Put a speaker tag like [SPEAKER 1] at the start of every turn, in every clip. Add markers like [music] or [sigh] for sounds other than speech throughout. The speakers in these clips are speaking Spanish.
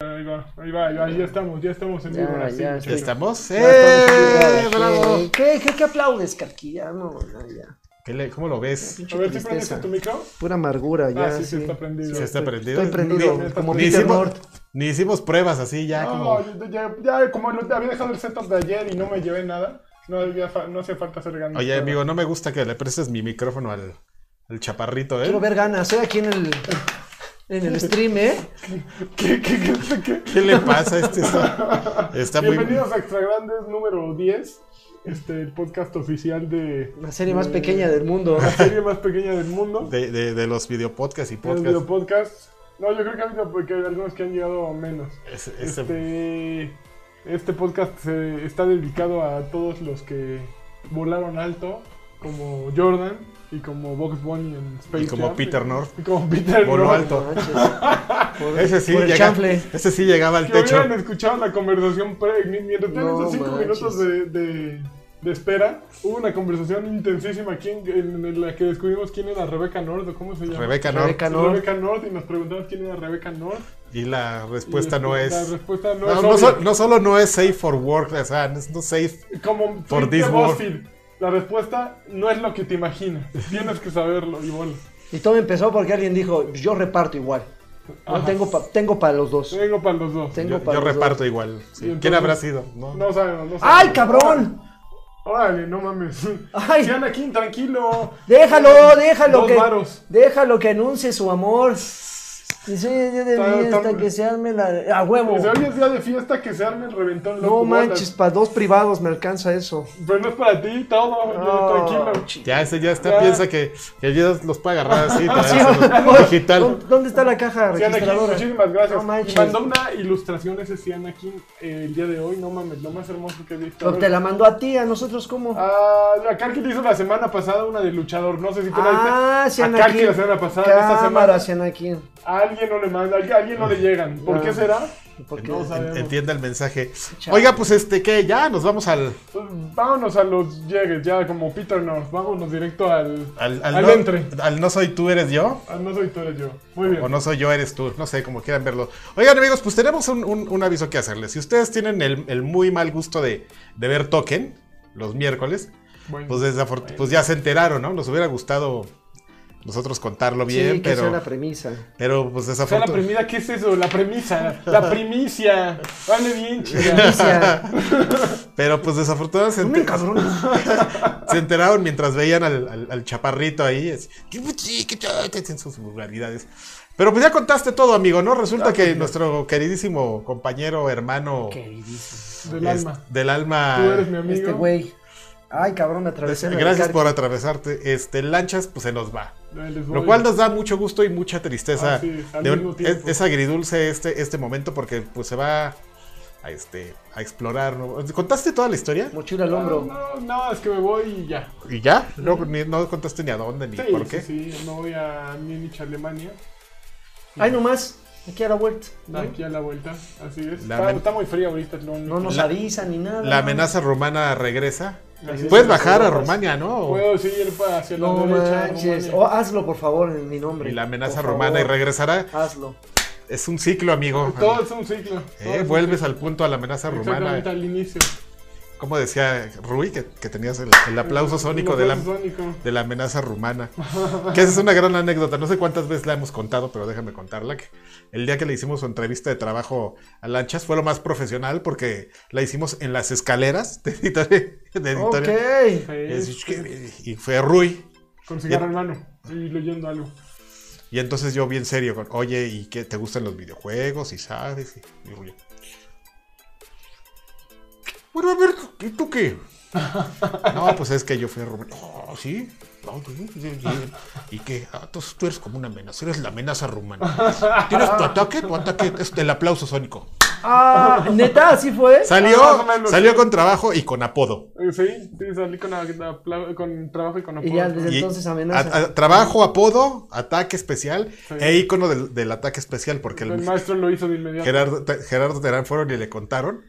[SPEAKER 1] ahí va, ahí va, ya, ya estamos, ya estamos en vivo. ahora sí,
[SPEAKER 2] ya
[SPEAKER 1] muchachos.
[SPEAKER 2] estamos?
[SPEAKER 1] Ya estamos en vivo, ahora
[SPEAKER 2] ¡Eh!
[SPEAKER 1] sí.
[SPEAKER 2] ¡Bravo!
[SPEAKER 3] ¿Qué, qué, qué aplaudes, Carqui? Ya, no, no, ya.
[SPEAKER 2] ¿Qué le- ¿Cómo lo ves?
[SPEAKER 1] A ver, ¿sí prendes
[SPEAKER 3] Tristeza.
[SPEAKER 1] tu micro?
[SPEAKER 3] Pura amargura, ya.
[SPEAKER 1] Ah, sí, sí,
[SPEAKER 3] sí.
[SPEAKER 1] está prendido.
[SPEAKER 2] ¿Se está prendido?
[SPEAKER 3] Estoy prendido,
[SPEAKER 2] Ni,
[SPEAKER 3] como
[SPEAKER 2] ni
[SPEAKER 3] Peter
[SPEAKER 2] hicimos,
[SPEAKER 3] Lord.
[SPEAKER 2] ni hicimos pruebas así, ya
[SPEAKER 1] No,
[SPEAKER 2] Ah, como...
[SPEAKER 1] ya, ya, ya, como lo- había dejado el setup de ayer y no me llevé nada, no, había fa- no hacía falta hacer ganas.
[SPEAKER 2] Oye,
[SPEAKER 1] pero-
[SPEAKER 2] amigo, no me gusta que le prestes mi micrófono al, al chaparrito,
[SPEAKER 3] Quiero
[SPEAKER 2] ¿eh?
[SPEAKER 3] ver ganas, soy aquí en el, en el stream, ¿eh?
[SPEAKER 1] ¿Qué, qué, qué, qué?
[SPEAKER 2] ¿Qué le pasa a este? Está, está muy...
[SPEAKER 1] Bienvenidos a Extra Grandes número 10, este, el podcast oficial de...
[SPEAKER 3] La serie más pequeña
[SPEAKER 1] [laughs]
[SPEAKER 3] del mundo.
[SPEAKER 1] La serie más pequeña del mundo,
[SPEAKER 2] De, de, de los videopodcasts y
[SPEAKER 1] el
[SPEAKER 2] podcasts.
[SPEAKER 1] videopodcast. No, yo creo que ha habido porque hay algunos que han llegado a menos.
[SPEAKER 2] Es- es-
[SPEAKER 1] Este, este podcast se- está dedicado a todos los que volaron alto, como Jordan y como Box Bunny en Space
[SPEAKER 2] Y como
[SPEAKER 1] Jam,
[SPEAKER 2] Peter North.
[SPEAKER 1] Y como Peter
[SPEAKER 2] Voló
[SPEAKER 1] North.
[SPEAKER 2] alto.
[SPEAKER 3] No manches. Por-
[SPEAKER 2] Ese
[SPEAKER 3] Este,
[SPEAKER 2] sí,
[SPEAKER 3] por el
[SPEAKER 2] llega-
[SPEAKER 3] chanfle.
[SPEAKER 2] ese sí llegaba al
[SPEAKER 1] Que
[SPEAKER 2] techo.
[SPEAKER 1] hubieran escuchado la conversación pre- mi- mientras tenían
[SPEAKER 3] No
[SPEAKER 1] esos cinco
[SPEAKER 3] manches.
[SPEAKER 1] minutos de, de- de espera. Hubo una conversación intensísima aquí en, en- en la que descubrimos quién era Rebeca Nord o cómo se llama.
[SPEAKER 2] Rebeca North.
[SPEAKER 3] Rebeca Nord.
[SPEAKER 1] Rebeca Nord y nos preguntamos quién era Rebeca Nord.
[SPEAKER 2] Y la
[SPEAKER 1] Y este,
[SPEAKER 2] respuesta no
[SPEAKER 1] la
[SPEAKER 2] es...
[SPEAKER 1] respuesta no,
[SPEAKER 2] No,
[SPEAKER 1] es
[SPEAKER 2] no,
[SPEAKER 1] obvia.
[SPEAKER 2] so- no solo no es safe for work, o sea, no es no safe...
[SPEAKER 1] Como
[SPEAKER 2] Por
[SPEAKER 1] tweet de
[SPEAKER 2] Discord.
[SPEAKER 1] BuzzFeed, La respuesta no es lo que te imaginas. Tienes que saberlo y bolas.
[SPEAKER 3] Y todo empezó porque alguien dijo, yo reparto igual. No
[SPEAKER 1] Ajá.
[SPEAKER 3] tengo pa- tengo para los dos.
[SPEAKER 1] Tengo para los dos.
[SPEAKER 3] Tengo
[SPEAKER 2] Yo,
[SPEAKER 3] para
[SPEAKER 2] yo
[SPEAKER 3] los dos.
[SPEAKER 2] reparto igual.
[SPEAKER 1] Y
[SPEAKER 2] sí.
[SPEAKER 1] entonces-
[SPEAKER 2] ¿Quién habrá sido? No.
[SPEAKER 1] No sabemos, no sabemos.
[SPEAKER 3] ¡Ay, cabrón!
[SPEAKER 1] Órale, no mames.
[SPEAKER 3] Ay.
[SPEAKER 1] Sean aquí, tranquilo.
[SPEAKER 3] Déjalo, déjalo
[SPEAKER 1] Dos
[SPEAKER 3] que
[SPEAKER 1] varos.
[SPEAKER 3] déjalo que anuncie su amor. Y soy el día de
[SPEAKER 1] Está-
[SPEAKER 3] fiesta
[SPEAKER 1] está-
[SPEAKER 3] que se arme la a huevo.
[SPEAKER 1] Pues hoy es día de fiesta que se arme el reventón
[SPEAKER 3] No
[SPEAKER 1] loco.
[SPEAKER 3] manches, para dos privados me alcanza eso.
[SPEAKER 1] bolas. Pero no es para ti, todo. yo,
[SPEAKER 3] Ah,
[SPEAKER 1] tranquilo.
[SPEAKER 3] chi-
[SPEAKER 2] Ya, ese ya está,
[SPEAKER 1] Ya.
[SPEAKER 2] piensa que, que ya los puede agarrar
[SPEAKER 3] [laughs]
[SPEAKER 2] así,
[SPEAKER 1] Ah,
[SPEAKER 3] Sí,
[SPEAKER 2] traérselos digital.
[SPEAKER 3] ¿dó- ¿Dónde está la caja
[SPEAKER 1] Sean aquí,
[SPEAKER 3] registradora?
[SPEAKER 1] muchísimas gracias.
[SPEAKER 3] No manches.
[SPEAKER 1] Y mandó una ilustración ese Sean aquí eh, el día de hoy. No mames, lo más hermoso que he visto.
[SPEAKER 3] Pero Te la mandó a ti, a nosotros cómo?
[SPEAKER 1] Ah, la Karki le hizo la semana pasada una de luchador. No sé si tú la viste.
[SPEAKER 3] Ah,
[SPEAKER 1] A
[SPEAKER 3] Sian
[SPEAKER 1] Karki
[SPEAKER 3] aquí.
[SPEAKER 1] la semana pasada. esta semana,
[SPEAKER 3] Cámara, Sian aquí.
[SPEAKER 1] a alguien no le manda, a alguien no le llegan. ¿Por
[SPEAKER 3] Ah.
[SPEAKER 1] qué será?
[SPEAKER 3] Porque
[SPEAKER 1] No sabe.
[SPEAKER 2] En- Entienda el mensaje.
[SPEAKER 3] Chale.
[SPEAKER 2] Oiga, pues este, ¿qué? Ya, nos vamos al,
[SPEAKER 1] Pues, vámonos a los llegues, ya como Peter North. Vámonos directo al.
[SPEAKER 2] al, al
[SPEAKER 1] Al
[SPEAKER 2] no,
[SPEAKER 1] entre.
[SPEAKER 2] al no soy tú, eres yo.
[SPEAKER 1] al no soy tú, eres yo. Muy
[SPEAKER 2] O
[SPEAKER 1] bien.
[SPEAKER 2] no soy yo, eres tú. No sé, como quieran verlo. Oigan, amigos, pues tenemos un, un- un aviso que hacerles. Si ustedes tienen el, el muy mal gusto de, de ver Token los miércoles,
[SPEAKER 1] Bueno.
[SPEAKER 2] pues, desafort- pues ya se enteraron, ¿no? Nos hubiera gustado nosotros contarlo bien,
[SPEAKER 3] sí, que sea
[SPEAKER 2] pero,
[SPEAKER 3] la
[SPEAKER 2] [laughs]
[SPEAKER 3] premisa.
[SPEAKER 2] pero
[SPEAKER 1] O
[SPEAKER 2] pues
[SPEAKER 1] sea, la
[SPEAKER 2] desafortunadamente.
[SPEAKER 1] premisa, ¿qué es eso? La premisa, la primicia. Vale
[SPEAKER 2] [laughs]
[SPEAKER 1] bien, chica.
[SPEAKER 3] Premisa.
[SPEAKER 2] Pero pues desafortunadamente.
[SPEAKER 3] No me encabrones.
[SPEAKER 2] [laughs] Se enteraron mientras veían al, al- al chaparrito ahí. así, pues, En sus vulgaridades. Pero pues ya contaste todo, amigo, ¿no? Resulta que nuestro queridísimo compañero, hermano
[SPEAKER 3] Queridísimo.
[SPEAKER 1] Del
[SPEAKER 2] es-
[SPEAKER 1] alma.
[SPEAKER 2] del alma,
[SPEAKER 1] Tú eres mi amigo.
[SPEAKER 3] Este güey. Ay, cabrón, me atravesé. la de
[SPEAKER 2] Pues, Gracias
[SPEAKER 3] Karki.
[SPEAKER 2] por atravesarte. Este Lanchas, pues se nos va.
[SPEAKER 1] Ahí les
[SPEAKER 2] Lo
[SPEAKER 1] voy.
[SPEAKER 2] cual nos da mucho gusto y mucha tristeza.
[SPEAKER 1] Así es, al
[SPEAKER 2] de un-
[SPEAKER 1] mismo tiempo.
[SPEAKER 2] es, es agridulce este, este momento porque pues se va a, este, a explorar. ¿no? ¿Contaste toda la historia?
[SPEAKER 3] Mochila al
[SPEAKER 1] No,
[SPEAKER 3] hombro.
[SPEAKER 1] No, no, es que me voy y ya.
[SPEAKER 2] ¿Y ya? No, ni- no contaste ni a dónde ni
[SPEAKER 1] Sí,
[SPEAKER 2] por qué.
[SPEAKER 1] sí, sí, me voy a Múnich, Alemania.
[SPEAKER 3] Ay, nomás. Aquí a la vuelta.
[SPEAKER 1] de Aquí a la vuelta, así es.
[SPEAKER 2] La
[SPEAKER 1] Está,
[SPEAKER 2] men-
[SPEAKER 1] está muy fría ahorita, es lo único.
[SPEAKER 3] No nos
[SPEAKER 2] La-
[SPEAKER 3] avisa ni nada.
[SPEAKER 2] La amenaza rumana regresa.
[SPEAKER 1] Así es.
[SPEAKER 2] Puedes bajar a Rumania, ¿no?
[SPEAKER 1] Puedo seguir pa- hacia la
[SPEAKER 3] No
[SPEAKER 1] derecha.
[SPEAKER 3] manches.
[SPEAKER 1] Rumania.
[SPEAKER 3] Oh, hazlo, por favor, en mi nombre.
[SPEAKER 2] Y la amenaza
[SPEAKER 3] Por
[SPEAKER 2] romana y
[SPEAKER 3] favor,
[SPEAKER 2] regresará.
[SPEAKER 3] Hazlo.
[SPEAKER 2] Es un ciclo, amigo.
[SPEAKER 1] Todo es un ciclo.
[SPEAKER 2] Oh. Eh,
[SPEAKER 1] todo es un
[SPEAKER 2] vuelves
[SPEAKER 1] ciclo.
[SPEAKER 2] al punto a la amenaza
[SPEAKER 1] Exactamente
[SPEAKER 2] rumana.
[SPEAKER 1] al inicio.
[SPEAKER 2] Como decía Rui, que, que tenías el, el aplauso sónico
[SPEAKER 1] Un
[SPEAKER 2] de la,
[SPEAKER 1] aplauso sónico.
[SPEAKER 2] de la
[SPEAKER 1] [laughs]
[SPEAKER 2] amenaza rumana. Que esa es una gran anécdota. No sé cuántas veces la hemos contado, pero déjame contarla. que el día que le hicimos su entrevista de trabajo a Lanchas fue lo más profesional porque la hicimos en las escaleras de Editoria. de Editoria.
[SPEAKER 3] Ok.
[SPEAKER 2] Y
[SPEAKER 1] Sí,
[SPEAKER 2] es- Y fue Rui.
[SPEAKER 1] con cigarro en mano y leyendo algo.
[SPEAKER 2] Y entonces yo bien serio, con, oye, ¿y qué te gustan los videojuegos? ¿Y sabes? Y, y Rui, Bueno, a ver, ¿y tú qué?
[SPEAKER 1] [laughs]
[SPEAKER 2] No, pues es que yo fui a Rumania. Oh, ¿sí? No, sí, sí, sí. ¿Y qué? Ah, entonces tú eres como una amenaza, eres la amenaza rumana. ¿Tienes tu ataque? Tu ataque es el aplauso sónico.
[SPEAKER 3] Ah, neta, así fue.
[SPEAKER 1] Ah, más o
[SPEAKER 2] Salió,
[SPEAKER 1] menos,
[SPEAKER 2] salió
[SPEAKER 1] sí.
[SPEAKER 2] con trabajo y con apodo.
[SPEAKER 1] Eh, Sí, sí, salí con, apla- con trabajo y con
[SPEAKER 3] Y ya
[SPEAKER 1] apodo.
[SPEAKER 3] desde
[SPEAKER 2] Y
[SPEAKER 3] entonces
[SPEAKER 2] a-
[SPEAKER 3] amenaza.
[SPEAKER 2] a- trabajo, apodo, ataque especial
[SPEAKER 1] Sí.
[SPEAKER 2] e ícono del, del ataque especial porque
[SPEAKER 1] El
[SPEAKER 2] el,
[SPEAKER 1] maestro lo hizo de inmediato.
[SPEAKER 2] Gerardo, Te- Gerardo Terán fueron y le contaron.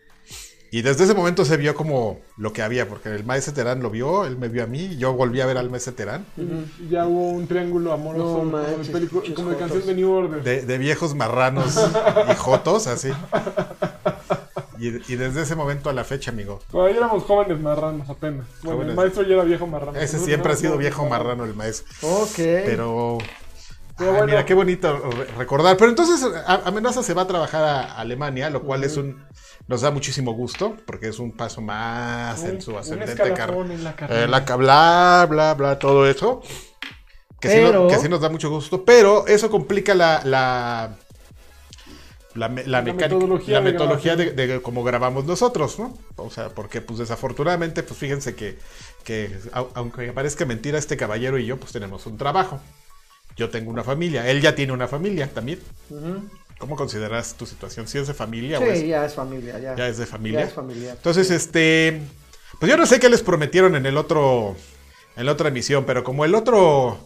[SPEAKER 2] Y desde ese momento se vio como lo que había, porque el maese Terán lo vio, él me vio a mí, yo volví a ver al maese Terán.
[SPEAKER 1] Y- y ya hubo un triángulo amoroso
[SPEAKER 3] No
[SPEAKER 1] como, de
[SPEAKER 3] manches,
[SPEAKER 1] pelicu-
[SPEAKER 3] pinches
[SPEAKER 1] como de
[SPEAKER 3] jotos.
[SPEAKER 1] canción de New Order.
[SPEAKER 2] De, de viejos marranos y jotos, así. Y, y desde ese momento a la fecha, amigo.
[SPEAKER 1] Cuando éramos jóvenes marranos apenas. Bueno,
[SPEAKER 2] Jóvenes.
[SPEAKER 1] el maestro ya era viejo marrano.
[SPEAKER 2] Ese
[SPEAKER 1] Nosotros
[SPEAKER 2] siempre ha
[SPEAKER 1] éramos
[SPEAKER 2] sido
[SPEAKER 1] jóvenes
[SPEAKER 2] viejo marrano el maestro.
[SPEAKER 3] Ok.
[SPEAKER 2] Pero.
[SPEAKER 1] Pero
[SPEAKER 2] Ah,
[SPEAKER 1] bueno.
[SPEAKER 2] Mira, qué bonito re- recordar. Pero entonces a- Amenaza se va a trabajar a Alemania, lo cual es un. Nos da muchísimo gusto, porque es un paso más
[SPEAKER 1] Un-
[SPEAKER 2] en su
[SPEAKER 1] un
[SPEAKER 2] ascendente
[SPEAKER 1] escalafón
[SPEAKER 2] carrera.
[SPEAKER 1] en la carrera.
[SPEAKER 2] Eh, la ca- bla, bla, bla, todo eso. Que, sí,
[SPEAKER 3] Pero-
[SPEAKER 2] no- que sí nos da mucho gusto, pero eso complica la. la la, me-
[SPEAKER 1] La
[SPEAKER 2] la mecánica-
[SPEAKER 1] metodología
[SPEAKER 2] la
[SPEAKER 1] de
[SPEAKER 2] metodología de, de cómo grabamos nosotros, ¿no? O sea, porque pues desafortunadamente, pues fíjense que, que au- aunque parezca mentira, este caballero y yo pues tenemos un trabajo. Yo tengo una familia, él ya tiene una familia también.
[SPEAKER 3] Ujú.
[SPEAKER 2] ¿Cómo consideras tu situación? ¿Si es de familia o es-
[SPEAKER 3] Sí, ya es familia, ya.
[SPEAKER 2] pues. ya es de familia?
[SPEAKER 3] Ya es familiar.
[SPEAKER 2] Entonces, este. Pues yo no sé qué les prometieron en el otro. En la otra emisión, pero como el otro.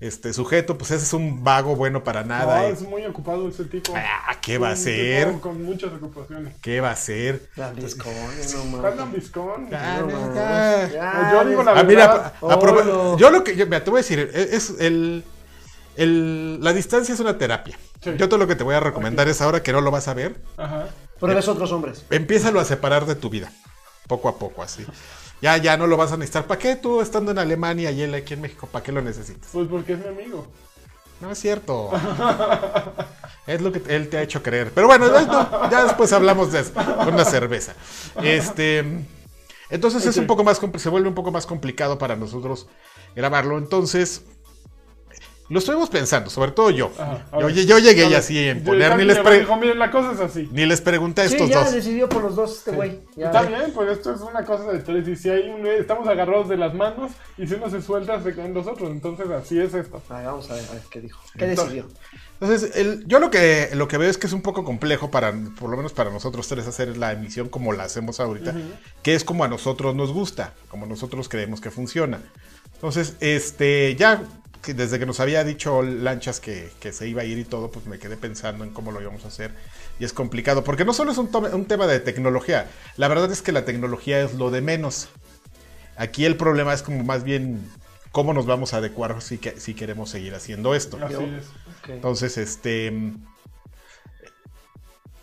[SPEAKER 2] Este sujeto, pues ese es un vago bueno para
[SPEAKER 1] No,
[SPEAKER 2] nada.
[SPEAKER 1] es
[SPEAKER 2] y-
[SPEAKER 1] muy ocupado ese tipo.
[SPEAKER 2] Ah, ¿qué va a
[SPEAKER 1] Un tipo
[SPEAKER 2] ser?
[SPEAKER 1] Con muchas ocupaciones.
[SPEAKER 2] ¿Qué va a ser?
[SPEAKER 3] Las bizcones, no
[SPEAKER 1] ¿Cuál
[SPEAKER 3] mames.
[SPEAKER 1] ambiscón?
[SPEAKER 2] Ah,
[SPEAKER 3] No
[SPEAKER 2] no,
[SPEAKER 3] mames.
[SPEAKER 2] ah.
[SPEAKER 3] Ya,
[SPEAKER 1] Yo digo
[SPEAKER 3] ves-
[SPEAKER 2] Ah, mira,
[SPEAKER 3] Hola.
[SPEAKER 2] apro- yo lo que. Yo, mira, te voy a decir, e-, es, es el. el- la distancia es una terapia.
[SPEAKER 1] Sí.
[SPEAKER 2] Yo todo lo que te voy a recomendar es ahora que no lo vas a ver,
[SPEAKER 1] Ajá.
[SPEAKER 3] Pero ves otros hombres.
[SPEAKER 2] Empiézalo a separar de tu vida, poco a poco, así. Ya, ya no lo vas a necesitar. ¿Para qué tú estando en Alemania y él aquí en México? ¿Para qué lo necesitas?
[SPEAKER 1] Pues porque es mi amigo.
[SPEAKER 2] No
[SPEAKER 1] [laughs]
[SPEAKER 2] es cierto. Es lo que él te ha hecho creer. Pero bueno, ya, no, ya después hablamos de eso, con la cerveza. Este, entonces es un poco más, compl- se vuelve un poco más complicado para nosotros grabarlo. Entonces, lo estuvimos pensando, sobre todo yo.
[SPEAKER 1] Ajá, a
[SPEAKER 2] Yo,
[SPEAKER 1] ver.
[SPEAKER 2] yo llegué
[SPEAKER 1] A
[SPEAKER 2] y
[SPEAKER 1] ver,
[SPEAKER 2] así en
[SPEAKER 1] yo-
[SPEAKER 2] poner,
[SPEAKER 1] Dani
[SPEAKER 2] ni les,
[SPEAKER 1] llegó y
[SPEAKER 2] pre-
[SPEAKER 1] dijo, miren, la cosa es así.
[SPEAKER 2] ni les pregunté a estos
[SPEAKER 3] sí, ya
[SPEAKER 2] dos.
[SPEAKER 3] decidió por los dos este güey. Ya
[SPEAKER 1] Está
[SPEAKER 3] ves.
[SPEAKER 1] bien, pues esto es una cosa de tres. Y si hay un, eh, estamos agarrados de las manos y si uno se suelta, se caen los otros. Entonces así es esto.
[SPEAKER 3] A ver, vamos a ver, a ver qué dijo. ¿Qué
[SPEAKER 2] Entonces-
[SPEAKER 3] decidió?
[SPEAKER 2] Entonces, el- yo lo que, lo que veo es que es un poco complejo para, por lo menos para nosotros tres, hacer la emisión como la hacemos ahorita, que es como a nosotros nos gusta, como nosotros creemos que funciona. Entonces, este, ya que desde que nos había dicho Lanchas que, que se iba a ir y todo, pues me quedé pensando en cómo lo íbamos a hacer. Y es complicado, porque no solo es un, tome- un tema de tecnología, la verdad es que la tecnología es lo de menos. Aquí el problema es como más bien cómo nos vamos a adecuar si, que- si queremos seguir haciendo esto.
[SPEAKER 1] Así
[SPEAKER 3] Yo-
[SPEAKER 1] es.
[SPEAKER 3] Ok.
[SPEAKER 2] Entonces, este. mm,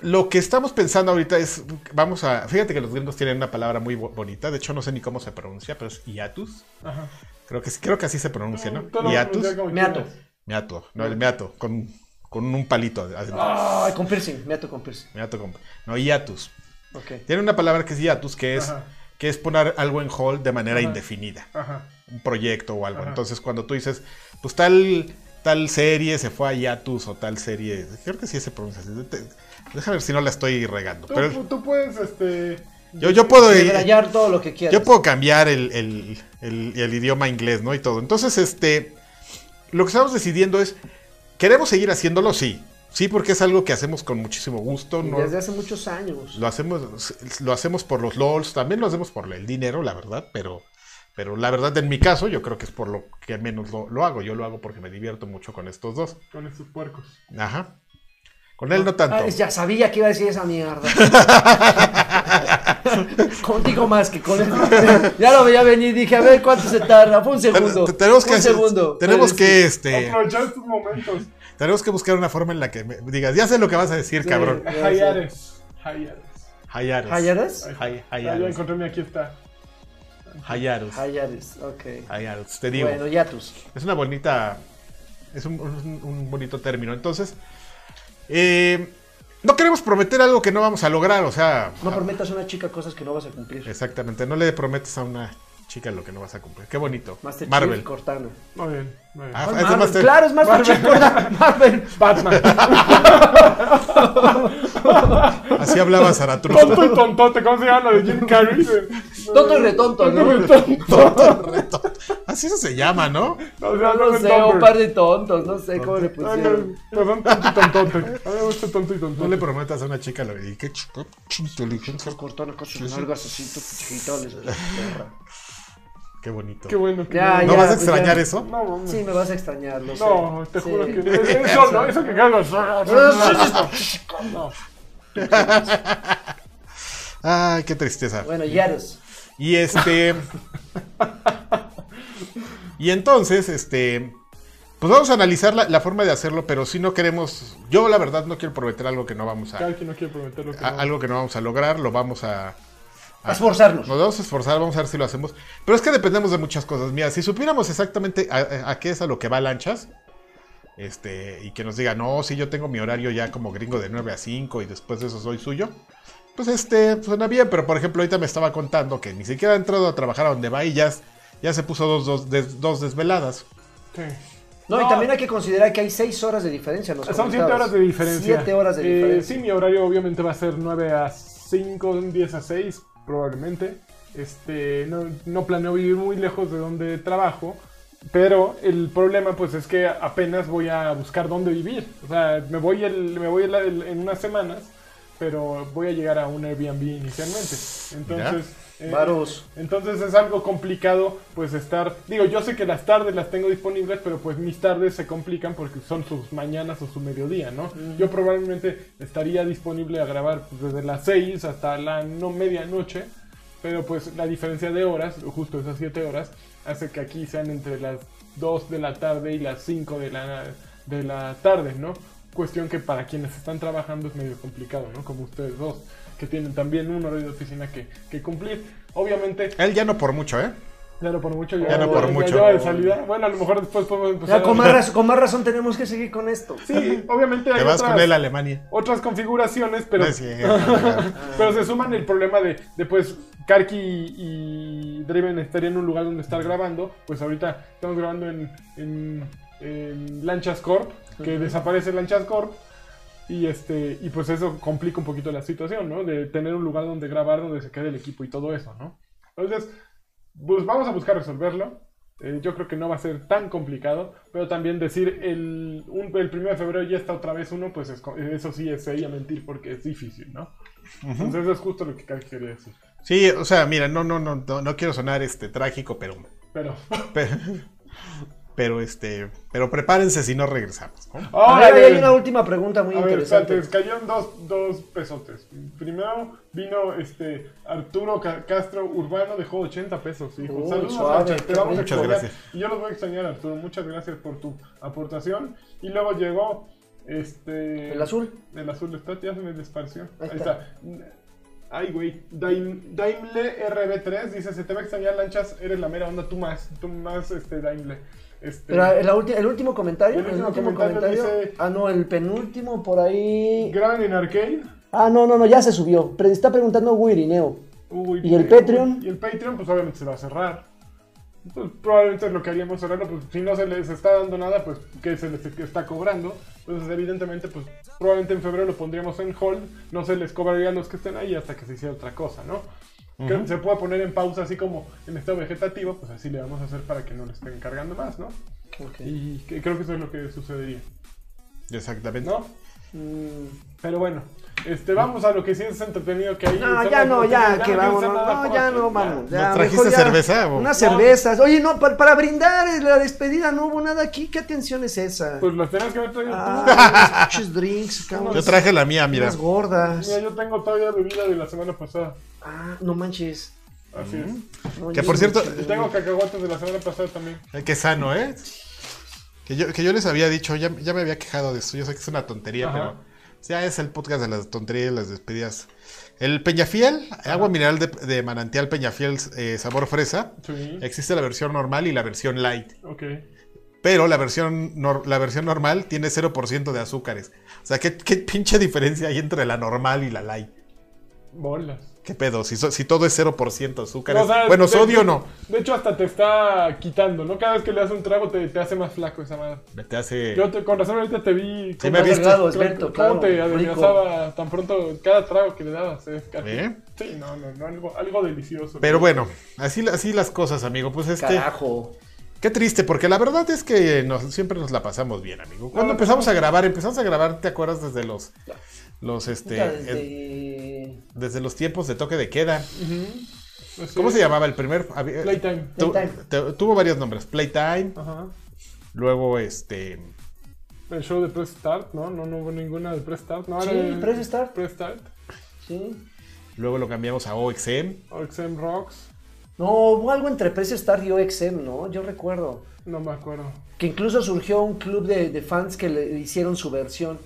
[SPEAKER 2] Lo que estamos pensando ahorita es. Vamos a. Fíjate que los gringos tienen una palabra muy bo- bonita. De hecho, no sé ni cómo se pronuncia, pero es hiatus.
[SPEAKER 1] Ajá.
[SPEAKER 2] Creo que, sí- creo que así se pronuncia, ¿no?
[SPEAKER 1] Tú lo
[SPEAKER 2] Hiatus.
[SPEAKER 1] pronuncias Mm, como
[SPEAKER 3] Meato.
[SPEAKER 1] quieras.
[SPEAKER 2] Meato. No, el meato. Con, con un palito. adentro.
[SPEAKER 1] Ah.
[SPEAKER 3] Ay, con piercing, meto con piercing.
[SPEAKER 2] Meato con- No, hiatus.
[SPEAKER 3] Ok.
[SPEAKER 2] Tiene una palabra que es hiatus, que es,
[SPEAKER 1] Ajá.
[SPEAKER 2] que es poner algo en hold de manera
[SPEAKER 1] Ajá.
[SPEAKER 2] indefinida.
[SPEAKER 1] Ajá.
[SPEAKER 2] un proyecto o algo.
[SPEAKER 1] Ajá.
[SPEAKER 2] Entonces, cuando tú dices, pues tal, tal serie se fue a Yatus o tal serie, creo que sí se pronuncia así. Te- Déjame ver si no la estoy regando.
[SPEAKER 1] Tú,
[SPEAKER 2] Pero
[SPEAKER 1] tú puedes, este.
[SPEAKER 2] yo, yo puedo eh,
[SPEAKER 3] Debrayar todo lo que quieras.
[SPEAKER 2] yo puedo cambiar el, el- el- el idioma inglés, ¿no? Y todo. Entonces, este, lo que estamos decidiendo es, ¿queremos seguir haciéndolo? Sí. Sí, porque es algo que hacemos con muchísimo gusto.
[SPEAKER 3] Y
[SPEAKER 2] ¿no?
[SPEAKER 3] Desde hace muchos años.
[SPEAKER 2] Lo hacemos, lo hacemos por los LOLs, también lo hacemos por el dinero, la verdad, pero, pero la verdad en mi caso yo creo que es por lo que menos lo, lo hago. Yo lo hago porque me divierto mucho con estos dos.
[SPEAKER 1] Con estos puercos.
[SPEAKER 2] Ajá. Con él no tanto.
[SPEAKER 3] Ay, Ah, ya sabía que iba a decir esa mierda.
[SPEAKER 2] [laughs]
[SPEAKER 3] Contigo más que con él. Ya lo veía venir, dije, a ver cuánto se tarda. Fue un
[SPEAKER 2] Ten-
[SPEAKER 3] segundo.
[SPEAKER 2] te- tenemos que,
[SPEAKER 3] un segundo.
[SPEAKER 2] tenemos
[SPEAKER 3] Ay,
[SPEAKER 2] que
[SPEAKER 3] sí.
[SPEAKER 2] este
[SPEAKER 1] Aprovechar estos momentos.
[SPEAKER 2] tenemos que buscar una forma en la que me digas ya sé lo que vas a decir
[SPEAKER 3] Sí.
[SPEAKER 2] cabrón
[SPEAKER 3] Ya,
[SPEAKER 1] Hay
[SPEAKER 3] sí.
[SPEAKER 1] Ares. Hay Ares.
[SPEAKER 2] Hayares
[SPEAKER 3] ¿Hayares?
[SPEAKER 2] Hay-
[SPEAKER 1] Ah,
[SPEAKER 2] Hayares.
[SPEAKER 1] ya encontré mi aquí está.
[SPEAKER 2] Hayares
[SPEAKER 3] Hayares, ok.
[SPEAKER 2] Hayares te digo
[SPEAKER 3] Bueno, Yatus.
[SPEAKER 2] Es una bonita. Es un, un- un bonito término. Entonces, eh, no queremos prometer algo que no vamos a lograr. O sea,
[SPEAKER 3] No prometas a una chica cosas que no vas a cumplir.
[SPEAKER 2] exactamente. No le prometes a una chica lo que no vas a cumplir. Qué bonito.
[SPEAKER 3] Master Chief
[SPEAKER 2] Marvel.
[SPEAKER 3] y Cortana.
[SPEAKER 1] Muy bien, muy bien.
[SPEAKER 2] Ah,
[SPEAKER 3] Ay,
[SPEAKER 2] es de
[SPEAKER 3] Marvel,
[SPEAKER 2] Master-
[SPEAKER 3] Claro, es Master Chief Cortana. [laughs] Marvel.
[SPEAKER 2] [laughs]
[SPEAKER 1] Batman.
[SPEAKER 2] Así
[SPEAKER 3] [laughs]
[SPEAKER 2] hablaba Zaratustra.
[SPEAKER 1] Tonto y tontote. ¿Cómo se llama la de Jim
[SPEAKER 2] [laughs]
[SPEAKER 1] Carrey?
[SPEAKER 3] Tonto y retonto, ¿no?
[SPEAKER 1] Tonto y retonto.
[SPEAKER 2] Así eso se llama, ¿no?
[SPEAKER 1] No, o sea,
[SPEAKER 3] No
[SPEAKER 1] es
[SPEAKER 3] sé,
[SPEAKER 1] Dumber.
[SPEAKER 3] un par de tontos, no sé cómo le
[SPEAKER 1] No, no,
[SPEAKER 3] pusieron.
[SPEAKER 1] pero son tonto y tontote. A mí me gusta tonto y
[SPEAKER 2] No le
[SPEAKER 1] tontote.
[SPEAKER 2] prometas a una chica lo que. Qué chica inteligencia.
[SPEAKER 3] Por Cortana, cosas largas así, tú chiquitones.
[SPEAKER 2] [laughs]
[SPEAKER 3] perra.
[SPEAKER 2] Qué bonito.
[SPEAKER 1] Qué bueno. que
[SPEAKER 3] Ya,
[SPEAKER 2] ¿No
[SPEAKER 3] ya,
[SPEAKER 2] vas a
[SPEAKER 3] pues
[SPEAKER 2] extrañar
[SPEAKER 3] ya.
[SPEAKER 2] eso?
[SPEAKER 1] No, mames.
[SPEAKER 3] Sí, me vas a extrañar, lo sé.
[SPEAKER 1] No, te
[SPEAKER 3] Sí.
[SPEAKER 1] juro
[SPEAKER 3] [laughs]
[SPEAKER 1] que eso, ¿no?
[SPEAKER 2] [laughs]
[SPEAKER 1] Eso que cagas. No,
[SPEAKER 2] Ay, qué tristeza.
[SPEAKER 3] Bueno, Yaros.
[SPEAKER 2] Y este. y entonces, este. Pues vamos a analizar la, la forma de hacerlo, pero si no queremos. Yo, la verdad, no quiero prometer algo que no vamos a.
[SPEAKER 1] Cada quien no quiere prometer lo que
[SPEAKER 2] a-
[SPEAKER 1] no.
[SPEAKER 2] Ah, algo que no vamos a lograr, lo vamos a.
[SPEAKER 3] A esforzarnos.
[SPEAKER 2] Nos vamos a esforzar, vamos a ver si lo hacemos. Pero es que dependemos de muchas cosas. Mira, si supiéramos exactamente a, a- a qué es a lo que va lanchas, este, y que nos diga, no, si yo tengo mi horario ya como gringo de 9 a 5 y después de eso soy suyo, pues este, suena bien. Pero por ejemplo, ahorita me estaba contando que ni siquiera ha entrado a trabajar a donde va y ya, es- ya se puso dos, dos, des- dos desveladas.
[SPEAKER 1] Sí.
[SPEAKER 3] No, y
[SPEAKER 1] No.
[SPEAKER 3] también hay que considerar que hay seis horas de diferencia. nos
[SPEAKER 1] Son 7
[SPEAKER 3] comentabas.
[SPEAKER 1] horas de diferencia.
[SPEAKER 3] Siete horas de
[SPEAKER 1] Eh,
[SPEAKER 3] diferencia.
[SPEAKER 1] sí, mi horario obviamente va a ser 9 a 5, 10 a 6, probablemente. Este, no, no planeo vivir muy lejos de donde trabajo. Pero el problema pues es que apenas voy a buscar dónde vivir. O sea, me voy, el- me voy el- el- en unas semanas, pero voy a llegar a un Airbnb inicialmente. Entonces... eh,
[SPEAKER 3] Varos.
[SPEAKER 1] entonces es algo complicado, pues estar. Digo, yo sé que las tardes las tengo disponibles, pero pues mis tardes se complican porque son sus mañanas o su mediodía, ¿no? Yo probablemente estaría disponible a grabar pues, desde las 6 hasta la no medianoche, pero pues la diferencia de horas, justo esas 7 horas, hace que aquí sean entre las 2 de la tarde y las 5 de la, de la tarde, ¿no? Cuestión que para quienes están trabajando es medio complicado, ¿no? Como ustedes dos, que tienen también un horario de oficina que, que cumplir. Obviamente,
[SPEAKER 2] Él ya no por mucho, ¿eh?
[SPEAKER 1] ya no por mucho, ya,
[SPEAKER 2] Ya no por mucho.
[SPEAKER 1] ya va de salida. Bueno, a lo mejor después podemos empezar.
[SPEAKER 3] Ya, con,
[SPEAKER 1] a- [laughs]
[SPEAKER 3] más raz- con más razón tenemos que seguir con esto.
[SPEAKER 1] Sí, obviamente hay
[SPEAKER 2] Te vas
[SPEAKER 1] otras,
[SPEAKER 2] con él a Alemania.
[SPEAKER 1] otras configuraciones, pero,
[SPEAKER 2] No es cierto.
[SPEAKER 1] [laughs] pero se suman el problema de, de pues, Karki y, y Draven estarían en un lugar donde estar grabando. Pues ahorita estamos grabando en, en, en Lanchas Corp, que desaparece Lanchas Corp. Y, este, y pues eso complica un poquito la situación, ¿no? De tener un lugar donde grabar, donde se quede el equipo y todo eso, ¿no? Entonces, pues vamos a buscar resolverlo. Eh, yo creo que no va a ser tan complicado, pero también decir el, un- el 1 de febrero ya está otra vez uno, pues es co- eso sí es sería mentir porque es difícil, ¿no? Entonces eso es justo lo que Karki quería decir.
[SPEAKER 2] Sí, o sea, mira, no, no, no, no, no quiero sonar este trágico, pero
[SPEAKER 3] [laughs]
[SPEAKER 1] Pero
[SPEAKER 2] Pero, [laughs] pero, este, pero prepárense si no regresamos. ¿no?
[SPEAKER 3] Ahora
[SPEAKER 1] ¡Órale!
[SPEAKER 3] hay una última pregunta muy
[SPEAKER 1] eh, A ver,
[SPEAKER 3] interesante.
[SPEAKER 1] espérate, cayeron dos, dos pesotes. Primero vino este Arturo Ca- Castro Urbano, dejó 80 pesos. hijo.
[SPEAKER 3] Uy,
[SPEAKER 1] Saludos,
[SPEAKER 3] suave,
[SPEAKER 1] Nacho,
[SPEAKER 3] qué
[SPEAKER 1] te vamos a
[SPEAKER 2] Muchas
[SPEAKER 1] extrañar.
[SPEAKER 2] gracias.
[SPEAKER 1] Y yo los voy a extrañar, Arturo. Muchas gracias por tu aportación. Y luego llegó este.
[SPEAKER 3] El azul.
[SPEAKER 1] El azul está, ya se me desparció.
[SPEAKER 3] Ahí
[SPEAKER 1] Ahí, está. Ay, güey. Daim- Daimle RB3 dice: Se te va a extrañar, lanchas. Eres la mera onda, tú más. Tú más, este, Daimle. Este,
[SPEAKER 3] Pero el, ulti- el último comentario,
[SPEAKER 1] El
[SPEAKER 3] el
[SPEAKER 1] último
[SPEAKER 3] último,
[SPEAKER 1] comentario
[SPEAKER 3] comentario.
[SPEAKER 1] dice-
[SPEAKER 3] Ah, no, el penúltimo por ahí.
[SPEAKER 1] Graban en arcade.
[SPEAKER 3] Ah, no, no, no, ya se subió. Pero está preguntando Wirineo.
[SPEAKER 1] Uy,
[SPEAKER 3] ¿Y el
[SPEAKER 1] pero-
[SPEAKER 3] Patreon?
[SPEAKER 1] Y el Patreon, pues obviamente se va a cerrar. Entonces, probablemente es lo que haríamos cerrarlo, pues si no se les está dando nada, pues que se les está cobrando. Entonces, evidentemente, pues probablemente en febrero lo pondríamos en hold, no se les cobraría a los que estén ahí hasta que se hiciera otra cosa, ¿no? Que se pueda poner en pausa así como en estado vegetativo, pues así le vamos a hacer para que no le estén cargando más, ¿no? Y que- creo que eso es lo que sucedería,
[SPEAKER 2] Exactamente.
[SPEAKER 1] ¿no?
[SPEAKER 3] Mm,
[SPEAKER 1] Pero bueno, este, vamos a lo que sí es entretenido que hay.
[SPEAKER 3] No, ya no, ya, que
[SPEAKER 1] vamos
[SPEAKER 3] vamos. No, ya no, vamos. ya,
[SPEAKER 2] ¿No trajiste
[SPEAKER 3] mejor ya
[SPEAKER 2] cerveza, o?
[SPEAKER 3] Unas cervezas. Oye, no, pa- para brindar eh, la despedida no hubo nada aquí. ¿Qué atención es esa?
[SPEAKER 1] Pues las tenías que haber traído tú.
[SPEAKER 3] Ah, unos pinches [laughs] drinks, cabrón.
[SPEAKER 1] pues,
[SPEAKER 2] Yo traje la mía, mira.
[SPEAKER 3] Unas gordas.
[SPEAKER 1] Mira, yo tengo todavía bebida de la semana pasada.
[SPEAKER 3] Ah, no manches.
[SPEAKER 1] Así
[SPEAKER 3] Mm. No,
[SPEAKER 2] Que
[SPEAKER 3] yo-
[SPEAKER 2] por cierto,
[SPEAKER 1] es. Y tengo cacahuates de la semana pasada también.
[SPEAKER 2] eh, qué sano, ¿eh? Que yo, que yo les había dicho, ya, ya me había quejado de esto. Yo sé que es una tontería,
[SPEAKER 1] Ajá.
[SPEAKER 2] pero ya es el podcast de las tonterías y las despedidas. El Peñafiel, agua mineral de, de manantial Peñafiel eh, sabor fresa.
[SPEAKER 1] Sí.
[SPEAKER 2] Existe la versión normal y la versión light.
[SPEAKER 1] Ok.
[SPEAKER 2] Pero la versión, nor- la versión normal tiene 0% de azúcares. O sea, ¿qué, ¿qué pinche diferencia hay entre la normal y la light?
[SPEAKER 1] Bolas.
[SPEAKER 2] ¿Qué pedo? Si, so- si todo es 0% azúcar.
[SPEAKER 1] O sea,
[SPEAKER 2] bueno,
[SPEAKER 1] de-
[SPEAKER 2] sodio
[SPEAKER 1] de-
[SPEAKER 2] no.
[SPEAKER 1] De hecho, hasta te está quitando, ¿no? Cada vez que le das un trago te, te hace más flaco esa madre.
[SPEAKER 2] Te hace.
[SPEAKER 1] Yo te- con razón ahorita te vi.
[SPEAKER 2] Sí,
[SPEAKER 1] con-
[SPEAKER 2] me ha
[SPEAKER 3] Más
[SPEAKER 2] visto.
[SPEAKER 3] delgado,
[SPEAKER 1] con-
[SPEAKER 3] esbelto,
[SPEAKER 1] ¿Cómo
[SPEAKER 3] claro.
[SPEAKER 1] te
[SPEAKER 3] rico.
[SPEAKER 1] adelgazaba tan pronto cada trago que le dabas? eh, Carlos?
[SPEAKER 2] ¿Eh?
[SPEAKER 1] Sí, no, no, no. Algo, algo delicioso.
[SPEAKER 2] Pero bueno, así, así las cosas, amigo. Pues este.
[SPEAKER 3] Carajo.
[SPEAKER 2] Qué triste, porque la verdad es que nos- siempre nos la pasamos bien, amigo. Cuando
[SPEAKER 1] Ah, No,
[SPEAKER 2] empezamos a grabar, empezamos a grabar, ¿te acuerdas desde los. Los este.
[SPEAKER 3] Puta,
[SPEAKER 2] eh,
[SPEAKER 3] desde-
[SPEAKER 2] desde los tiempos de toque de queda.
[SPEAKER 1] Así
[SPEAKER 2] ¿Cómo
[SPEAKER 1] es.
[SPEAKER 2] se llamaba el primer? había-
[SPEAKER 1] Playtime.
[SPEAKER 2] tu-
[SPEAKER 3] Playtime.
[SPEAKER 2] te- tuvo varios nombres. Playtime.
[SPEAKER 1] Ajá.
[SPEAKER 2] Luego este.
[SPEAKER 1] El show de Press Start, ¿no? No, no hubo ninguna de Press Start. No,
[SPEAKER 3] Sí,
[SPEAKER 1] era el-
[SPEAKER 3] Press Start.
[SPEAKER 1] Press Start.
[SPEAKER 3] Sí.
[SPEAKER 2] Luego lo cambiamos a OXM.
[SPEAKER 1] Oxem Rocks.
[SPEAKER 3] No, hubo algo entre Precio Star y OXM, ¿no? Yo recuerdo.
[SPEAKER 1] No me acuerdo.
[SPEAKER 3] Que incluso surgió un club de, de fans que le hicieron su versión.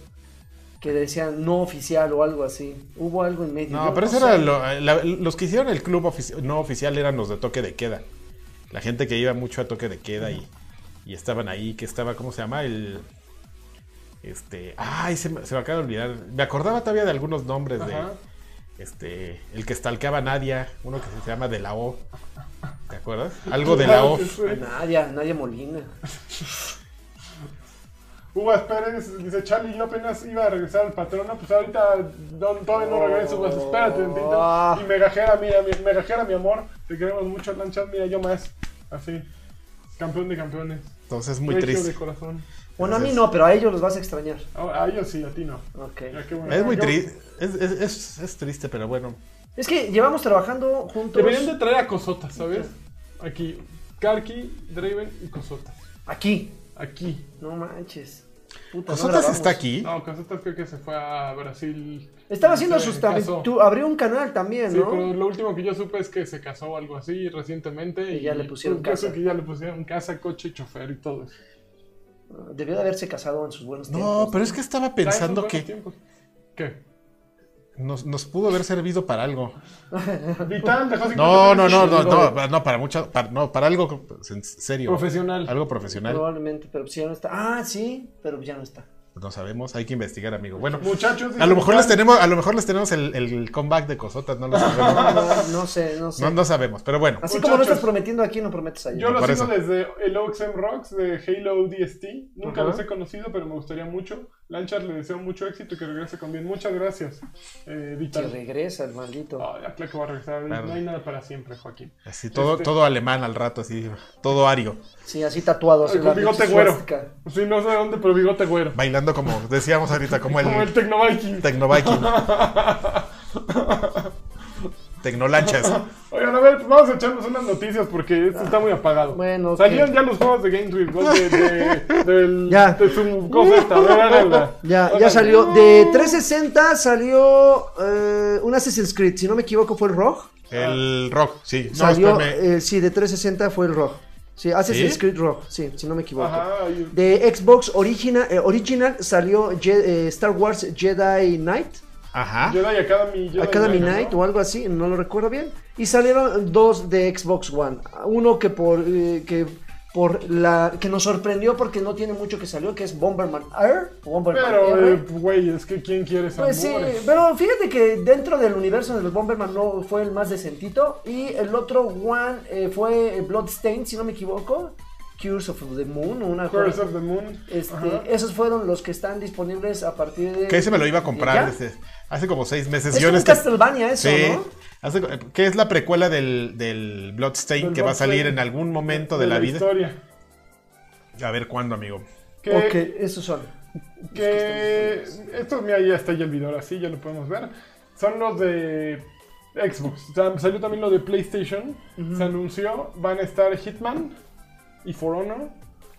[SPEAKER 3] Que decían no oficial o algo así. Hubo algo en medio.
[SPEAKER 2] No,
[SPEAKER 3] Yo
[SPEAKER 2] pero eso
[SPEAKER 3] sé.
[SPEAKER 2] era lo- la- los que hicieron el club ofici- no oficial eran los de toque de queda. La gente que iba mucho a toque de queda y, y estaban ahí, que estaba, ¿cómo se llama? El. Este. Ay, se me, se me acaba de olvidar. Me acordaba todavía de algunos nombres
[SPEAKER 1] Ajá.
[SPEAKER 2] de. Este. El que stalkeaba a Nadia, uno que se llama de la O. ¿Te acuerdas? Algo de la O.
[SPEAKER 1] Sí.
[SPEAKER 3] A Nadia, Nadia Molina.
[SPEAKER 1] Uvas Pérez dice, Charlie, yo apenas iba a regresar al patrono, pues ahorita no- todavía no regreso, Uvas, espérate tantito. Y Megajera, mira, mi- Megajera, mi amor, te queremos mucho, Lanchas, mira, yo más, así, campeón de campeones.
[SPEAKER 2] Entonces, muy
[SPEAKER 1] Regio
[SPEAKER 2] triste.
[SPEAKER 1] de corazón.
[SPEAKER 3] Bueno, a mí
[SPEAKER 2] Entonces-
[SPEAKER 3] no, pero a ellos los vas a extrañar.
[SPEAKER 1] A, a ellos sí, a ti no.
[SPEAKER 3] Ok.
[SPEAKER 1] Ya, qué bueno.
[SPEAKER 2] Es muy
[SPEAKER 1] Qué bueno.
[SPEAKER 2] triste. Es, es- es- es triste, pero bueno.
[SPEAKER 3] Es que llevamos trabajando juntos.
[SPEAKER 1] Deberían de traer a Cosotas, ¿sabes? Aquí, Karki, Draven y Cosotas.
[SPEAKER 3] Aquí.
[SPEAKER 1] Aquí.
[SPEAKER 3] No manches. Puta, no
[SPEAKER 2] Cosotas
[SPEAKER 3] grabamos.
[SPEAKER 2] está aquí.
[SPEAKER 1] No, Cosotas creo que se fue a Brasil.
[SPEAKER 3] Estaba haciendo
[SPEAKER 1] Se
[SPEAKER 3] sus
[SPEAKER 1] casó.
[SPEAKER 3] también. Tú abrió un canal también,
[SPEAKER 1] Sí,
[SPEAKER 3] ¿no?
[SPEAKER 1] pero lo último que yo supe es que se casó o algo así recientemente.
[SPEAKER 3] Y ya le pusieron
[SPEAKER 1] creo
[SPEAKER 3] casa.
[SPEAKER 1] que ya le pusieron casa, coche, chofer y todo eso.
[SPEAKER 3] Debió de haberse casado en sus buenos tiempos.
[SPEAKER 2] No, pero es que estaba pensando
[SPEAKER 1] Ay, son
[SPEAKER 2] que.
[SPEAKER 1] buenos tiempos. ¿Qué?
[SPEAKER 2] Nos, nos pudo haber servido para algo.
[SPEAKER 1] Vital dejó
[SPEAKER 2] No, no, no, no,
[SPEAKER 1] 53
[SPEAKER 2] no, no, para mucho, para, no, para algo sen- serio.
[SPEAKER 1] Profesional.
[SPEAKER 2] Algo profesional.
[SPEAKER 3] Probablemente, pero pues ya no está. Ah, sí, pero ya no
[SPEAKER 2] [laughs]
[SPEAKER 3] está.
[SPEAKER 2] pues, No sabemos, hay que investigar, amigo. Bueno,
[SPEAKER 1] Muchachos, dice
[SPEAKER 2] a lo mejor
[SPEAKER 1] Vital,
[SPEAKER 2] les tenemos, a lo mejor les tenemos el, el comeback de
[SPEAKER 1] [laughs]
[SPEAKER 2] cosotas, no lo sabemos.
[SPEAKER 3] No, no sé, no sé.
[SPEAKER 2] No, no sabemos, pero bueno.
[SPEAKER 3] Así como no
[SPEAKER 1] Muchachos.
[SPEAKER 3] estás prometiendo aquí, no prometes allá.
[SPEAKER 1] Yo lo
[SPEAKER 2] por
[SPEAKER 1] sigo
[SPEAKER 2] eso.
[SPEAKER 1] desde el OXM Rocks de Halo DST. Nunca
[SPEAKER 3] Ajá.
[SPEAKER 1] los he conocido, pero me gustaría mucho. Lanchar le deseo mucho éxito y que regrese con bien. Muchas gracias, eh,
[SPEAKER 3] Que
[SPEAKER 1] Vital.
[SPEAKER 3] regresa el maldito.
[SPEAKER 1] Ay, ya creo que va a regresar.
[SPEAKER 2] Claro.
[SPEAKER 1] No hay nada para siempre, Joaquín.
[SPEAKER 2] Así todo,
[SPEAKER 1] Este-
[SPEAKER 2] todo alemán al rato, así, todo ario.
[SPEAKER 3] Sí, así tatuado. así
[SPEAKER 1] Ay, con
[SPEAKER 3] la
[SPEAKER 1] bigote
[SPEAKER 3] pinche
[SPEAKER 1] güero.
[SPEAKER 3] suástica.
[SPEAKER 1] Pues Sí, no sé de dónde, pero bigote güero.
[SPEAKER 2] Bailando como decíamos ahorita, como
[SPEAKER 1] Como el
[SPEAKER 2] [laughs] el
[SPEAKER 1] Tecnoviking. [laughs]
[SPEAKER 2] Tecnoviking. Tecnolanchas.
[SPEAKER 1] Oigan, a ver, pues vamos a echarnos unas noticias porque esto está muy apagado.
[SPEAKER 3] Bueno, ok.
[SPEAKER 1] Salieron ya los juegos de Games with Gold de, de,
[SPEAKER 3] [laughs]
[SPEAKER 1] del-
[SPEAKER 3] Ya.
[SPEAKER 1] de su cosa esta. A ver, háganla.
[SPEAKER 3] Ya, ya
[SPEAKER 1] Háganla.
[SPEAKER 3] salió. De 360 salió eh, un Assassin's Creed, si no me equivoco, fue el Rogue.
[SPEAKER 2] El rock, sí. No,
[SPEAKER 3] Salió,
[SPEAKER 2] espérame.
[SPEAKER 3] eh, sí, de 360 fue el Rogue. Sí, Assassin's
[SPEAKER 2] ¿Sí?
[SPEAKER 3] Creed Rogue, sí, si no me equivoco.
[SPEAKER 1] Ajá, y-
[SPEAKER 3] De Xbox origina- eh, original salió Je- eh, Star Wars Jedi Knight,
[SPEAKER 2] Ajá.
[SPEAKER 1] Jedi Academy. Jedi
[SPEAKER 3] Academy
[SPEAKER 1] Knight,
[SPEAKER 3] Knight
[SPEAKER 1] ¿no?
[SPEAKER 3] o algo así, no lo recuerdo bien. Y salieron dos de Xbox One. Uno que por eh, que por la que nos sorprendió porque no tiene mucho que salió, que es Bomberman Air. Bomberman
[SPEAKER 1] Pero,
[SPEAKER 3] R.
[SPEAKER 1] eh, güey, es que ¿quién quiere esa
[SPEAKER 3] Pues sí, pero fíjate que dentro del universo de los Bomberman no fue el más decentito. Y el otro one eh, fue Bloodstained, si no me equivoco. Curse of the Moon, una
[SPEAKER 1] Curse
[SPEAKER 3] cosa-
[SPEAKER 1] of the Moon.
[SPEAKER 3] Este,
[SPEAKER 1] Ajá.
[SPEAKER 3] esos fueron los que están disponibles a partir de.
[SPEAKER 2] Que ese me lo iba a comprar
[SPEAKER 3] ¿Ya?
[SPEAKER 2] desde hace como seis meses.
[SPEAKER 3] Es
[SPEAKER 2] Yo en
[SPEAKER 3] un
[SPEAKER 2] este-
[SPEAKER 3] Castlevania eso,
[SPEAKER 2] Sí.
[SPEAKER 3] ¿no?
[SPEAKER 2] Hace co- que es la precuela del, del Bloodstain
[SPEAKER 1] Del
[SPEAKER 2] que va a salir
[SPEAKER 1] Bloodstain.
[SPEAKER 2] en algún momento de, la, vida.
[SPEAKER 1] historia.
[SPEAKER 2] A ver cuándo, amigo.
[SPEAKER 1] Que,
[SPEAKER 3] Ok, esos son.
[SPEAKER 1] que estos, mira, ya está ya el video, ahora sí, ya lo podemos ver. Son los de Xbox. O sea, salió también lo de PlayStation. Se anunció, van a estar Hitman y For Honor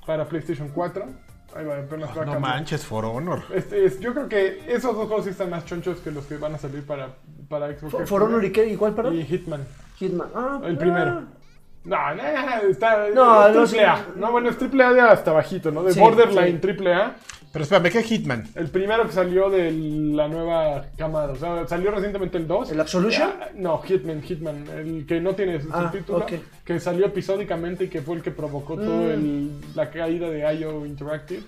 [SPEAKER 1] para PlayStation 4. Ahí va, apenas va a
[SPEAKER 2] No
[SPEAKER 1] cambiar.
[SPEAKER 2] manches, For Honor.
[SPEAKER 1] Este, es- yo creo que esos dos juegos sí están más chonchos que los que van a salir para, para Xbox.
[SPEAKER 3] For, For Honor y qué, ¿y cuál, perdón?
[SPEAKER 1] y Hitman.
[SPEAKER 3] Hitman. Ah,
[SPEAKER 1] El
[SPEAKER 3] ah.
[SPEAKER 1] primero. No, no, está,
[SPEAKER 3] No,
[SPEAKER 1] es
[SPEAKER 3] no
[SPEAKER 1] triple A.
[SPEAKER 3] sé.
[SPEAKER 1] No, bueno, es triple A de hasta bajito, ¿no? De
[SPEAKER 3] Sí,
[SPEAKER 1] Borderline
[SPEAKER 3] sí.
[SPEAKER 1] triple A.
[SPEAKER 2] Pero espérame, ¿qué Hitman?
[SPEAKER 1] El primero que salió de la nueva camada. O sea, salió recientemente el 2.
[SPEAKER 3] ¿El Absolution?
[SPEAKER 1] Ah, No, Hitman, Hitman. El que no tiene su
[SPEAKER 3] Ah,
[SPEAKER 1] subtítulo.
[SPEAKER 3] ok. Mm.
[SPEAKER 1] Que salió episódicamente y que fue el que provocó todo el- la caída de IO Interactive.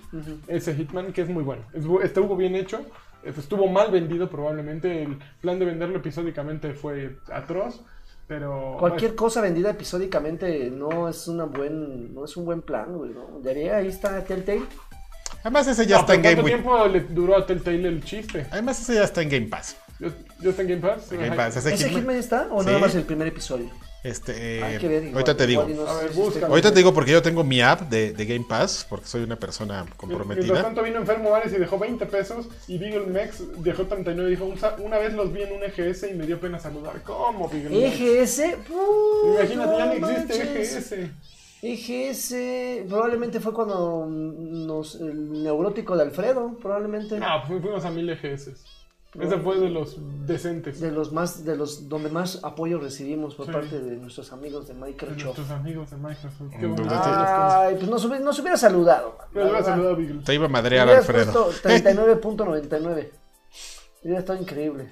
[SPEAKER 1] Ese Hitman, que es muy bueno. Es bu- Estuvo bien hecho. eh, Estuvo mal vendido probablemente. El plan de venderlo episódicamente fue atroz. Pero.
[SPEAKER 3] Cualquier cosa vendida episódicamente no es una buen, no es un buen plan, güey, ¿no? Debería, ahí está Telltale.
[SPEAKER 2] Además, ese [laughs] ya
[SPEAKER 1] No,
[SPEAKER 2] está en
[SPEAKER 1] pero
[SPEAKER 2] Game
[SPEAKER 1] ¿Cuánto
[SPEAKER 2] With-
[SPEAKER 1] tiempo le duró a Telltale el chiste?
[SPEAKER 2] Además, ese ya está en Game Pass.
[SPEAKER 1] ¿Yo, yo está en Game Pass?
[SPEAKER 2] Game
[SPEAKER 1] Ajá.
[SPEAKER 2] Pass, ese
[SPEAKER 3] ¿Ese
[SPEAKER 2] Hitman.
[SPEAKER 3] Hitman está o
[SPEAKER 2] Sí.
[SPEAKER 3] nada más el primer episodio?
[SPEAKER 2] Este,
[SPEAKER 3] Hay que ver. igual,
[SPEAKER 2] ahorita te digo.
[SPEAKER 3] igual y no
[SPEAKER 1] A
[SPEAKER 3] sé
[SPEAKER 1] ver,
[SPEAKER 3] si esté-
[SPEAKER 1] búscalo.
[SPEAKER 2] Ahorita te digo porque yo tengo mi app de, de Game Pass, porque soy una persona
[SPEAKER 1] Mientras
[SPEAKER 2] comprometida.
[SPEAKER 1] tanto vino enfermo Ares y dejó 20 pesos y Beagle Mex dejó 39 y dijo, "Un sa- una vez los vi en un EGS y me dio pena saludar. ¿Cómo, Beagle
[SPEAKER 3] E
[SPEAKER 1] Mex?
[SPEAKER 3] EGS. puta,
[SPEAKER 1] Imagínate, ya no existe E
[SPEAKER 3] manches.
[SPEAKER 1] EGS.
[SPEAKER 3] EGS probablemente fue
[SPEAKER 1] Ah.
[SPEAKER 3] cuando mm, nos, el neurótico de Alfredo, probablemente.
[SPEAKER 1] No, fu- fuimos a pues, mil EGS. Ese fue de los decentes.
[SPEAKER 3] de los más, de los donde más apoyo recibimos por
[SPEAKER 1] Sí.
[SPEAKER 3] parte de nuestros amigos de
[SPEAKER 1] De
[SPEAKER 3] Microsoft.
[SPEAKER 1] nuestros amigos de Microsoft. Qué
[SPEAKER 2] Mm,
[SPEAKER 1] bueno.
[SPEAKER 2] ¿dónde
[SPEAKER 1] Ah,
[SPEAKER 3] Ay, pues nos, hubi- nos hubiera saludado. man,
[SPEAKER 1] pero le voy
[SPEAKER 3] la
[SPEAKER 1] a
[SPEAKER 3] verdad.
[SPEAKER 1] saludar a Bigel.
[SPEAKER 2] Te iba a madrear,
[SPEAKER 3] Hubieras
[SPEAKER 2] Alfredo. Eh,
[SPEAKER 3] puesto 39.99. Hubiera estado increíble.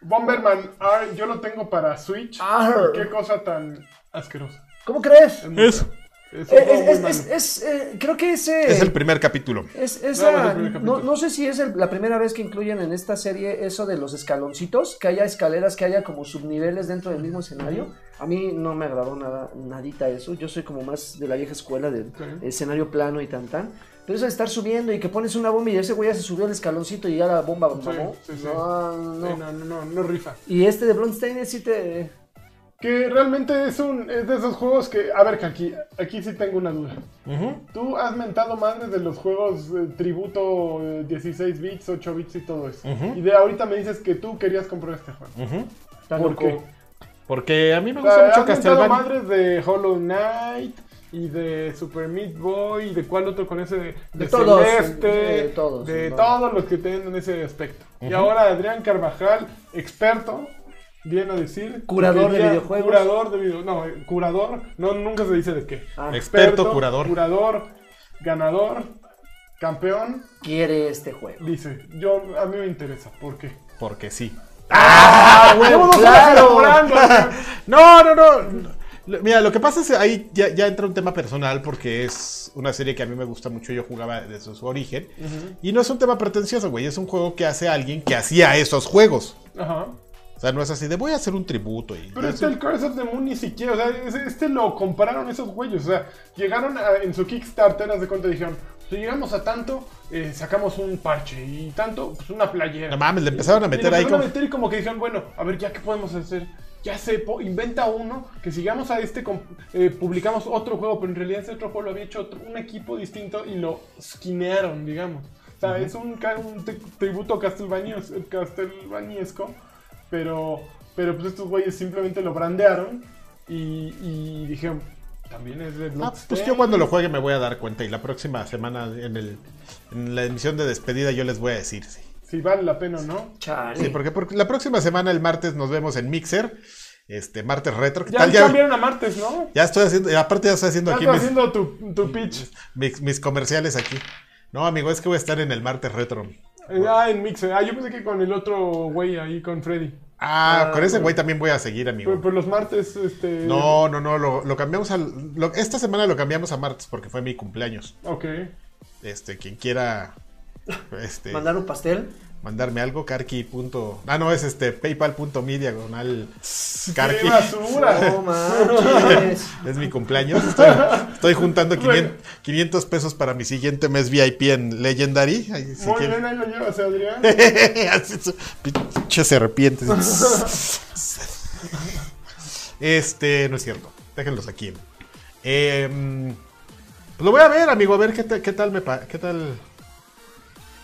[SPEAKER 1] Bomberman R, yo lo tengo para Switch.
[SPEAKER 3] Arr.
[SPEAKER 1] Qué cosa tan asquerosa.
[SPEAKER 3] ¿Cómo crees?
[SPEAKER 1] Es
[SPEAKER 3] Eh,
[SPEAKER 1] muy
[SPEAKER 2] Es,
[SPEAKER 1] feo. Es, un juego muy
[SPEAKER 3] Es, es-
[SPEAKER 1] malo.
[SPEAKER 3] es- es, eh, creo que ese.
[SPEAKER 2] es el primer capítulo.
[SPEAKER 3] es-
[SPEAKER 1] No, no es
[SPEAKER 3] esa,
[SPEAKER 1] el primer
[SPEAKER 3] no,
[SPEAKER 1] capítulo.
[SPEAKER 3] no sé si es el- la primera vez que incluyen en esta serie eso de los escaloncitos, que haya escaleras, que haya como subniveles dentro del mismo escenario. A mí no me agradó nada, nadita eso. Yo soy como más de la vieja escuela del
[SPEAKER 1] Ok.
[SPEAKER 3] escenario plano y tan tan. Pero eso de estar subiendo y que pones una bomba y ese güey ya se subió al escaloncito y ya la bomba mamó.
[SPEAKER 1] sí, sí.
[SPEAKER 3] No, no,
[SPEAKER 1] Sí, no, no, no, no rifa.
[SPEAKER 3] Y este de Blondstein sí te.
[SPEAKER 1] Que realmente es un es de esos juegos que. A ver, aquí, aquí sí tengo una duda. Tú has mentado madres de los juegos eh, tributo eh, 16 bits, 8 bits y todo eso.
[SPEAKER 2] Ujú.
[SPEAKER 1] Y de ahorita me dices que tú querías comprar este juego.
[SPEAKER 3] Está
[SPEAKER 1] ¿Por
[SPEAKER 3] loco.
[SPEAKER 1] qué?
[SPEAKER 2] Porque a mí me
[SPEAKER 1] O
[SPEAKER 2] gusta
[SPEAKER 1] sea,
[SPEAKER 2] mucho
[SPEAKER 1] has mentado
[SPEAKER 2] Castlevania.
[SPEAKER 1] madres de Hollow Knight y de Super Meat Boy y de cuál otro con ese de, de
[SPEAKER 3] todos,
[SPEAKER 1] Celeste,
[SPEAKER 3] sí, de todos,
[SPEAKER 1] de
[SPEAKER 3] no.
[SPEAKER 1] todos los que tienen ese aspecto. Y
[SPEAKER 2] Ujú.
[SPEAKER 1] ahora Adrián Carvajal, experto, viene a decir
[SPEAKER 3] Curador de
[SPEAKER 1] quería-
[SPEAKER 3] videojuegos.
[SPEAKER 1] curador de video, no, eh, curador, no nunca se dice de qué.
[SPEAKER 3] Ah,
[SPEAKER 2] Experto, curador.
[SPEAKER 1] curador, ganador, campeón,
[SPEAKER 3] quiere este juego.
[SPEAKER 1] dice, yo a mí me interesa, ¿por qué?
[SPEAKER 2] Porque sí.
[SPEAKER 3] ¡Ah,
[SPEAKER 1] ¡Llevo dos horas elaborando!
[SPEAKER 2] [laughs] No, no, no. Lo- Mira, lo que pasa es ahí ya, ya entra un tema personal porque es una serie que a mí me gusta mucho. Yo jugaba desde su origen. Y no es un tema pretencioso, güey. Es un juego que hace alguien que hacía esos juegos.
[SPEAKER 1] Ajá.
[SPEAKER 2] O sea, no es así de voy a hacer un tributo. Y
[SPEAKER 1] Pero este el Curse of the Moon ni siquiera, o sea, ese- este lo compararon esos güeyes, o sea, llegaron a- en su Kickstarter, haz de cuenta, dijeron, si llegamos a tanto, eh, sacamos un parche, y tanto, pues una playera.
[SPEAKER 2] No mames, le empezaron a
[SPEAKER 1] Y
[SPEAKER 2] meter
[SPEAKER 1] le
[SPEAKER 2] ahí
[SPEAKER 1] empezaron
[SPEAKER 2] como...
[SPEAKER 1] a meter y como que dijeron, bueno, a ver, ¿ya qué podemos hacer? Ya se po- inventa uno, que sigamos a este, com- eh, publicamos otro juego, pero en realidad ese otro juego lo había hecho otro- un equipo distinto y lo skinearon, digamos. O sea, es un, ca- un tri- tributo castelvanios- castelvaniesco, pero, pero pues estos güeyes simplemente lo brandearon y, y dijeron, también es de
[SPEAKER 2] Ah, pues
[SPEAKER 1] Bloodstained".
[SPEAKER 2] yo cuando lo juegue me voy a dar cuenta y la próxima semana en, el, en la emisión de despedida yo les voy a decir, sí.
[SPEAKER 1] Si vale la pena o no.
[SPEAKER 3] Chale.
[SPEAKER 2] Sí, porque, porque la próxima semana, el martes, nos vemos en Mixer, este, martes retro. ¿qué
[SPEAKER 1] Ya
[SPEAKER 2] tal? Ya,
[SPEAKER 1] cambiaron a martes, ¿no?
[SPEAKER 2] ya estoy haciendo, aparte ya estoy haciendo
[SPEAKER 1] Ya
[SPEAKER 2] aquí
[SPEAKER 1] estás
[SPEAKER 2] mis,
[SPEAKER 1] haciendo tu, tu pitch.
[SPEAKER 2] mis- mis comerciales aquí. No, amigo, es que voy a estar en el martes retro.
[SPEAKER 1] Eh, Ah, en Mixer. Ah, yo pensé que con el otro güey ahí, con Freddy.
[SPEAKER 2] Ah,
[SPEAKER 3] Ah,
[SPEAKER 2] con ese güey también voy a seguir,
[SPEAKER 1] Por,
[SPEAKER 2] amigo.
[SPEAKER 1] por los martes, este...
[SPEAKER 2] No, no, no, lo, lo cambiamos al, lo- esta semana lo cambiamos a martes porque fue mi cumpleaños.
[SPEAKER 1] Ok.
[SPEAKER 2] Este, quien quiera, este,
[SPEAKER 3] Mandar un pastel.
[SPEAKER 2] mandarme algo, carqui. punto- Ah, no, es este paypal.me diagonal carqui.
[SPEAKER 1] ¡Qué basura!
[SPEAKER 3] No manches.
[SPEAKER 2] Es mi cumpleaños. Estoy, estoy juntando 500, 500 pesos para mi siguiente mes VIP en Legendary. Ahí, si
[SPEAKER 1] Muy
[SPEAKER 2] quieren.
[SPEAKER 1] bien, ahí lo llevas,
[SPEAKER 2] [laughs]
[SPEAKER 1] Adrián.
[SPEAKER 2] Así es, Pinche serpiente. este, no es cierto. Déjenlos aquí. Eh, pues lo voy a ver, amigo, a ver qué, ta- qué tal me pa- qué tal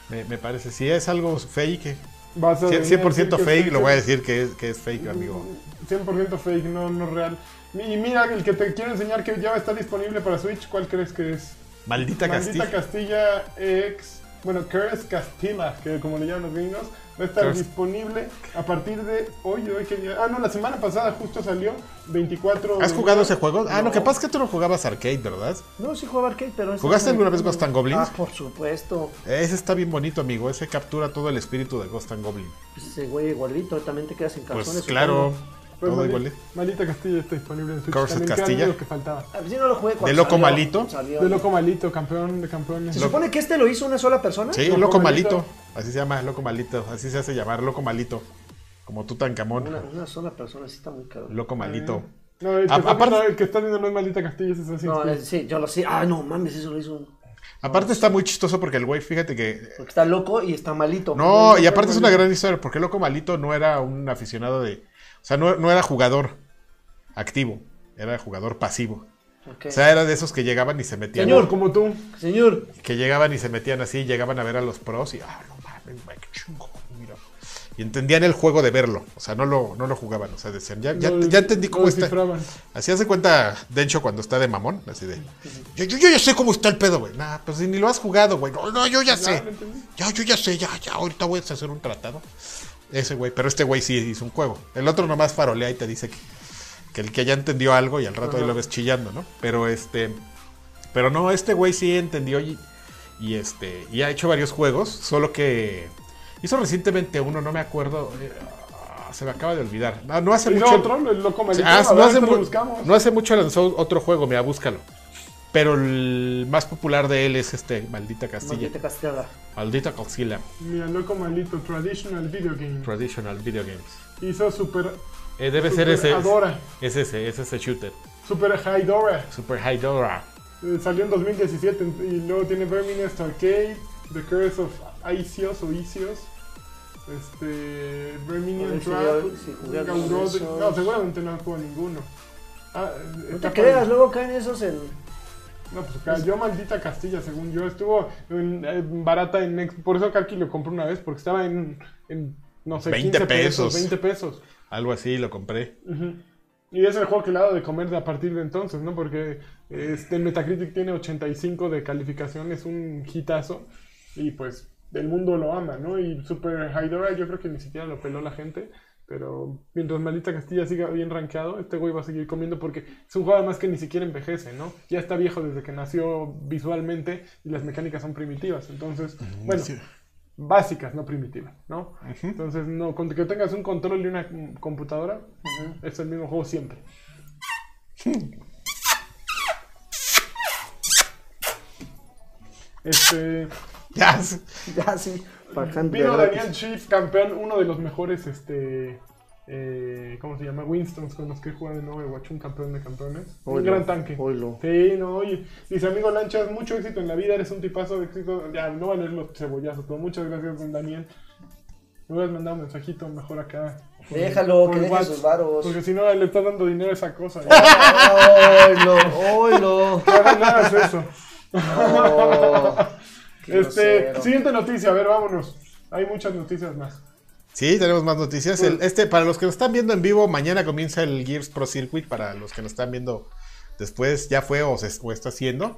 [SPEAKER 2] me, me parece. Si es algo fake,
[SPEAKER 1] Vas a
[SPEAKER 2] cien-
[SPEAKER 1] venir
[SPEAKER 2] 100%
[SPEAKER 1] a decir que
[SPEAKER 2] fake,
[SPEAKER 1] es-
[SPEAKER 2] lo voy a decir que es, que es fake, amigo.
[SPEAKER 1] 100% fake, no, no real. Y mira, el que te quiero enseñar que ya está disponible para Switch, ¿cuál crees que es?
[SPEAKER 2] Maldita,
[SPEAKER 1] Maldita
[SPEAKER 2] Castilla.
[SPEAKER 1] Castilla X... Bueno, Curse Castilla, que como le llaman los gringos, va a estar
[SPEAKER 2] Curse.
[SPEAKER 1] disponible a partir de hoy, hoy que día- Ah, no, la semana pasada justo salió 24...
[SPEAKER 2] ¿Has
[SPEAKER 1] de
[SPEAKER 2] jugado
[SPEAKER 1] enero.
[SPEAKER 2] ese juego? Ah, lo
[SPEAKER 3] No.
[SPEAKER 2] que pasa es que tú lo jugabas arcade, ¿verdad?
[SPEAKER 3] No, sí jugaba arcade, pero... este
[SPEAKER 2] ¿Jugaste
[SPEAKER 3] es
[SPEAKER 2] alguna
[SPEAKER 3] muy-
[SPEAKER 2] vez Ghost and Goblins?
[SPEAKER 3] Ah, por supuesto.
[SPEAKER 2] Ese está bien bonito, amigo. Ese captura todo el espíritu de Ghost and Goblin.
[SPEAKER 3] Pues ese güey igualito, también te quedas en
[SPEAKER 2] Pues
[SPEAKER 3] calzones.
[SPEAKER 2] claro,
[SPEAKER 3] supongo.
[SPEAKER 1] Pues
[SPEAKER 2] todo
[SPEAKER 1] Maldi-
[SPEAKER 2] igual.
[SPEAKER 1] Maldita Castilla está disponible en Switch.
[SPEAKER 2] Cursed
[SPEAKER 1] También, que era
[SPEAKER 2] Castilla.
[SPEAKER 1] lo que faltaba.
[SPEAKER 3] Ah, pues sí, no lo jugué cuando
[SPEAKER 2] ¿De loco
[SPEAKER 3] salió,
[SPEAKER 2] malito?
[SPEAKER 3] salió.
[SPEAKER 1] De loco malito, campeón de campeones.
[SPEAKER 3] ¿Se
[SPEAKER 1] Loco-
[SPEAKER 3] supone que este lo hizo una sola persona?
[SPEAKER 2] Sí,
[SPEAKER 1] Loco
[SPEAKER 2] Loco
[SPEAKER 1] Malito.
[SPEAKER 2] Malito. Así se llama, Loco Malito. Así se hace llamar, Loco Malito. Como Tutankamón.
[SPEAKER 3] Una, Ah. una sola persona, sí está muy caro.
[SPEAKER 2] Loco Malito.
[SPEAKER 1] No, el que,
[SPEAKER 2] A-
[SPEAKER 1] está
[SPEAKER 2] aparte-
[SPEAKER 1] viendo- el que está viendo no es Maldita Castilla, es Assassin's
[SPEAKER 3] No,
[SPEAKER 1] Creed.
[SPEAKER 3] es- sí, yo lo sé. Ah, no mames, eso lo hizo un-
[SPEAKER 2] Aparte está muy chistoso porque el güey, fíjate que...
[SPEAKER 3] Porque está loco y está malito.
[SPEAKER 2] No, y aparte es una gran historia porque Loco Malito no era un aficionado de... O sea, no, no era jugador activo, era jugador pasivo.
[SPEAKER 3] Ok.
[SPEAKER 2] O sea, era de esos que llegaban y se metían.
[SPEAKER 1] Señor, como tú.
[SPEAKER 3] Señor,
[SPEAKER 2] que llegaban y se metían así, llegaban a ver a los pros y, ah, no mames, Mike, qué chingón, mira. y entendían el juego de verlo. O sea, no lo, no lo jugaban. O sea, decían, ya, ya,
[SPEAKER 1] Lo-
[SPEAKER 2] ya entendí
[SPEAKER 1] lo
[SPEAKER 2] cómo está.
[SPEAKER 1] descifraban.
[SPEAKER 2] Así hace cuenta Dencho cuando está de mamón, así de. Yo, yo, yo ya sé cómo está el pedo, güey. Nah, pues si ni lo has jugado, güey. No, no, yo ya sé.
[SPEAKER 1] lo entendí.
[SPEAKER 2] Ya, yo ya sé, ya, ya. Ahorita voy a hacer un tratado. Ese güey, pero este güey sí hizo un juego. El otro nomás farolea y te dice que, que el que ya entendió algo y al rato ahí lo ves chillando, ¿no? Pero este. Pero no, este güey sí entendió y, y este. Y ha hecho varios juegos, solo que. Hizo recientemente uno, no me acuerdo. eh, ah, se me acaba de olvidar. Ah, No, no hace
[SPEAKER 1] Y
[SPEAKER 2] mucho.
[SPEAKER 1] no, otro, el loco
[SPEAKER 2] Sí,
[SPEAKER 1] maldito.
[SPEAKER 2] ah,
[SPEAKER 1] a ver,
[SPEAKER 2] no, hace
[SPEAKER 1] ahorita
[SPEAKER 2] mu-
[SPEAKER 1] lo buscamos.
[SPEAKER 2] no hace mucho lanzó otro juego, mira, búscalo. Pero el más popular de él es este, Maldita Castilla.
[SPEAKER 3] Maldita cascada.
[SPEAKER 2] Maldita Castilla,
[SPEAKER 1] Mira, loco maldito, traditional video game.
[SPEAKER 2] Traditional Video Games.
[SPEAKER 1] Hizo super,
[SPEAKER 2] Eh, debe ser
[SPEAKER 1] super
[SPEAKER 2] ese.
[SPEAKER 1] Adora,
[SPEAKER 2] Es ese, es ese shooter.
[SPEAKER 1] super Hydora.
[SPEAKER 2] Super High Dora.
[SPEAKER 1] Eh, salió en 2017 en- y luego tiene Verminous Arcade, The Curse of Isios o Isios. Este. Verminion
[SPEAKER 3] A
[SPEAKER 1] Trap,
[SPEAKER 3] ver si ya- si jugué alguno de
[SPEAKER 1] Gaurod.
[SPEAKER 3] esos.
[SPEAKER 1] No, seguramente no jugó ninguno. Ah,
[SPEAKER 3] No
[SPEAKER 1] está
[SPEAKER 3] te creas,
[SPEAKER 1] padre.
[SPEAKER 3] luego caen esos en. [laughs]
[SPEAKER 1] No, pues cayó maldita Castilla, según yo. Estuvo en- en barata en Next. Por eso Karki lo compró una vez, porque estaba en, en, no sé,
[SPEAKER 2] 20
[SPEAKER 1] 15
[SPEAKER 2] pesos.
[SPEAKER 1] 20 pesos.
[SPEAKER 2] Algo así, lo compré.
[SPEAKER 1] Ujú. Y es el juego que le ha dado de comer de a partir de entonces, ¿no? Porque este Metacritic tiene 85 de calificación, es un hitazo. Y pues el mundo lo ama, ¿no? Y Super Hydra yo creo que ni siquiera lo peló la gente. Pero mientras Maldita Castilla siga bien rankeado, este güey va a seguir comiendo porque es un juego además que ni siquiera envejece, ¿no? Ya está viejo desde que nació visualmente y las mecánicas son primitivas. Entonces, bueno,
[SPEAKER 2] sí.
[SPEAKER 1] básicas, no primitivas, ¿no? Entonces, no, con que tengas un control y una mm, computadora, es el mismo juego siempre. Este,
[SPEAKER 2] Ya, sí.
[SPEAKER 3] Ya, sí. Bajando
[SPEAKER 1] vino
[SPEAKER 3] de-
[SPEAKER 1] Daniel Chief, campeón, uno de los mejores, este, eh, ¿cómo se llama? Winstons con los que juega en Overwatch, un campeón de campeones. Un
[SPEAKER 3] Oilo,
[SPEAKER 1] gran tanque.
[SPEAKER 3] oilo.
[SPEAKER 1] Sí, no, oye. Dice, amigo Lanchas, mucho éxito en la vida, eres un tipazo de éxito. Ya, no van a leer los cebollazos, pero muchas gracias, don Daniel. Me hubieras mandado un mensajito mejor acá. Por-
[SPEAKER 3] Déjalo,
[SPEAKER 1] por
[SPEAKER 3] que deje
[SPEAKER 1] WhatsApp,
[SPEAKER 3] sus varos.
[SPEAKER 1] Porque si no, le estás dando dinero a esa cosa.
[SPEAKER 3] [laughs]
[SPEAKER 1] ¿eh? [laughs]
[SPEAKER 3] ¡Oilo! ¡Oilo!
[SPEAKER 1] Para nada es eso.
[SPEAKER 3] No. [laughs] Qué
[SPEAKER 1] Este,
[SPEAKER 3] grosero.
[SPEAKER 1] siguiente noticia, a ver, vámonos. Hay muchas noticias más.
[SPEAKER 2] Sí, tenemos más noticias. El- este, para los que nos están viendo en vivo, mañana comienza el Gears Pro Circuit. Para los que nos están viendo después, ya fue o, se, o está haciendo.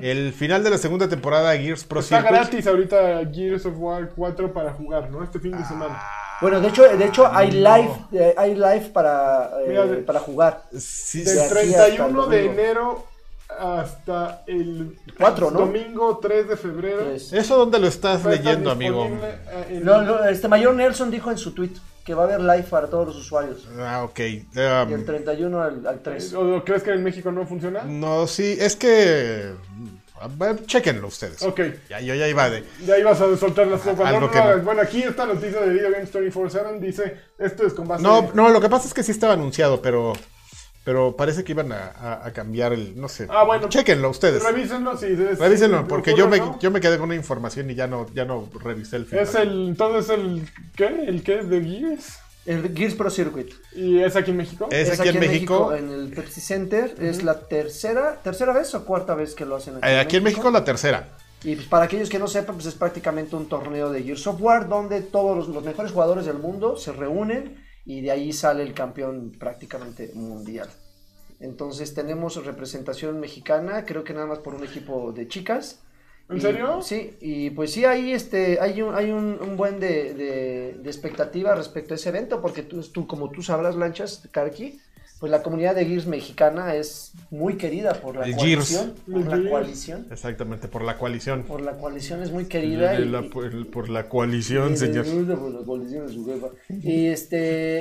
[SPEAKER 2] El final de la segunda temporada de Gears Pro
[SPEAKER 1] Está
[SPEAKER 2] Circuit.
[SPEAKER 1] gratis ahorita Gears of War 4 para jugar, ¿no? Este
[SPEAKER 3] Ah,
[SPEAKER 1] fin de semana.
[SPEAKER 3] Bueno, de hecho, de hecho hay live, eh, hay live para, eh,
[SPEAKER 1] Mira, de-
[SPEAKER 3] para jugar.
[SPEAKER 2] Sí,
[SPEAKER 1] Del
[SPEAKER 3] aquí hasta el
[SPEAKER 1] 31 de
[SPEAKER 3] domingo.
[SPEAKER 1] enero hasta el
[SPEAKER 3] Cuatro, ¿no?
[SPEAKER 1] domingo 3 de febrero.
[SPEAKER 3] Entonces,
[SPEAKER 2] ¿Eso dónde lo estás
[SPEAKER 1] Va a estar
[SPEAKER 2] leyendo, amigo?
[SPEAKER 1] disponible, eh, en-
[SPEAKER 3] no, no, este mayor Nelson dijo en su tweet que va a haber live para todos los usuarios.
[SPEAKER 2] Ah, ok.
[SPEAKER 3] Del
[SPEAKER 2] Um,
[SPEAKER 3] 31 al, al 3.
[SPEAKER 1] ¿O o crees que en México no funciona?
[SPEAKER 2] no, sí, es que. a ver, Chequenlo ustedes.
[SPEAKER 1] Ok,
[SPEAKER 2] Ya, yo ya iba de.
[SPEAKER 1] ya ibas a soltar las sopas.
[SPEAKER 2] algo
[SPEAKER 1] No, no,
[SPEAKER 2] que
[SPEAKER 1] no.
[SPEAKER 2] no.
[SPEAKER 1] Bueno, aquí esta noticia de Video Games 24-7 dice: Esto es con base
[SPEAKER 2] No, no, lo que pasa es que sí estaba anunciado, pero. Pero parece que iban a, a- a cambiar el. No sé.
[SPEAKER 1] Ah, bueno.
[SPEAKER 2] Chequenlo ustedes.
[SPEAKER 1] Revísenlo si es-
[SPEAKER 2] Revísenlo,
[SPEAKER 1] si
[SPEAKER 2] porque
[SPEAKER 1] ocurre,
[SPEAKER 2] yo me,
[SPEAKER 1] ¿no?
[SPEAKER 2] yo me quedé con una información y ya no, ya no revisé el final.
[SPEAKER 1] Es el. Entonces, el. ¿Qué? ¿El qué? ¿De Gears?
[SPEAKER 3] El Gears Pro Circuit.
[SPEAKER 1] ¿Y es aquí en México?
[SPEAKER 2] Es aquí en México.
[SPEAKER 3] En el Pepsi Center. Es la tercera, tercera vez o cuarta vez que lo hacen aquí.
[SPEAKER 2] Eh, aquí en México la tercera.
[SPEAKER 3] Y pues para aquellos que no sepan, pues es prácticamente un torneo de Gears of War donde todos los, los mejores jugadores del mundo se reúnen y de ahí sale el campeón prácticamente mundial. Entonces tenemos representación mexicana, creo que nada más por un equipo de chicas.
[SPEAKER 1] ¿En
[SPEAKER 3] Y-
[SPEAKER 1] serio?
[SPEAKER 3] Sí, y pues sí, ahí este, hay un, hay un, un buen de, de- de expectativa respecto a ese evento, porque tú, tú, como tú sabrás, Lanchas, Karki, pues la comunidad de Gears mexicana es muy querida por la
[SPEAKER 2] El Gears.
[SPEAKER 3] coalición.
[SPEAKER 1] El
[SPEAKER 3] Por la
[SPEAKER 1] Gears.
[SPEAKER 3] coalición.
[SPEAKER 2] Exactamente, por la coalición.
[SPEAKER 3] Por la coalición es muy querida.
[SPEAKER 2] De
[SPEAKER 3] y-
[SPEAKER 2] la-
[SPEAKER 3] y-
[SPEAKER 2] por, por la
[SPEAKER 3] y
[SPEAKER 2] coalición,
[SPEAKER 3] de-
[SPEAKER 2] señor.
[SPEAKER 3] de- por la coalición de su jefa. Y este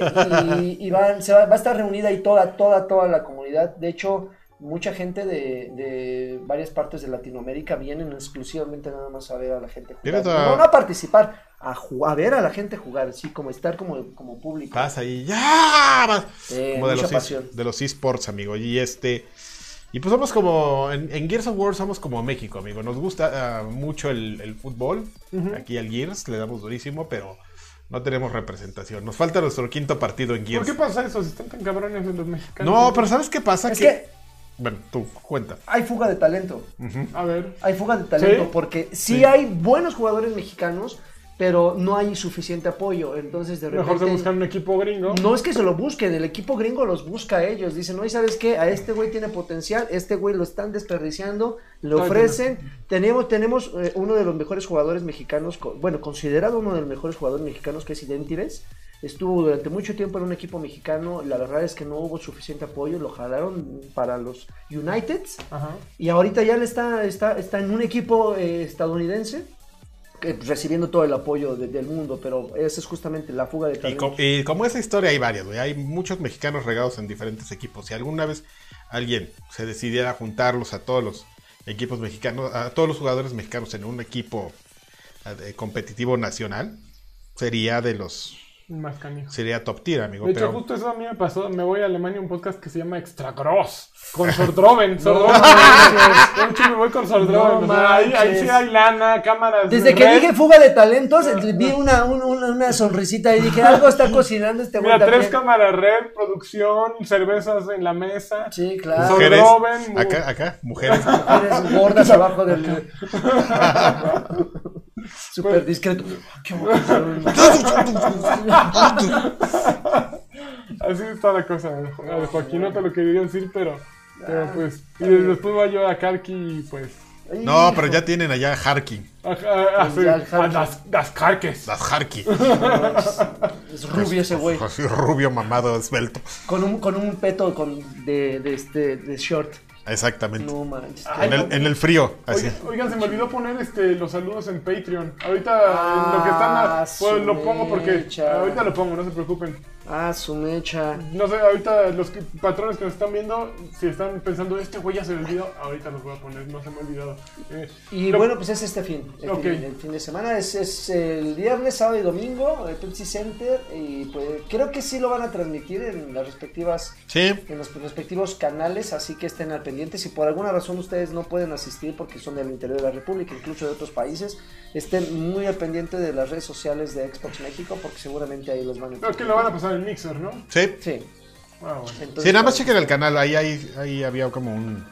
[SPEAKER 3] y, y van- se va, va a estar reunida ahí toda, toda, toda la comunidad. De hecho, mucha gente de, de varias partes de Latinoamérica vienen exclusivamente nada más a ver a la gente
[SPEAKER 2] Viene
[SPEAKER 3] jugar.
[SPEAKER 2] toda-
[SPEAKER 3] No, no a participar, a, ju- a ver a la gente jugar, sí, como estar como, como público.
[SPEAKER 2] Pasa ahí, ya. vas.
[SPEAKER 3] Eh,
[SPEAKER 2] Ah, como de
[SPEAKER 3] mucha
[SPEAKER 2] los,
[SPEAKER 3] pasión.
[SPEAKER 2] es- de los esports, amigo. Y este. Y pues somos como. En, en Gears of War somos como México, amigo. Nos gusta ah, mucho el, el fútbol. Aquí al Gears le damos durísimo, pero no tenemos representación. Nos falta nuestro quinto partido en
[SPEAKER 1] ¿Por
[SPEAKER 2] Gears.
[SPEAKER 1] qué pasa eso si están tan cabrones los mexicanos?
[SPEAKER 2] No, pero ¿sabes qué pasa?
[SPEAKER 3] Es que
[SPEAKER 2] Bueno, tú, cuenta.
[SPEAKER 3] hay fuga de talento.
[SPEAKER 1] A ver.
[SPEAKER 3] Hay fuga de talento
[SPEAKER 1] Sí.
[SPEAKER 3] porque sí,
[SPEAKER 2] Mm. Sí.
[SPEAKER 3] hay buenos jugadores mexicanos, pero no hay suficiente apoyo. Entonces, de repente.
[SPEAKER 1] Mejor se buscan un equipo gringo.
[SPEAKER 3] No es que se lo busquen, el equipo gringo los busca a ellos. Dicen, oye, ¿sabes qué? A este güey tiene potencial, este güey lo están desperdiciando, le
[SPEAKER 1] Ay,
[SPEAKER 3] ofrecen. Tenemos, tenemos eh, uno de los mejores jugadores mexicanos, co- bueno, considerado uno de los mejores jugadores mexicanos que es Idéntides. Estuvo durante mucho tiempo en un equipo mexicano, la verdad es que no hubo suficiente apoyo, lo jalaron para los Uniteds.
[SPEAKER 1] Ajá.
[SPEAKER 3] Y ahorita ya le está, está, está en un equipo eh, estadounidense que, pues, recibiendo todo el apoyo de- del mundo, pero esa es justamente la fuga de
[SPEAKER 2] Y,
[SPEAKER 3] talentos.
[SPEAKER 2] co- y como esa historia hay varias, güey. Hay muchos mexicanos regados en diferentes equipos. Si alguna vez alguien se decidiera a juntarlos a todos los equipos mexicanos, a todos los jugadores mexicanos en un equipo eh, competitivo nacional, sería de los.
[SPEAKER 1] Más canijo.
[SPEAKER 2] Sería top tier, amigo.
[SPEAKER 1] De hecho,
[SPEAKER 2] pero-
[SPEAKER 1] justo eso a mí me pasó. Me voy a Alemania a un podcast que se llama Extra Gross. Con
[SPEAKER 3] [laughs]
[SPEAKER 1] Sordroven. Sordroven. De hecho, me voy con Sordroven.
[SPEAKER 3] No
[SPEAKER 1] o sea, ahí, ahí
[SPEAKER 3] manches.
[SPEAKER 1] sí hay lana, cámaras.
[SPEAKER 3] Desde que
[SPEAKER 1] red.
[SPEAKER 3] dije fuga de talentos, vi una, un- una, una sonrisita y dije, algo está cocinando este güey
[SPEAKER 1] Mira, tres
[SPEAKER 3] también.
[SPEAKER 1] cámaras red, producción, cervezas en la mesa.
[SPEAKER 3] Sí, claro.
[SPEAKER 1] Sobre-
[SPEAKER 2] mujeres.
[SPEAKER 1] Robben, mu-
[SPEAKER 2] acá, acá, mujeres.
[SPEAKER 3] Eres gordas abajo del...
[SPEAKER 1] Pues,
[SPEAKER 3] Súper discreto. Qué
[SPEAKER 1] Así está la cosa. A ver, Joaquín no te lo quería decir, pero.
[SPEAKER 3] Ah,
[SPEAKER 1] Pero pues. Y después va yo a Karki y pues.
[SPEAKER 2] No, pero ya tienen allá Harky.
[SPEAKER 1] A, a- a-
[SPEAKER 3] Pues ya el
[SPEAKER 1] a
[SPEAKER 3] Karki.
[SPEAKER 1] las, las Karkes.
[SPEAKER 3] [laughs]
[SPEAKER 2] Las Harky.
[SPEAKER 3] Es rubio ese güey.
[SPEAKER 2] Así, rubio, mamado, esbelto.
[SPEAKER 3] Con un, con un peto con, de, de, este, de short.
[SPEAKER 2] Exactamente.
[SPEAKER 3] No manches.
[SPEAKER 1] Ay,
[SPEAKER 2] En el, en el frío, así.
[SPEAKER 1] Oigan, oigan, se me olvidó poner este, los saludos en Patreon. Ahorita
[SPEAKER 3] Ah,
[SPEAKER 1] en lo que están, a- pues,
[SPEAKER 3] su
[SPEAKER 1] lo pongo porque
[SPEAKER 3] mecha.
[SPEAKER 1] ahorita lo pongo, no se preocupen.
[SPEAKER 3] Ah, su mecha.
[SPEAKER 1] No sé, ahorita los que- patrones que nos están viendo, si están pensando, este güey ya se me olvidó, ahorita los voy a poner, no se me ha olvidado. Eh,
[SPEAKER 3] Y
[SPEAKER 1] lo-
[SPEAKER 3] bueno, pues es este fin. El,
[SPEAKER 1] Ok.
[SPEAKER 3] fin, el fin de semana es, es el viernes, sábado y domingo, el Pepsi Center. Y pues creo que sí lo van a transmitir en las respectivas
[SPEAKER 2] Sí,
[SPEAKER 3] en los respectivos canales, así que estén al pendiente. Si por alguna razón ustedes no pueden asistir porque son del interior de la República, incluso de otros países, estén muy al pendiente de las redes sociales de Xbox México porque seguramente ahí los van a
[SPEAKER 1] Creo que lo van a pasar en Mixer, ¿no?
[SPEAKER 2] sí.
[SPEAKER 3] Sí.
[SPEAKER 1] Ah, bueno.
[SPEAKER 3] entonces-
[SPEAKER 2] Sí, nada más chequen el canal. Ahí, ahí, ahí había como un,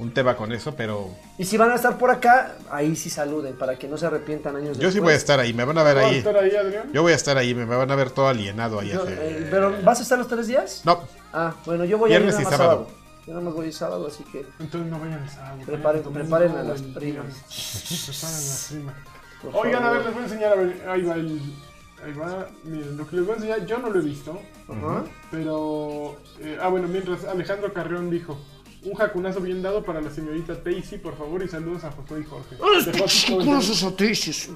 [SPEAKER 2] un tema con eso, pero
[SPEAKER 3] Y si van a estar por acá, ahí sí saluden para que no se arrepientan
[SPEAKER 1] Pues
[SPEAKER 3] años
[SPEAKER 2] yo
[SPEAKER 3] después.
[SPEAKER 2] sí voy a estar ahí. Me van a ver
[SPEAKER 1] ¿Vas a
[SPEAKER 2] ahí.
[SPEAKER 1] estar ahí, Adrián?
[SPEAKER 2] Yo voy a estar ahí. Me van a ver todo alienado ahí.
[SPEAKER 3] Yo,
[SPEAKER 2] así.
[SPEAKER 3] eh, pero ¿vas a estar los tres días?
[SPEAKER 2] No,
[SPEAKER 3] Ah, bueno, yo voy
[SPEAKER 2] Viernes
[SPEAKER 3] a ir nada
[SPEAKER 2] y
[SPEAKER 3] más
[SPEAKER 2] sábado.
[SPEAKER 3] Yo nada más voy a ir sábado, así que
[SPEAKER 1] Entonces no vayan el sábado.
[SPEAKER 3] Preparen-
[SPEAKER 1] vayan el domingo
[SPEAKER 3] preparen a
[SPEAKER 1] o el
[SPEAKER 3] las
[SPEAKER 1] viernes. Preparen a las primas.
[SPEAKER 3] por
[SPEAKER 1] Oigan, a
[SPEAKER 3] favor.
[SPEAKER 1] ver, les voy a enseñar, a ver, ahí va el... Ahí va, miren, lo que les voy a enseñar, yo no lo he visto,
[SPEAKER 3] Ajá.
[SPEAKER 1] Pero, eh, ah, bueno, mientras Alejandro Carreón dijo: Un jacunazo bien dado para la señorita Daisy, por favor, y saludos a Josué y Jorge. [laughs] Dejó sus comentarios.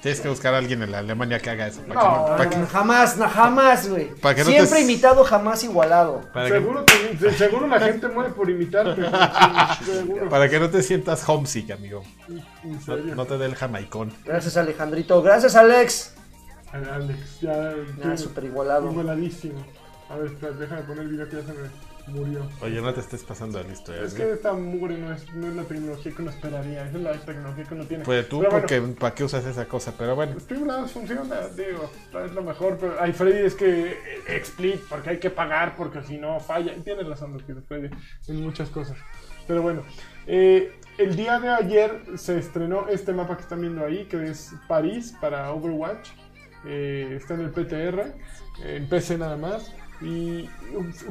[SPEAKER 2] tienes que buscar a alguien en la Alemania que haga eso. Para
[SPEAKER 1] No,
[SPEAKER 2] que no- para
[SPEAKER 1] no,
[SPEAKER 2] que-
[SPEAKER 1] no.
[SPEAKER 3] Jamás, na- jamás, güey.
[SPEAKER 2] Para que no te-
[SPEAKER 3] Siempre imitado, jamás igualado.
[SPEAKER 2] para que-
[SPEAKER 1] Seguro, que- se- seguro la gente muere por imitarte.
[SPEAKER 2] [laughs]
[SPEAKER 1] Joaquín, seguro.
[SPEAKER 2] para que no te sientas homesick, amigo.
[SPEAKER 1] En
[SPEAKER 2] No,
[SPEAKER 1] serio.
[SPEAKER 2] no te dé el jamaicón.
[SPEAKER 3] Gracias, Alejandrito. Gracias, Alex.
[SPEAKER 1] Alex, ya.
[SPEAKER 3] Nada,
[SPEAKER 1] tú,
[SPEAKER 3] súper igualado.
[SPEAKER 1] igualadísimo. A ver, espera, deja de poner el video que ya se me murió.
[SPEAKER 2] Oye, no te estés pasando de listo. eh,
[SPEAKER 1] Es
[SPEAKER 2] amigo.
[SPEAKER 1] que esta mugre no es, no es la tecnología que uno esperaría, esa es la tecnología que uno tiene.
[SPEAKER 2] Pues tú,
[SPEAKER 1] Pero bueno, Pues,
[SPEAKER 2] porque, ¿para qué usas esa cosa? Pero bueno.
[SPEAKER 1] Streamlabs funciona, eh, digo, es lo mejor, pero ay, Freddy es que eh, explit, porque hay que pagar, porque si no falla. Y Tienes razón, lo que dice Freddy, en muchas cosas. Pero bueno, eh, el día de ayer se estrenó este mapa que están viendo ahí, que es París para Overwatch. Eh, está en el PTR, eh, en PC nada más. Y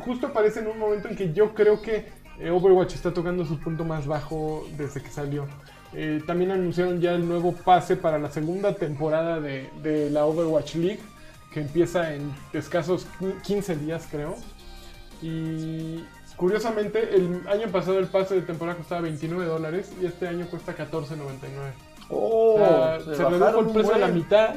[SPEAKER 1] justo aparece en un momento en que yo creo que eh, Overwatch está tocando su punto más bajo desde que salió. Eh, también anunciaron ya el nuevo pase para la segunda temporada de, de la Overwatch League, que empieza en escasos 15 días, creo. Y curiosamente, el año pasado el pase de temporada costaba 29 dólares y este año cuesta 14.99.
[SPEAKER 3] Oh,
[SPEAKER 1] Ah,
[SPEAKER 3] le
[SPEAKER 1] se redujo
[SPEAKER 3] bajaron
[SPEAKER 1] el
[SPEAKER 3] un
[SPEAKER 1] precio a la
[SPEAKER 3] buen.
[SPEAKER 1] mitad,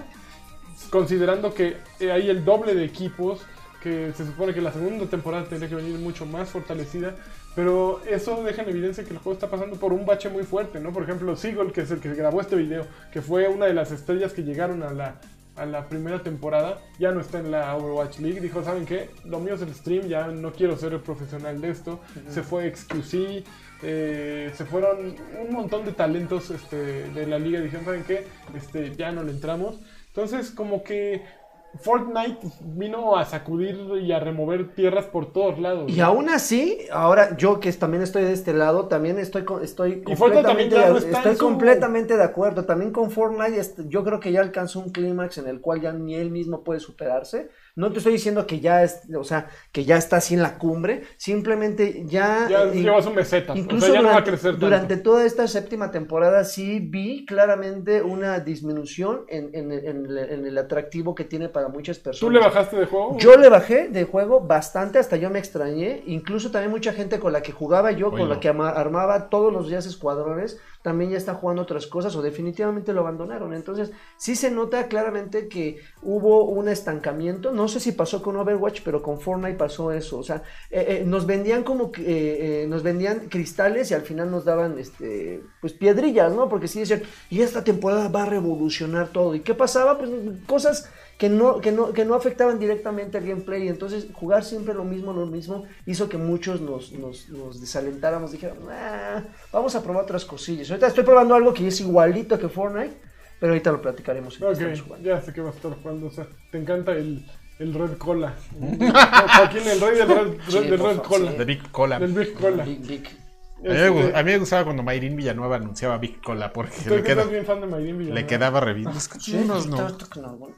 [SPEAKER 1] considerando que eh, hay el doble de equipos, que se supone que la segunda temporada tendría que venir mucho más fortalecida, pero eso deja en evidencia que el juego está pasando por un bache muy fuerte, ¿no? Por ejemplo, Seagull, que es el que grabó este video, que fue una de las estrellas que llegaron a la, a la primera temporada, ya no está en la Overwatch League, dijo, ¿saben qué? Lo mío es el stream, ya no quiero ser el profesional de esto, se fue XQC, eh, se fueron un montón de talentos este, de la liga, dijeron, ¿saben qué? Este, ya no le entramos. Entonces, como que Fortnite vino a sacudir y a remover tierras por todos lados.
[SPEAKER 3] Y aún así, ahora yo que también estoy de este lado, también estoy co- estoy
[SPEAKER 1] Y Fortnite también
[SPEAKER 3] completamente,
[SPEAKER 1] ya no
[SPEAKER 3] de,
[SPEAKER 1] está
[SPEAKER 3] estoy
[SPEAKER 1] en su-
[SPEAKER 3] completamente de acuerdo. También con Fortnite este, yo creo que ya alcanzó un clímax en el cual ya ni él mismo puede superarse. No te estoy diciendo que ya es, o sea, que ya está así en la cumbre, simplemente ya,
[SPEAKER 1] Ya
[SPEAKER 3] eh,
[SPEAKER 1] llevas un meseta.
[SPEAKER 3] Incluso
[SPEAKER 1] o sea, ya no va a
[SPEAKER 3] durante,
[SPEAKER 1] crecer tanto.
[SPEAKER 3] durante toda esta séptima temporada sí vi claramente una disminución en, en- en- en el atractivo que tiene para muchas personas.
[SPEAKER 1] ¿Tú le bajaste de juego?
[SPEAKER 3] Yo le bajé de juego bastante, hasta yo me extrañé. Incluso también mucha gente con la que jugaba yo, con
[SPEAKER 2] Bueno.
[SPEAKER 3] la que ama- armaba todos los días escuadrones, también ya está jugando otras cosas o definitivamente lo abandonaron. Entonces, sí se nota claramente que hubo un estancamiento. No sé si pasó con Overwatch, pero con Fortnite pasó eso. O sea, eh, eh, nos vendían como que, eh, eh, nos vendían cristales y al final nos daban este pues piedrillas, ¿no? Porque sí decían, y esta temporada va a revolucionar todo. ¿Y qué pasaba? Pues cosas que no, que no, que no afectaban directamente al gameplay. Entonces, jugar siempre lo mismo, lo mismo, hizo que muchos nos, nos, nos desalentáramos, dijéramos, "Ah, vamos a probar otras cosillas. Ahorita estoy probando algo que es igualito que Fortnite, pero ahorita lo platicaremos en qué estamos
[SPEAKER 1] Ok,
[SPEAKER 3] jugando.
[SPEAKER 1] ya sé que vas a estar jugando. O sea, te encanta el, el Red
[SPEAKER 2] [laughs]
[SPEAKER 1] Cola. No, Joaquín, el rey del Red,
[SPEAKER 3] Sí,
[SPEAKER 1] del
[SPEAKER 3] por
[SPEAKER 1] Red
[SPEAKER 3] favor,
[SPEAKER 1] Cola.
[SPEAKER 3] sí.
[SPEAKER 2] De Big Cola.
[SPEAKER 1] Del Big Cola. Este,
[SPEAKER 3] Big, big.
[SPEAKER 2] A mí, me, gu- a mí me gustaba cuando Mayrin Villanueva anunciaba Big Cola porque
[SPEAKER 1] Creo
[SPEAKER 2] le,
[SPEAKER 1] que
[SPEAKER 2] queda-
[SPEAKER 1] estás bien fan de Mayrin Villanueva.
[SPEAKER 2] le quedaba revistas.
[SPEAKER 3] Sí,
[SPEAKER 2] no.
[SPEAKER 3] toc, toc, no, bueno,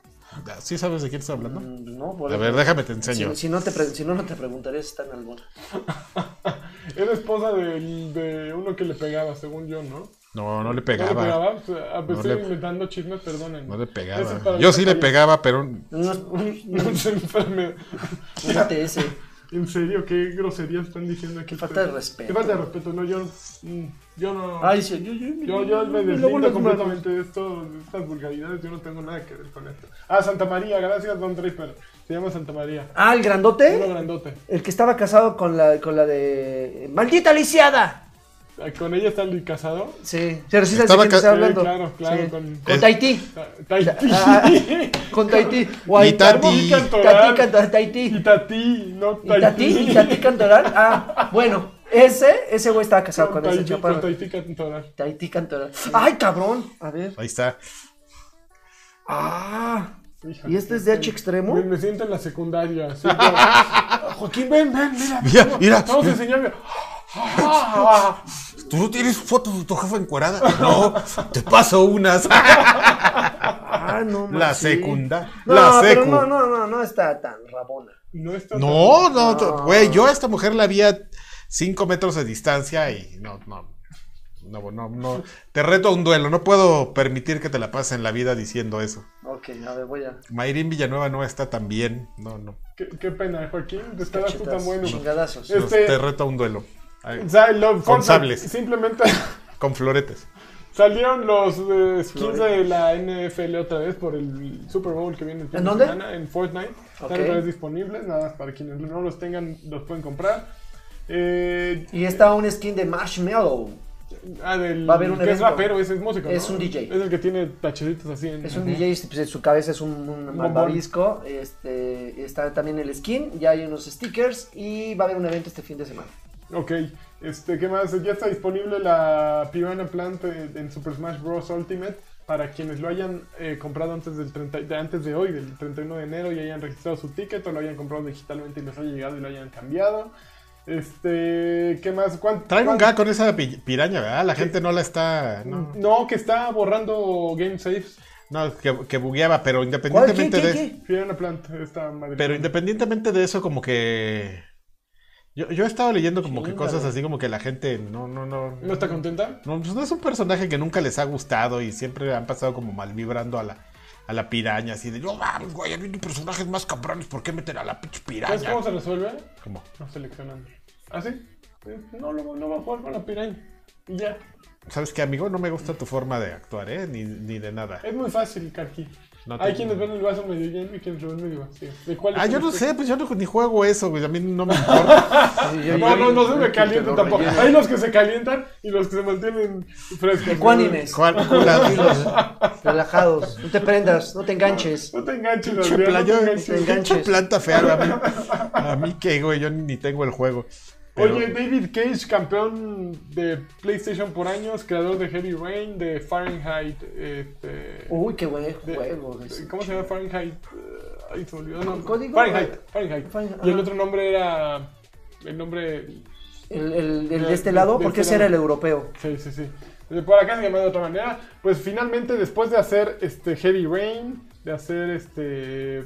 [SPEAKER 2] ¿Sí sabes de quién estoy hablando?
[SPEAKER 3] mm, no, por
[SPEAKER 2] A
[SPEAKER 3] eso.
[SPEAKER 2] ver, déjame te
[SPEAKER 3] Si,
[SPEAKER 2] enseño.
[SPEAKER 3] si no te pre- si no, no te preguntaré si está en alguna.
[SPEAKER 1] Era esposa del- de uno que le pegaba, según yo, ¿no?
[SPEAKER 2] No, no le
[SPEAKER 1] ¿No le
[SPEAKER 2] pegaba.
[SPEAKER 1] pegaba? O sea, a pesar
[SPEAKER 2] No
[SPEAKER 1] de
[SPEAKER 2] le-
[SPEAKER 1] inventando chismes, perdónenme.
[SPEAKER 2] No le
[SPEAKER 1] Eso es
[SPEAKER 2] pegaba.
[SPEAKER 1] para
[SPEAKER 2] Yo
[SPEAKER 1] el
[SPEAKER 2] sí le
[SPEAKER 1] Javier.
[SPEAKER 2] pegaba, pero
[SPEAKER 3] No,
[SPEAKER 1] [laughs] No es enfermedad.
[SPEAKER 3] un ATS.
[SPEAKER 1] En serio, qué groserías están diciendo aquí.
[SPEAKER 3] Qué falta de
[SPEAKER 1] ustedes?
[SPEAKER 3] respeto.
[SPEAKER 1] Qué falta de respeto, no, yo, mm, yo no.
[SPEAKER 3] Ay, sí, yo, yo,
[SPEAKER 1] yo, yo me
[SPEAKER 3] luego
[SPEAKER 1] deslindo
[SPEAKER 3] las manos.
[SPEAKER 1] completamente de, esto, de estas vulgaridades, yo no tengo nada que ver con esto. Ah, Santa María, gracias, Don Draper. Se llama Santa María.
[SPEAKER 3] Ah, el grandote.
[SPEAKER 1] Uno grandote.
[SPEAKER 3] El que estaba casado con la, con la de. ¡Maldita lisiada!
[SPEAKER 1] Ah, Con ella está el casado.
[SPEAKER 3] Sí, pero sí sabes
[SPEAKER 2] Estaba
[SPEAKER 3] de quién
[SPEAKER 2] ca-
[SPEAKER 3] está hablando.
[SPEAKER 1] Sí, claro, claro,
[SPEAKER 3] Sí.
[SPEAKER 1] con-
[SPEAKER 3] Con,
[SPEAKER 2] Es-
[SPEAKER 3] Tahití.
[SPEAKER 1] Ta- Tahití.
[SPEAKER 3] Ah, Con Tahití. Guay,
[SPEAKER 2] Tati.
[SPEAKER 1] Carmen Cantoral.
[SPEAKER 3] Tahití, Cantoral, Tahití.
[SPEAKER 1] Y Tati, no
[SPEAKER 3] ¿Y Tati? ¿Y Tati Cantoral? Ah, bueno, ese, ese güey estaba casado
[SPEAKER 1] Con
[SPEAKER 3] con ese
[SPEAKER 1] Tahití, con
[SPEAKER 3] chaparro.
[SPEAKER 1] Tahití Cantoral.
[SPEAKER 3] Tahití Cantoral. ¡Ay, cabrón! A ver.
[SPEAKER 2] ahí está.
[SPEAKER 3] ¡Ah!
[SPEAKER 1] Híjole,
[SPEAKER 3] ¿Y este es de H extremo?
[SPEAKER 1] Me, me siento en la secundaria.
[SPEAKER 2] [laughs]
[SPEAKER 1] así como, "Ah, Joaquín, ven, ven, mira.
[SPEAKER 2] Mira, mira.
[SPEAKER 1] Vamos a
[SPEAKER 2] [laughs]
[SPEAKER 1] enseñar. Ah,
[SPEAKER 2] Tú no tienes fotos de tu jefa encuerada. No, te paso unas. [laughs]
[SPEAKER 3] ¡Ah, no! man,
[SPEAKER 2] La
[SPEAKER 3] sí.
[SPEAKER 2] secunda.
[SPEAKER 3] No,
[SPEAKER 2] la
[SPEAKER 3] pero
[SPEAKER 2] secu.
[SPEAKER 3] no, no, no, no está tan rabona.
[SPEAKER 1] No está
[SPEAKER 2] No, no, t- güey, yo a esta mujer la vi a 5 metros de distancia y no, no, no, no, no, te reto a un duelo, no puedo permitir que te la pasen en la vida diciendo eso.
[SPEAKER 3] Ok, a ver, voy a.
[SPEAKER 2] Mayrín Villanueva no está tan bien, no, no,
[SPEAKER 1] Qué, qué pena, Joaquín, te estabas tú tan
[SPEAKER 3] Chetas,
[SPEAKER 1] bueno.
[SPEAKER 3] Chingadazos.
[SPEAKER 1] Es-
[SPEAKER 2] no,
[SPEAKER 1] Este-
[SPEAKER 2] te reto a un duelo, Ay,
[SPEAKER 1] Sa- lo- Fortnite,
[SPEAKER 2] sables.
[SPEAKER 1] Simplemente [laughs]
[SPEAKER 2] con floretes.
[SPEAKER 1] salieron los eh, skins de la NFL otra vez por el Super Bowl que viene el fin
[SPEAKER 3] ¿En
[SPEAKER 1] de
[SPEAKER 3] dónde?
[SPEAKER 1] semana en Fortnite.
[SPEAKER 3] Ok.
[SPEAKER 1] Están otra vez disponibles, nada más para quienes no los tengan, los pueden comprar. Eh,
[SPEAKER 3] Y está un skin de Marshmallow.
[SPEAKER 1] ah, del,
[SPEAKER 3] Va a haber un
[SPEAKER 1] que es
[SPEAKER 3] evento.
[SPEAKER 1] rapero, ese es músico.
[SPEAKER 3] Es
[SPEAKER 1] ¿no?
[SPEAKER 3] un DJ.
[SPEAKER 1] Es el que tiene tachecitos así en.
[SPEAKER 3] Es un DJ, pues, en su cabeza es un, un
[SPEAKER 1] bombón.
[SPEAKER 3] malvavisco. Este, está también el skin, ya hay unos stickers y va a haber un evento este fin de semana.
[SPEAKER 1] Ok, este, ¿qué más? Ya está disponible la Piranha Plant eh, en Super Smash Bros. Ultimate para quienes lo hayan eh, comprado antes del 30, de- antes de hoy, del 31 de enero, y hayan registrado su ticket o lo hayan comprado digitalmente y les haya llegado y lo hayan cambiado. Este, ¿qué más? ¿Cuán-
[SPEAKER 2] Traen un
[SPEAKER 1] cuán-
[SPEAKER 2] gag con esa pi- piraña, ¿verdad? La gente no la está, no,
[SPEAKER 1] No, que está borrando game saves.
[SPEAKER 2] no, que, que bugueaba, pero
[SPEAKER 3] ¿Cuál? ¿Qué,
[SPEAKER 2] independientemente
[SPEAKER 3] qué,
[SPEAKER 2] de...
[SPEAKER 3] qué?
[SPEAKER 1] Piranha Plant, esta madre.
[SPEAKER 2] Pero independientemente de eso, como que. Yo, yo he estado leyendo como que
[SPEAKER 3] Chinga,
[SPEAKER 2] cosas
[SPEAKER 3] güey.
[SPEAKER 2] así, como que la gente no, no, no.
[SPEAKER 1] ¿No está contenta?
[SPEAKER 2] No, pues no es un personaje que nunca les ha gustado y siempre han pasado como mal vibrando a la, a la piraña, así de no mames, güey, hay personajes más cabrones, ¿por qué meter a la pinche
[SPEAKER 1] ¿Sabes
[SPEAKER 2] piraña?
[SPEAKER 1] cómo se resuelve?
[SPEAKER 2] Como,
[SPEAKER 1] No seleccionando. ¿Ah, sí? Eh, No, lo- no va a jugar con la piraña. Y ya.
[SPEAKER 2] ¿sabes qué, amigo? No me gusta tu forma de actuar, ¿eh? Ni, ni de nada.
[SPEAKER 1] Es muy fácil, Karki.
[SPEAKER 2] No te-
[SPEAKER 1] Hay quienes ven el vaso medio lleno y quienes lo ven medio vacío. ¿De cuál
[SPEAKER 2] Ah,
[SPEAKER 1] es
[SPEAKER 2] yo
[SPEAKER 1] el
[SPEAKER 2] no
[SPEAKER 1] efecto?
[SPEAKER 2] sé, pues yo no, ni juego eso, güey, a mí no me importa.
[SPEAKER 1] No, no, no se me calienta tampoco. Hay los que se calientan y los que se mantienen frescos.
[SPEAKER 3] Ecuánimes,
[SPEAKER 2] [laughs] ¿Cuál?
[SPEAKER 3] tranquilos, relajados. No te prendas, no te enganches.
[SPEAKER 1] No te enganches,
[SPEAKER 2] Pinche
[SPEAKER 1] Adrián, no te
[SPEAKER 2] playo-
[SPEAKER 1] enganches.
[SPEAKER 3] te enganches.
[SPEAKER 2] pinche planta fea, güey, a mí, a mí qué, güey, yo ni tengo el juego. Pero-
[SPEAKER 1] Oye, David Cage, campeón de PlayStation por años, creador de Heavy Rain, de Fahrenheit, este...
[SPEAKER 3] Uy, qué buen
[SPEAKER 1] de-
[SPEAKER 3] juego. ese.
[SPEAKER 1] ¿Cómo se llama Fahrenheit? Ay, se me olvidó el nombre.
[SPEAKER 3] ¿Código?
[SPEAKER 1] Fahrenheit. Fahrenheit.
[SPEAKER 3] Fahrenheit,
[SPEAKER 1] Y el
[SPEAKER 3] ajá.
[SPEAKER 1] otro nombre era. El nombre.
[SPEAKER 3] El, el- el
[SPEAKER 1] De-
[SPEAKER 3] de este
[SPEAKER 1] de-
[SPEAKER 3] lado,
[SPEAKER 1] de
[SPEAKER 3] porque
[SPEAKER 1] este
[SPEAKER 3] ese era el
[SPEAKER 1] lado.
[SPEAKER 3] europeo.
[SPEAKER 1] Sí, sí, sí. Eh, Por acá se llamaba de otra manera. Pues finalmente, después de hacer este Heavy Rain, de hacer este.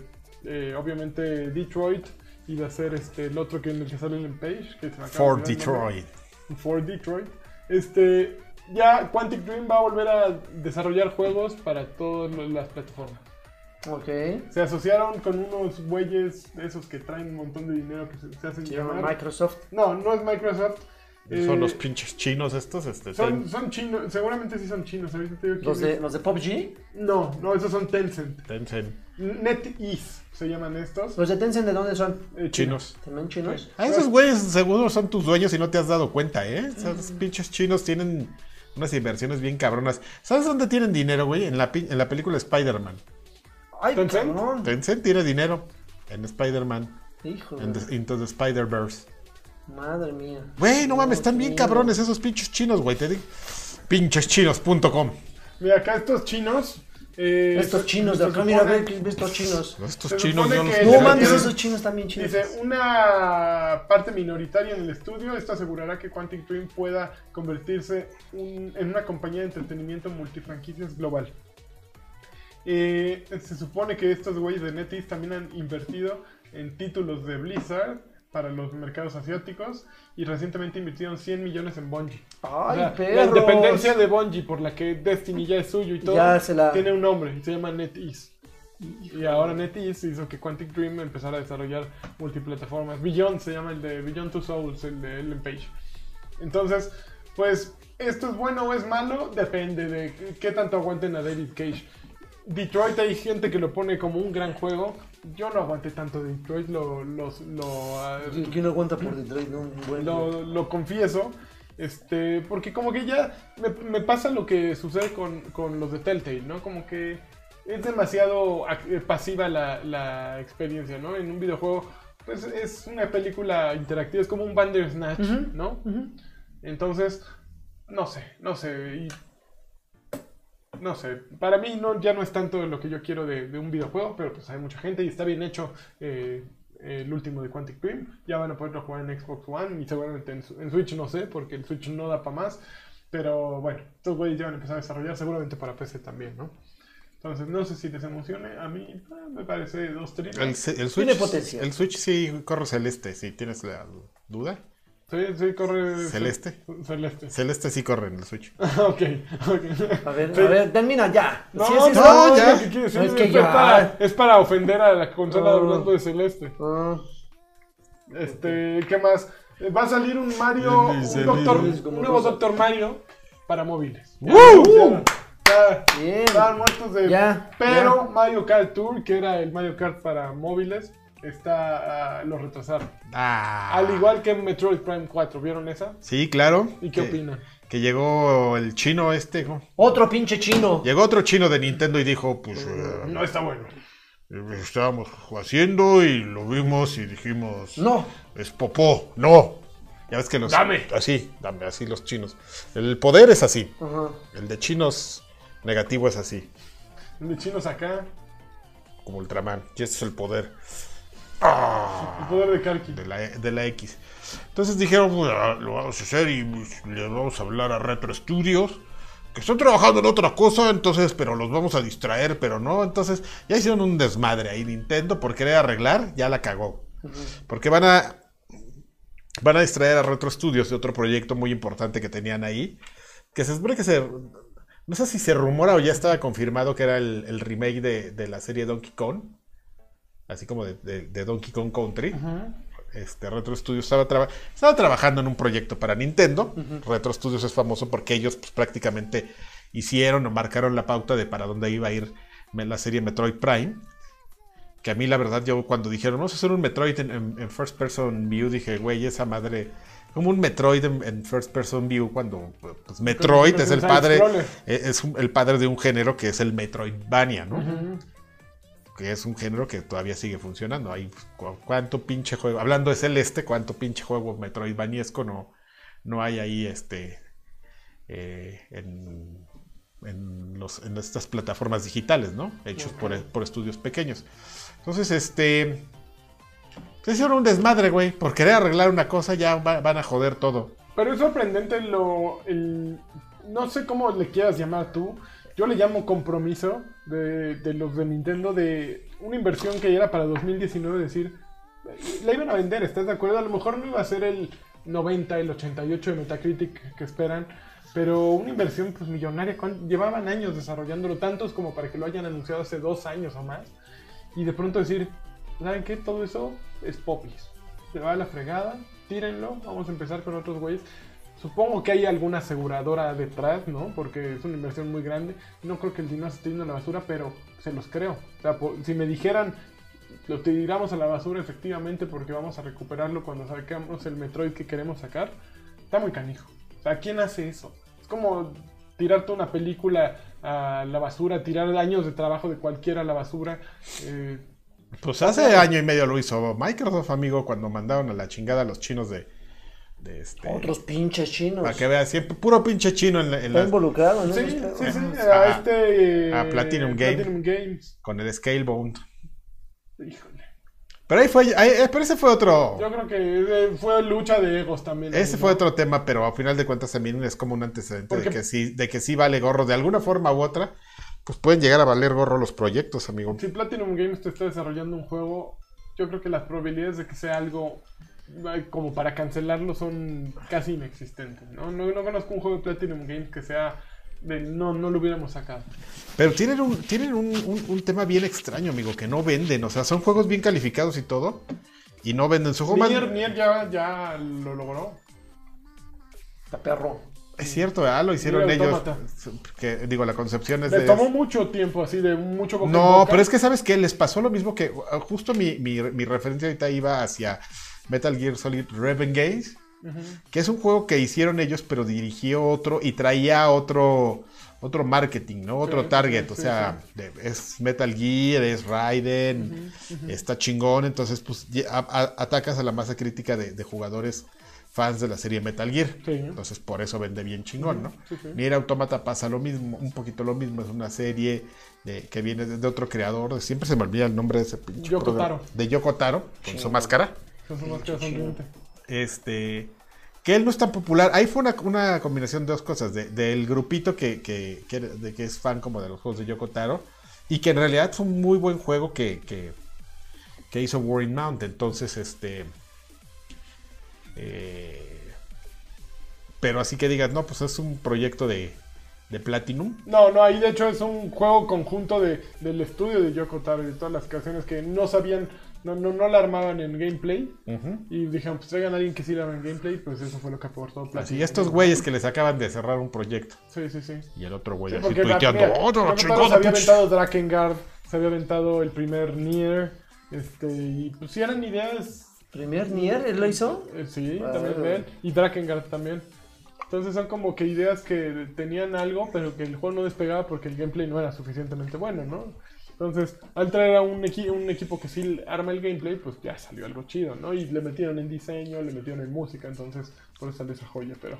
[SPEAKER 1] eh, obviamente Detroit y de hacer este el otro que en el que sale Ellen Page. Que se me acaba de
[SPEAKER 2] For
[SPEAKER 1] olvidar el nombre.
[SPEAKER 2] Detroit.
[SPEAKER 1] For Detroit. Este. Ya Quantic Dream va a volver a desarrollar juegos para todas las plataformas.
[SPEAKER 3] Ok.
[SPEAKER 1] Se asociaron con unos güeyes de esos que traen un montón de dinero que se, se hacen
[SPEAKER 3] Se llama
[SPEAKER 1] llamar.
[SPEAKER 3] Microsoft.
[SPEAKER 1] No, no es Microsoft. Eh,
[SPEAKER 2] Son los pinches chinos estos. Este,
[SPEAKER 1] son,
[SPEAKER 2] Ten-
[SPEAKER 1] son chinos, seguramente sí son chinos. Ahorita te digo
[SPEAKER 3] ¿Los
[SPEAKER 1] quién
[SPEAKER 3] de,
[SPEAKER 1] es.
[SPEAKER 3] los de PUBG?
[SPEAKER 1] No, no, esos son Tencent.
[SPEAKER 2] Tencent.
[SPEAKER 1] NetEase se llaman estos.
[SPEAKER 3] ¿Los de Tencent de dónde son?
[SPEAKER 1] Eh,
[SPEAKER 2] Chinos.
[SPEAKER 3] ¿También chinos?
[SPEAKER 2] A esos güeyes seguro son tus dueños y no te has dado cuenta, ¿eh? Esos pinches chinos tienen unas inversiones bien cabronas. ¿Sabes dónde tienen dinero, güey? En la, pi- en la película Spider-Man.
[SPEAKER 3] ¡Ay,
[SPEAKER 1] ¿Tencent?
[SPEAKER 3] cabrón!
[SPEAKER 2] Tencent tiene dinero en Spider-Man.
[SPEAKER 3] Hijo
[SPEAKER 2] En
[SPEAKER 3] de-
[SPEAKER 2] the- Into the Spider-Verse.
[SPEAKER 3] Madre mía.
[SPEAKER 2] Güey, no mames,
[SPEAKER 3] Dios
[SPEAKER 2] están bien
[SPEAKER 3] mío.
[SPEAKER 2] cabrones esos pinches chinos, güey. Te digo, pincheschinos.com.
[SPEAKER 1] Mira, acá estos chinos. eh,
[SPEAKER 3] Estos
[SPEAKER 1] se-
[SPEAKER 3] chinos de
[SPEAKER 1] se
[SPEAKER 3] acá, mira,
[SPEAKER 1] supone-
[SPEAKER 3] ve que- ve estos chinos.
[SPEAKER 2] Estos
[SPEAKER 1] Se
[SPEAKER 2] chinos
[SPEAKER 1] supone
[SPEAKER 2] yo
[SPEAKER 1] que-
[SPEAKER 2] los
[SPEAKER 3] No
[SPEAKER 1] Dice-
[SPEAKER 3] mames,
[SPEAKER 1] dice-
[SPEAKER 3] esos chinos están bien chinos.
[SPEAKER 1] Dice, una parte minoritaria en el estudio, esto asegurará que Quantic Dream pueda convertirse un- en una compañía de entretenimiento multifranquicias global. Eh, se supone que estos güeyes de NetEase también han invertido en títulos de Blizzard para los mercados asiáticos y recientemente invirtieron 100 millones en Bungie. O
[SPEAKER 3] ¡Ay,
[SPEAKER 1] sea, la
[SPEAKER 3] perros!
[SPEAKER 1] independencia de Bungie por la que Destiny ya es suyo y todo
[SPEAKER 3] Ya se la-
[SPEAKER 1] tiene un nombre y se llama NetEase. Y ahora NetEase hizo que Quantic Dream empezara a desarrollar multiplataformas. Beyond se llama el de Beyond Two Souls, el de Ellen Page. Entonces, pues, ¿esto es bueno o es malo? Depende de qué tanto aguanten a David Cage. Detroit hay gente que lo pone como un gran juego. Yo no aguanté tanto Detroit, lo, los- lo, ah,
[SPEAKER 3] ¿Qui- ¿Quién no aguanta por detrás de un buen...
[SPEAKER 1] lo, lo confieso. Este, porque como que ya me, me pasa lo que sucede con, con los de Telltale, ¿no? Como que es demasiado ac- eh, pasiva la, la experiencia, ¿no? En un videojuego, pues es una película interactiva, es como un Bandersnatch,
[SPEAKER 3] Ujú,
[SPEAKER 1] ¿no?
[SPEAKER 3] ujú.
[SPEAKER 1] Entonces, no sé, no sé. y- no sé, para mí no, ya no es tanto lo que yo quiero de, de un videojuego, pero pues hay mucha gente y está bien hecho eh, el último de Quantic Dream. Ya van a poderlo jugar en Xbox One y seguramente en, su- en Switch no sé, porque el Switch no da para más. Pero bueno, estos güeyes ya van a empezar a desarrollar seguramente para PC también, ¿no? Entonces no sé si les emocione, a mí ah, me parece dos trillas.
[SPEAKER 2] El, se- el Switch,
[SPEAKER 3] Tiene potencia.
[SPEAKER 2] El Switch sí corre celeste, si tienes la duda.
[SPEAKER 1] Sí, sí, corre...
[SPEAKER 2] Celeste.
[SPEAKER 1] Celeste. [laughs]
[SPEAKER 2] Celeste sí corre en el Switch.
[SPEAKER 1] ok, ok.
[SPEAKER 3] A ver,
[SPEAKER 1] Sí.
[SPEAKER 3] a ver, termina ya.
[SPEAKER 1] No,
[SPEAKER 3] Si
[SPEAKER 1] no,
[SPEAKER 3] es eso-
[SPEAKER 1] es
[SPEAKER 2] no, ya.
[SPEAKER 1] lo que quiere decir,
[SPEAKER 3] Es que
[SPEAKER 1] es
[SPEAKER 3] ya.
[SPEAKER 1] para, es para ofender a la consola
[SPEAKER 3] No.
[SPEAKER 1] hablando de Celeste.
[SPEAKER 3] Ah,
[SPEAKER 1] Este, ¿qué más? Eh, Va a salir un Mario,
[SPEAKER 2] El
[SPEAKER 1] un,
[SPEAKER 2] Celeste.
[SPEAKER 1] doctor,
[SPEAKER 3] Es como
[SPEAKER 1] un nuevo
[SPEAKER 3] rosa.
[SPEAKER 1] Doctor Mario para móviles. Ya,
[SPEAKER 2] ¡Woo!
[SPEAKER 1] ya, ya,
[SPEAKER 3] bien.
[SPEAKER 1] Estaban muertos de...
[SPEAKER 3] Ya,
[SPEAKER 1] pero Mario Kart Tour, que era el Mario Kart para móviles, está ah, lo retrasaron.
[SPEAKER 2] Ah.
[SPEAKER 1] Al igual que Metroid Prime 4, ¿vieron esa?
[SPEAKER 2] Sí, claro.
[SPEAKER 1] ¿Y qué
[SPEAKER 2] Que-
[SPEAKER 1] opinan?
[SPEAKER 2] Que llegó el chino este. ¿no?
[SPEAKER 3] Otro pinche chino.
[SPEAKER 2] Llegó otro chino de Nintendo y dijo, pues eh,
[SPEAKER 1] No está bueno.
[SPEAKER 2] estábamos haciendo y lo vimos y dijimos,
[SPEAKER 3] No.
[SPEAKER 2] es popó, no. Ya ves que los...
[SPEAKER 1] Dame.
[SPEAKER 2] Así, dame, así los chinos. El poder es así.
[SPEAKER 3] Ajá.
[SPEAKER 2] El de chinos negativo es así,
[SPEAKER 1] De chinos acá,
[SPEAKER 2] como Ultraman. Y este es el poder
[SPEAKER 1] el poder de Karki.
[SPEAKER 2] de la, de la X. Entonces dijeron, "Pues, ah, lo vamos a hacer y pues, le vamos a hablar a Retro Studios. Que están trabajando en otra cosa, entonces, pero los vamos a distraer, pero no. Entonces, ya hicieron un desmadre ahí Nintendo por querer arreglar, ya la cagó. Porque van a. Van a distraer a Retro Studios de otro proyecto muy importante que tenían ahí. Que se supone que se. No sé si se rumora o ya estaba confirmado que era el, el remake de, de la serie Donkey Kong. Así como de, de- de Donkey Kong Country. Este, Retro Studios estaba, traba- estaba trabajando en un proyecto para Nintendo. Retro Studios es famoso porque ellos pues, prácticamente hicieron o marcaron la pauta de para dónde iba a ir me- la serie Metroid Prime. Que a mí, la verdad, yo cuando dijeron, vamos a hacer un Metroid en, en- en First Person View, dije, güey, esa madre. Como un Metroid en, en First Person View, cuando pues, Metroid
[SPEAKER 1] Pero
[SPEAKER 2] es
[SPEAKER 1] es un
[SPEAKER 2] el padre.
[SPEAKER 1] side-scroller.
[SPEAKER 2] eh, Es un- el padre de un género que es el Metroidvania, ¿no? que es un género que todavía sigue funcionando. Hay cu- cuánto pinche juego, hablando de Celeste, cuánto pinche juego metroidvaniesco no, no hay ahí este eh, en, en los- en estas plataformas digitales, ¿no? Hechos por, por estudios pequeños. Entonces, este. Se hicieron un desmadre, güey. Por querer arreglar una cosa, ya va- van a joder todo.
[SPEAKER 1] Pero es sorprendente lo. el- no sé cómo le quieras llamar tú. Yo le llamo compromiso de, de los de Nintendo de una inversión que era para 2019. Decir, la iban a vender, ¿estás de acuerdo? A lo mejor no iba a ser el 90, el 88 de Metacritic que esperan. Pero una inversión pues millonaria. ¿cuán- Llevaban años desarrollándolo, tantos como para que lo hayan anunciado hace dos años o más. Y de pronto decir, ¿saben qué? Todo eso es popis. Se va a la fregada, tírenlo, vamos a empezar con otros güeyes. Supongo que hay alguna aseguradora detrás, ¿no? Porque es una inversión muy grande. No creo que el dinero se esté yendo a la basura, pero se los creo. O sea, por- si me dijeran, lo tiramos a la basura efectivamente porque vamos a recuperarlo cuando saquemos el Metroid que queremos sacar, está muy canijo. O sea, ¿quién hace eso? Es como tirarte una película a la basura, tirar años de trabajo de cualquiera a la basura. eh,
[SPEAKER 2] Pues hace año y medio lo hizo Microsoft, amigo, cuando mandaron a la chingada a los chinos de. de este,
[SPEAKER 3] Otros pinches chinos.
[SPEAKER 2] Para que veas, siempre puro pinche chino en la- en
[SPEAKER 3] Está
[SPEAKER 2] las-
[SPEAKER 3] involucrado en
[SPEAKER 1] Sí,
[SPEAKER 3] esos pedos.
[SPEAKER 1] sí, sí,
[SPEAKER 2] Ah,
[SPEAKER 1] a este... eh,
[SPEAKER 2] a Platinum Game.
[SPEAKER 1] Platinum Games.
[SPEAKER 2] con el Scalebound.
[SPEAKER 1] Híjole.
[SPEAKER 2] Pero ahí fue, ahí- eh, pero ese fue otro.
[SPEAKER 1] Yo creo que eh, fue lucha de egos también.
[SPEAKER 2] Ese
[SPEAKER 1] ahí,
[SPEAKER 2] fue
[SPEAKER 1] ¿no?
[SPEAKER 2] otro tema, pero al final de cuentas también es como un antecedente de
[SPEAKER 1] Porque-
[SPEAKER 2] que sí, de que sí vale gorro de alguna forma u otra, pues pueden llegar a valer gorro los proyectos, amigo.
[SPEAKER 1] Si Platinum Games te está desarrollando un juego, yo creo que las probabilidades de que sea algo eh, como para cancelarlo son casi inexistentes. No, no, no conozco un juego de Platinum Games que sea de no, no lo hubiéramos sacado.
[SPEAKER 2] Pero tienen un, tienen un, un- un tema bien extraño, amigo, que no venden. O sea, son juegos bien calificados y todo, y no venden su juego. más-
[SPEAKER 1] Nier, Nier ya, ya lo logró.
[SPEAKER 3] Está perro.
[SPEAKER 2] Es cierto, ah, lo hicieron
[SPEAKER 1] Nier
[SPEAKER 2] ellos.
[SPEAKER 1] Automata.
[SPEAKER 2] Que, digo, la concepción Pues es
[SPEAKER 1] Le
[SPEAKER 2] de.
[SPEAKER 1] tomó mucho tiempo, así de mucho boca en
[SPEAKER 2] No,
[SPEAKER 1] boca.
[SPEAKER 2] pero es que sabes que les pasó lo mismo que uh, justo mi, mi, mi referencia ahorita iba hacia Metal Gear Solid Revenge,
[SPEAKER 1] Ujú.
[SPEAKER 2] que es un juego que hicieron ellos, pero dirigió otro y traía otro otro marketing, ¿no? Otro
[SPEAKER 1] Sí,
[SPEAKER 2] target,
[SPEAKER 1] sí,
[SPEAKER 2] o
[SPEAKER 1] sí,
[SPEAKER 2] sea, de- es Metal Gear, es Raiden, está chingón, entonces pues ya- a- a- atacas a la masa crítica de, de jugadores fans de la serie Metal Gear.
[SPEAKER 1] Sí, ¿no?
[SPEAKER 2] Entonces por eso vende bien chingón, ¿no?
[SPEAKER 1] Sí, sí.
[SPEAKER 2] Nier Automata pasa lo mismo, un poquito lo mismo, es una serie de- que viene de, de otro creador, de- siempre se me olvida el nombre de ese pinche
[SPEAKER 1] Yoko
[SPEAKER 2] programa.
[SPEAKER 1] Taro.
[SPEAKER 2] De Yoko Taro, con su máscara.
[SPEAKER 1] Eso es más que sonriente.
[SPEAKER 2] Este, que él no es tan popular. Ahí fue una, una combinación de dos cosas, de- del grupito que, que- que- de que es fan como de los juegos de Yoko Taro, y que en realidad fue un muy buen juego que, que, que hizo Warring Mount. Entonces, este... eh, pero así que digas, no, pues es un proyecto de, de Platinum.
[SPEAKER 1] No, no, ahí de hecho es un juego conjunto de, del estudio de Yoko Taro y de todas las canciones que no sabían, no, no, no la armaban en gameplay. Y dijeron, pues traigan a alguien que sí la haga en gameplay, pues eso fue lo que aportó Platinum.
[SPEAKER 2] Así, estos güeyes que les acaban de cerrar un proyecto.
[SPEAKER 1] Sí, sí, sí.
[SPEAKER 2] Y el otro güey
[SPEAKER 1] Sí,
[SPEAKER 2] así
[SPEAKER 1] porque la-
[SPEAKER 2] tuiteando,
[SPEAKER 1] mira,
[SPEAKER 2] "Oh,
[SPEAKER 1] Yoko
[SPEAKER 2] no,
[SPEAKER 1] Taro
[SPEAKER 2] chingada,
[SPEAKER 1] se había
[SPEAKER 2] pinche".
[SPEAKER 1] aventado Drakengard, se había aventado el primer Nier, este, y pues si eran ideas,
[SPEAKER 3] ¿Primer Nier? ¿Él lo hizo?
[SPEAKER 1] eh, sí,
[SPEAKER 3] Ah,
[SPEAKER 1] también
[SPEAKER 3] bueno.
[SPEAKER 1] de él, y Drakengard también. Entonces son como que ideas que tenían algo, pero que el juego no despegaba porque el gameplay no era suficientemente bueno, ¿no? Entonces, al traer a un, equi- un equipo que sí arma el gameplay, pues ya salió algo chido, ¿no? Y le metieron en diseño, le metieron en música, entonces por eso salió esa joya, pero...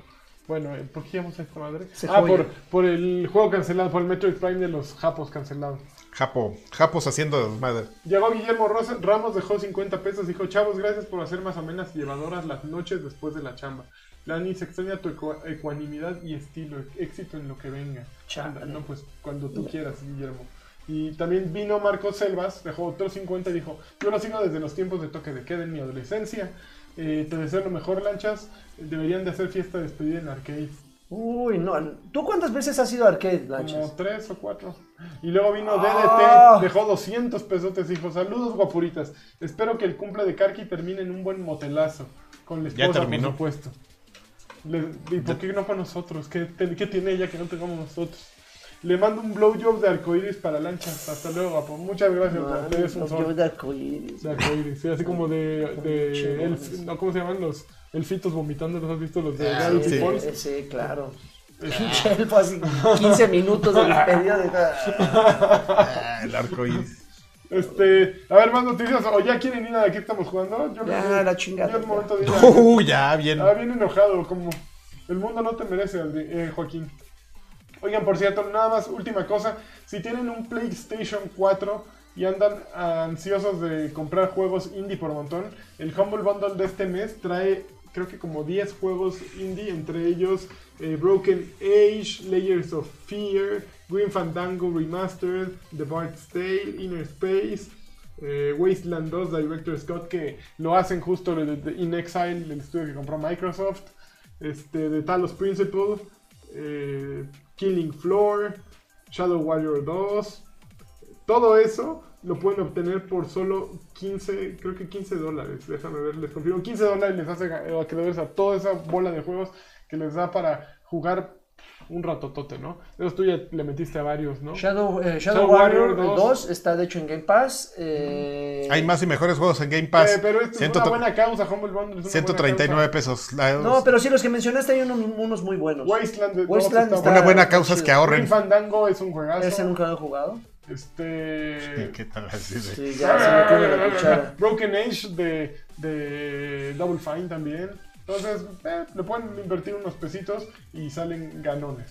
[SPEAKER 1] Bueno, eh, ¿por qué llamamos a esta madre?
[SPEAKER 3] Esa
[SPEAKER 1] ah,
[SPEAKER 3] joya.
[SPEAKER 1] por, por el juego cancelado, por el Metroid Prime de los japos cancelados.
[SPEAKER 2] Japo, Japos haciendo desmadre.
[SPEAKER 1] Llegó Guillermo Ros- Ramos, dejó 50 pesos, dijo, chavos, gracias por hacer más amenas y llevadoras las noches después de la chamba. Lani, se extraña tu ecu- ecuanimidad y estilo, éxito en lo que venga.
[SPEAKER 3] Chale.
[SPEAKER 1] Anda, No, pues cuando tú quieras, Guillermo. Y también vino Marco Selvas, dejó otros 50 y dijo, yo lo sigo desde los tiempos de toque de queda en mi adolescencia. Eh, te deseo lo mejor, lanchas. Deberían de hacer fiesta de despedida en arcade.
[SPEAKER 3] Uy, no. ¿Tú cuántas veces has ido a arcade,
[SPEAKER 1] Como
[SPEAKER 3] Lanchas?
[SPEAKER 1] tres o cuatro. Y luego vino
[SPEAKER 3] Ah.
[SPEAKER 1] DDT, dejó 200 pesotes, dijo, saludos guapuritas. Espero que el cumple de Karki termine en un buen motelazo. Con la
[SPEAKER 2] Ya
[SPEAKER 1] esposa,
[SPEAKER 2] terminó.
[SPEAKER 1] por supuesto. Le- ¿Y por qué no con nosotros? ¿Qué, te- qué tiene ella que no tengamos nosotros? Le mando un blowjob de arcoíris para lanchas. Hasta luego, guapo. Muchas gracias por
[SPEAKER 3] Madre,
[SPEAKER 1] ustedes. Un
[SPEAKER 3] los
[SPEAKER 1] sol.
[SPEAKER 3] yo de arcoíris.
[SPEAKER 1] De arcoíris, sí, así como de... de
[SPEAKER 3] Chingones.
[SPEAKER 1] elf- no, ¿Cómo se llaman los elfitos vomitando? ¿Los has visto los de
[SPEAKER 3] Ah,
[SPEAKER 1] Gravity
[SPEAKER 3] sí,
[SPEAKER 1] Falls?
[SPEAKER 3] sí, sí, claro. Pinche elfo así 15 minutos de despedida de...
[SPEAKER 2] Ah, el arco iris. [laughs]
[SPEAKER 1] Este, a ver, más noticias. O ya quieren ir a la que estamos jugando. Yo
[SPEAKER 3] Ya,
[SPEAKER 1] creo que-
[SPEAKER 3] la chingada,
[SPEAKER 1] yo en un
[SPEAKER 3] ya.
[SPEAKER 1] momento de ir a-
[SPEAKER 2] [laughs] Uh, ya, bien.
[SPEAKER 1] Ah, bien enojado, como. El mundo no te merece, Adri- eh, Joaquín. Oigan, por cierto, nada más, última cosa. Si tienen un PlayStation 4 y andan ansiosos de comprar juegos indie por montón. El Humble Bundle de este mes trae creo que como 10 juegos indie, entre ellos eh, Broken Age, Layers of Fear, Green Fandango Remastered, The Bard's Tale, Inner Space, eh, Wasteland 2, Director Scott, que lo hacen justo de, de- de In Exile, el estudio que compró Microsoft, este, The Talos Principle, eh, Killing Floor, Shadow Warrior 2, todo eso lo pueden obtener por solo 15, creo que 15 dólares. Déjame ver, les confirmo. 15 dólares les hace ga- acreedores a toda esa bola de juegos que les da para jugar un ratotote, ¿no? Eso tú ya le metiste a varios, ¿no?
[SPEAKER 3] [laughs] Shadow, eh, Shadow
[SPEAKER 1] Shadow
[SPEAKER 3] Warrior,
[SPEAKER 1] Warrior
[SPEAKER 3] 2. está de hecho en Game Pass. eh,
[SPEAKER 2] Hay más y mejores juegos en Game Pass.
[SPEAKER 1] Eh, pero esto es una
[SPEAKER 2] 100
[SPEAKER 1] buena causa, Humble Bundle. es una
[SPEAKER 2] 139 pesos. La-
[SPEAKER 3] No, pero sí, los que mencionaste hay unos, unos muy buenos.
[SPEAKER 1] buena causa. Wasteland,
[SPEAKER 3] Wasteland está-
[SPEAKER 2] una buena causa es que
[SPEAKER 3] chido.
[SPEAKER 1] Green
[SPEAKER 2] ahorren. [laughs]
[SPEAKER 1] Fandango es un juegazo.
[SPEAKER 3] Ese nunca lo he jugado.
[SPEAKER 1] Este.
[SPEAKER 2] ¿Qué tal así de-
[SPEAKER 3] Sí, ya se me tiene la cuchara.
[SPEAKER 1] [laughs] Broken Age de, de Double Fine también. Entonces, eh, le pueden invertir unos pesitos y salen ganones.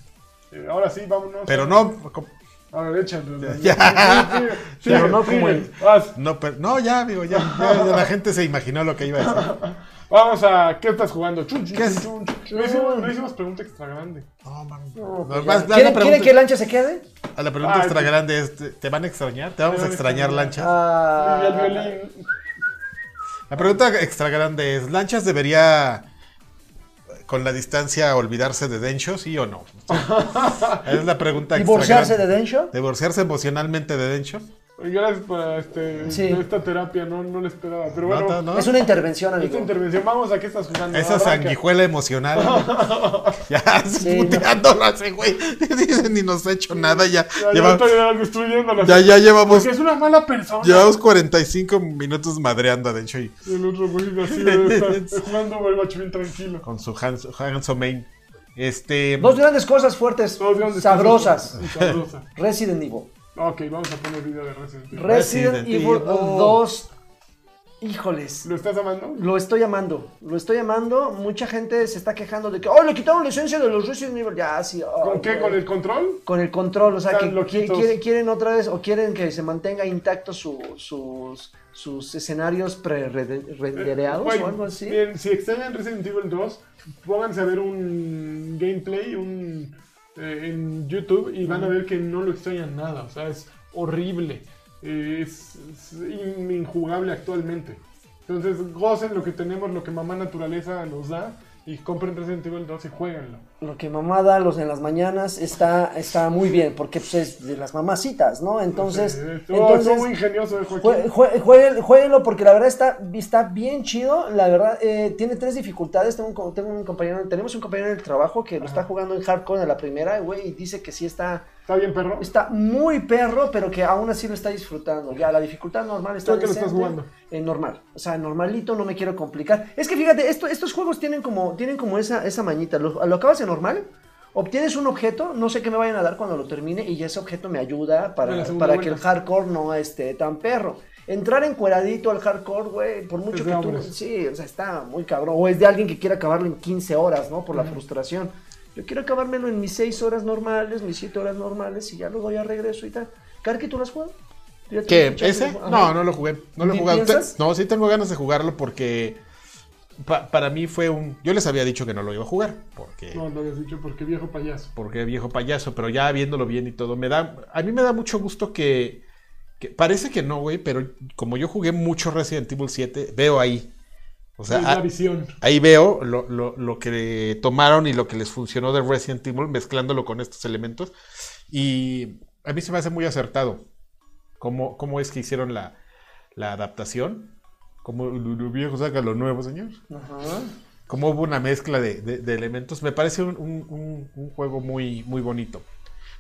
[SPEAKER 1] Eh, ahora sí, vámonos.
[SPEAKER 2] Pero no, co-
[SPEAKER 1] Ahora échale. [laughs]
[SPEAKER 2] Ya.
[SPEAKER 3] Pero no como el-
[SPEAKER 1] Vas.
[SPEAKER 2] no, pero- no, ya, digo, ya, ya, ya la gente se imaginó lo que iba a decir.
[SPEAKER 1] Vamos a. ¿Qué estás jugando? Chun, chun,
[SPEAKER 2] ¿Qué es?
[SPEAKER 1] chun, chun. No hicimos, no hicimos pregunta extra grande.
[SPEAKER 2] No, mami.
[SPEAKER 3] pues
[SPEAKER 2] Vas-
[SPEAKER 3] ya.
[SPEAKER 2] la
[SPEAKER 3] ¿Quieren,
[SPEAKER 2] pregunta-
[SPEAKER 3] quieren que Lancha se quede?
[SPEAKER 2] A la pregunta
[SPEAKER 1] Ah,
[SPEAKER 2] extra
[SPEAKER 1] sí.
[SPEAKER 2] grande es, ¿te- ¿te van a extrañar? ¿Te vamos
[SPEAKER 1] van
[SPEAKER 2] a
[SPEAKER 1] a
[SPEAKER 2] extrañar,
[SPEAKER 1] extrañar.
[SPEAKER 2] Lanchas?
[SPEAKER 3] Ah,
[SPEAKER 1] y el violín.
[SPEAKER 2] La pregunta extra grande es, ¿Lanchas debería, con la distancia, olvidarse de Dencho, sí o no? es la pregunta extra
[SPEAKER 3] ¿Divorciarse de
[SPEAKER 2] grande.
[SPEAKER 3] Densho?
[SPEAKER 2] ¿Divorciarse emocionalmente de Dencho?
[SPEAKER 1] Gracias por este,
[SPEAKER 3] Sí.
[SPEAKER 1] esta terapia, no, no lo esperaba. Pero
[SPEAKER 2] No,
[SPEAKER 1] bueno,
[SPEAKER 2] no, no.
[SPEAKER 3] Es una intervención,
[SPEAKER 1] esta
[SPEAKER 3] amigo.
[SPEAKER 1] intervención, vamos a qué estás jugando.
[SPEAKER 2] Esa
[SPEAKER 1] Arranca.
[SPEAKER 2] sanguijuela
[SPEAKER 1] [laughs]
[SPEAKER 2] emocional. ¿no? ya,
[SPEAKER 3] Sí,
[SPEAKER 2] puteándolo a ese güey. [laughs] Dice, ni nos ha hecho nada, ya.
[SPEAKER 1] Ya, ya
[SPEAKER 2] lleva-
[SPEAKER 1] estoy destruyéndola.
[SPEAKER 2] ya, ya llevamos,
[SPEAKER 1] Porque es una mala persona.
[SPEAKER 2] llevamos 45 minutos madreando a Dencho y
[SPEAKER 1] Y el otro güey así de estar jugando Overwatch bien tranquilo.
[SPEAKER 2] con su Hans, Hanzo Main. Este...
[SPEAKER 3] Dos grandes cosas fuertes,
[SPEAKER 1] Todos vieron
[SPEAKER 3] sabrosas.
[SPEAKER 1] descanso. Sabrosas.
[SPEAKER 3] Resident Evil.
[SPEAKER 1] Ok, vamos a poner video de Resident Evil.
[SPEAKER 3] Resident,
[SPEAKER 2] Resident
[SPEAKER 3] Evil
[SPEAKER 2] Evil.
[SPEAKER 3] 2. Híjoles.
[SPEAKER 1] ¿Lo estás amando?
[SPEAKER 3] Lo estoy amando, lo estoy amando. Mucha gente se está quejando de que, oh, le quitaron la esencia de los Resident Evil. Ya, sí. ay,
[SPEAKER 1] ¿Con qué?
[SPEAKER 3] güey.
[SPEAKER 1] ¿Con el control?
[SPEAKER 3] Con el control, o sea, que
[SPEAKER 1] Están
[SPEAKER 3] qui-
[SPEAKER 1] loquitos.
[SPEAKER 3] quieren, quieren otra vez o quieren que se mantenga intacto su- sus, sus escenarios pre-rendereados
[SPEAKER 1] Güey,
[SPEAKER 3] o algo así.
[SPEAKER 1] Bien, Eh, si extrañan Resident Evil 2, pónganse a ver un gameplay un, eh, en YouTube y van a ver que no lo extrañan nada. O sea, es horrible. Eh, es, es in- injugable actualmente. Entonces, gocen lo que tenemos, lo que mamá naturaleza nos da. Y compren Resident Evil 2 y jueguenlo.
[SPEAKER 3] Lo que mamá da los en las mañanas está, está muy bien, porque pues, es de las mamacitas, ¿no? Entonces,
[SPEAKER 1] Eh, estuvo-
[SPEAKER 3] entonces
[SPEAKER 1] estuvo muy ingenioso, eh, Joaquín.
[SPEAKER 3] Jue- jue- jueguen- Jueguenlo porque la verdad está, está bien chido. La verdad, eh, tiene tres dificultades. Tengo un, co- tengo un compañero, tenemos un compañero en el trabajo que lo está jugando en hardcore de la primera, güey, y dice que sí está,
[SPEAKER 1] ¿Está bien, perro?
[SPEAKER 3] está muy perro, pero que aún así lo está disfrutando. Ya, la dificultad normal está
[SPEAKER 1] ¿Tú a qué lo estás
[SPEAKER 3] decente,
[SPEAKER 1] jugando?
[SPEAKER 3] eh, normal. O sea, normalito, no me quiero complicar. Es que fíjate, esto, estos juegos tienen como, tienen como esa, esa mañita. Lo, lo acabas en normal. Obtienes un objeto, no sé qué me vayan a dar cuando lo termine, y ya ese objeto me ayuda para,
[SPEAKER 1] En la segunda
[SPEAKER 3] para que
[SPEAKER 1] vuelta.
[SPEAKER 3] el hardcore no esté tan perro. Entrar encueradito al hardcore, güey, por mucho
[SPEAKER 1] Es
[SPEAKER 3] que
[SPEAKER 1] de
[SPEAKER 3] tú.
[SPEAKER 1] hombres.
[SPEAKER 3] Sí, o sea, está muy cabrón. O es de alguien que quiere acabarlo en 15 horas, ¿no? Por la frustración. Yo quiero acabármelo en mis 6 horas normales, mis 7 horas normales, y ya luego ya regreso y tal. Carqui, ¿tú lo has jugado? ¿Tú ya te
[SPEAKER 2] ¿Qué?
[SPEAKER 3] escuchaste?
[SPEAKER 2] ¿Ese?
[SPEAKER 3] Ajá.
[SPEAKER 2] No, no lo jugué. No lo he
[SPEAKER 3] ¿Ni
[SPEAKER 2] jugado. Te-
[SPEAKER 3] piensas?
[SPEAKER 2] No, sí tengo ganas de jugarlo porque pa- para mí fue un. Yo les había dicho que no lo iba a jugar porque
[SPEAKER 1] No, lo habías dicho porque viejo payaso.
[SPEAKER 2] porque viejo payaso, pero ya viéndolo bien y todo me da a mí me da mucho gusto que, que- parece que no, güey, pero como yo jugué mucho Resident Evil 7, veo ahí. O sea, ah.
[SPEAKER 1] es
[SPEAKER 2] a-
[SPEAKER 1] la visión.
[SPEAKER 2] ahí veo lo, lo- lo que tomaron y lo que les funcionó de Resident Evil mezclándolo con estos elementos. Y a mí se me hace muy acertado cómo, cómo es que hicieron la, la adaptación. Como lo, lo viejo saca lo nuevo, señor.
[SPEAKER 3] Ajá.
[SPEAKER 2] Cómo hubo una mezcla de, de- de elementos. Me parece un, un- un- un juego muy, muy bonito.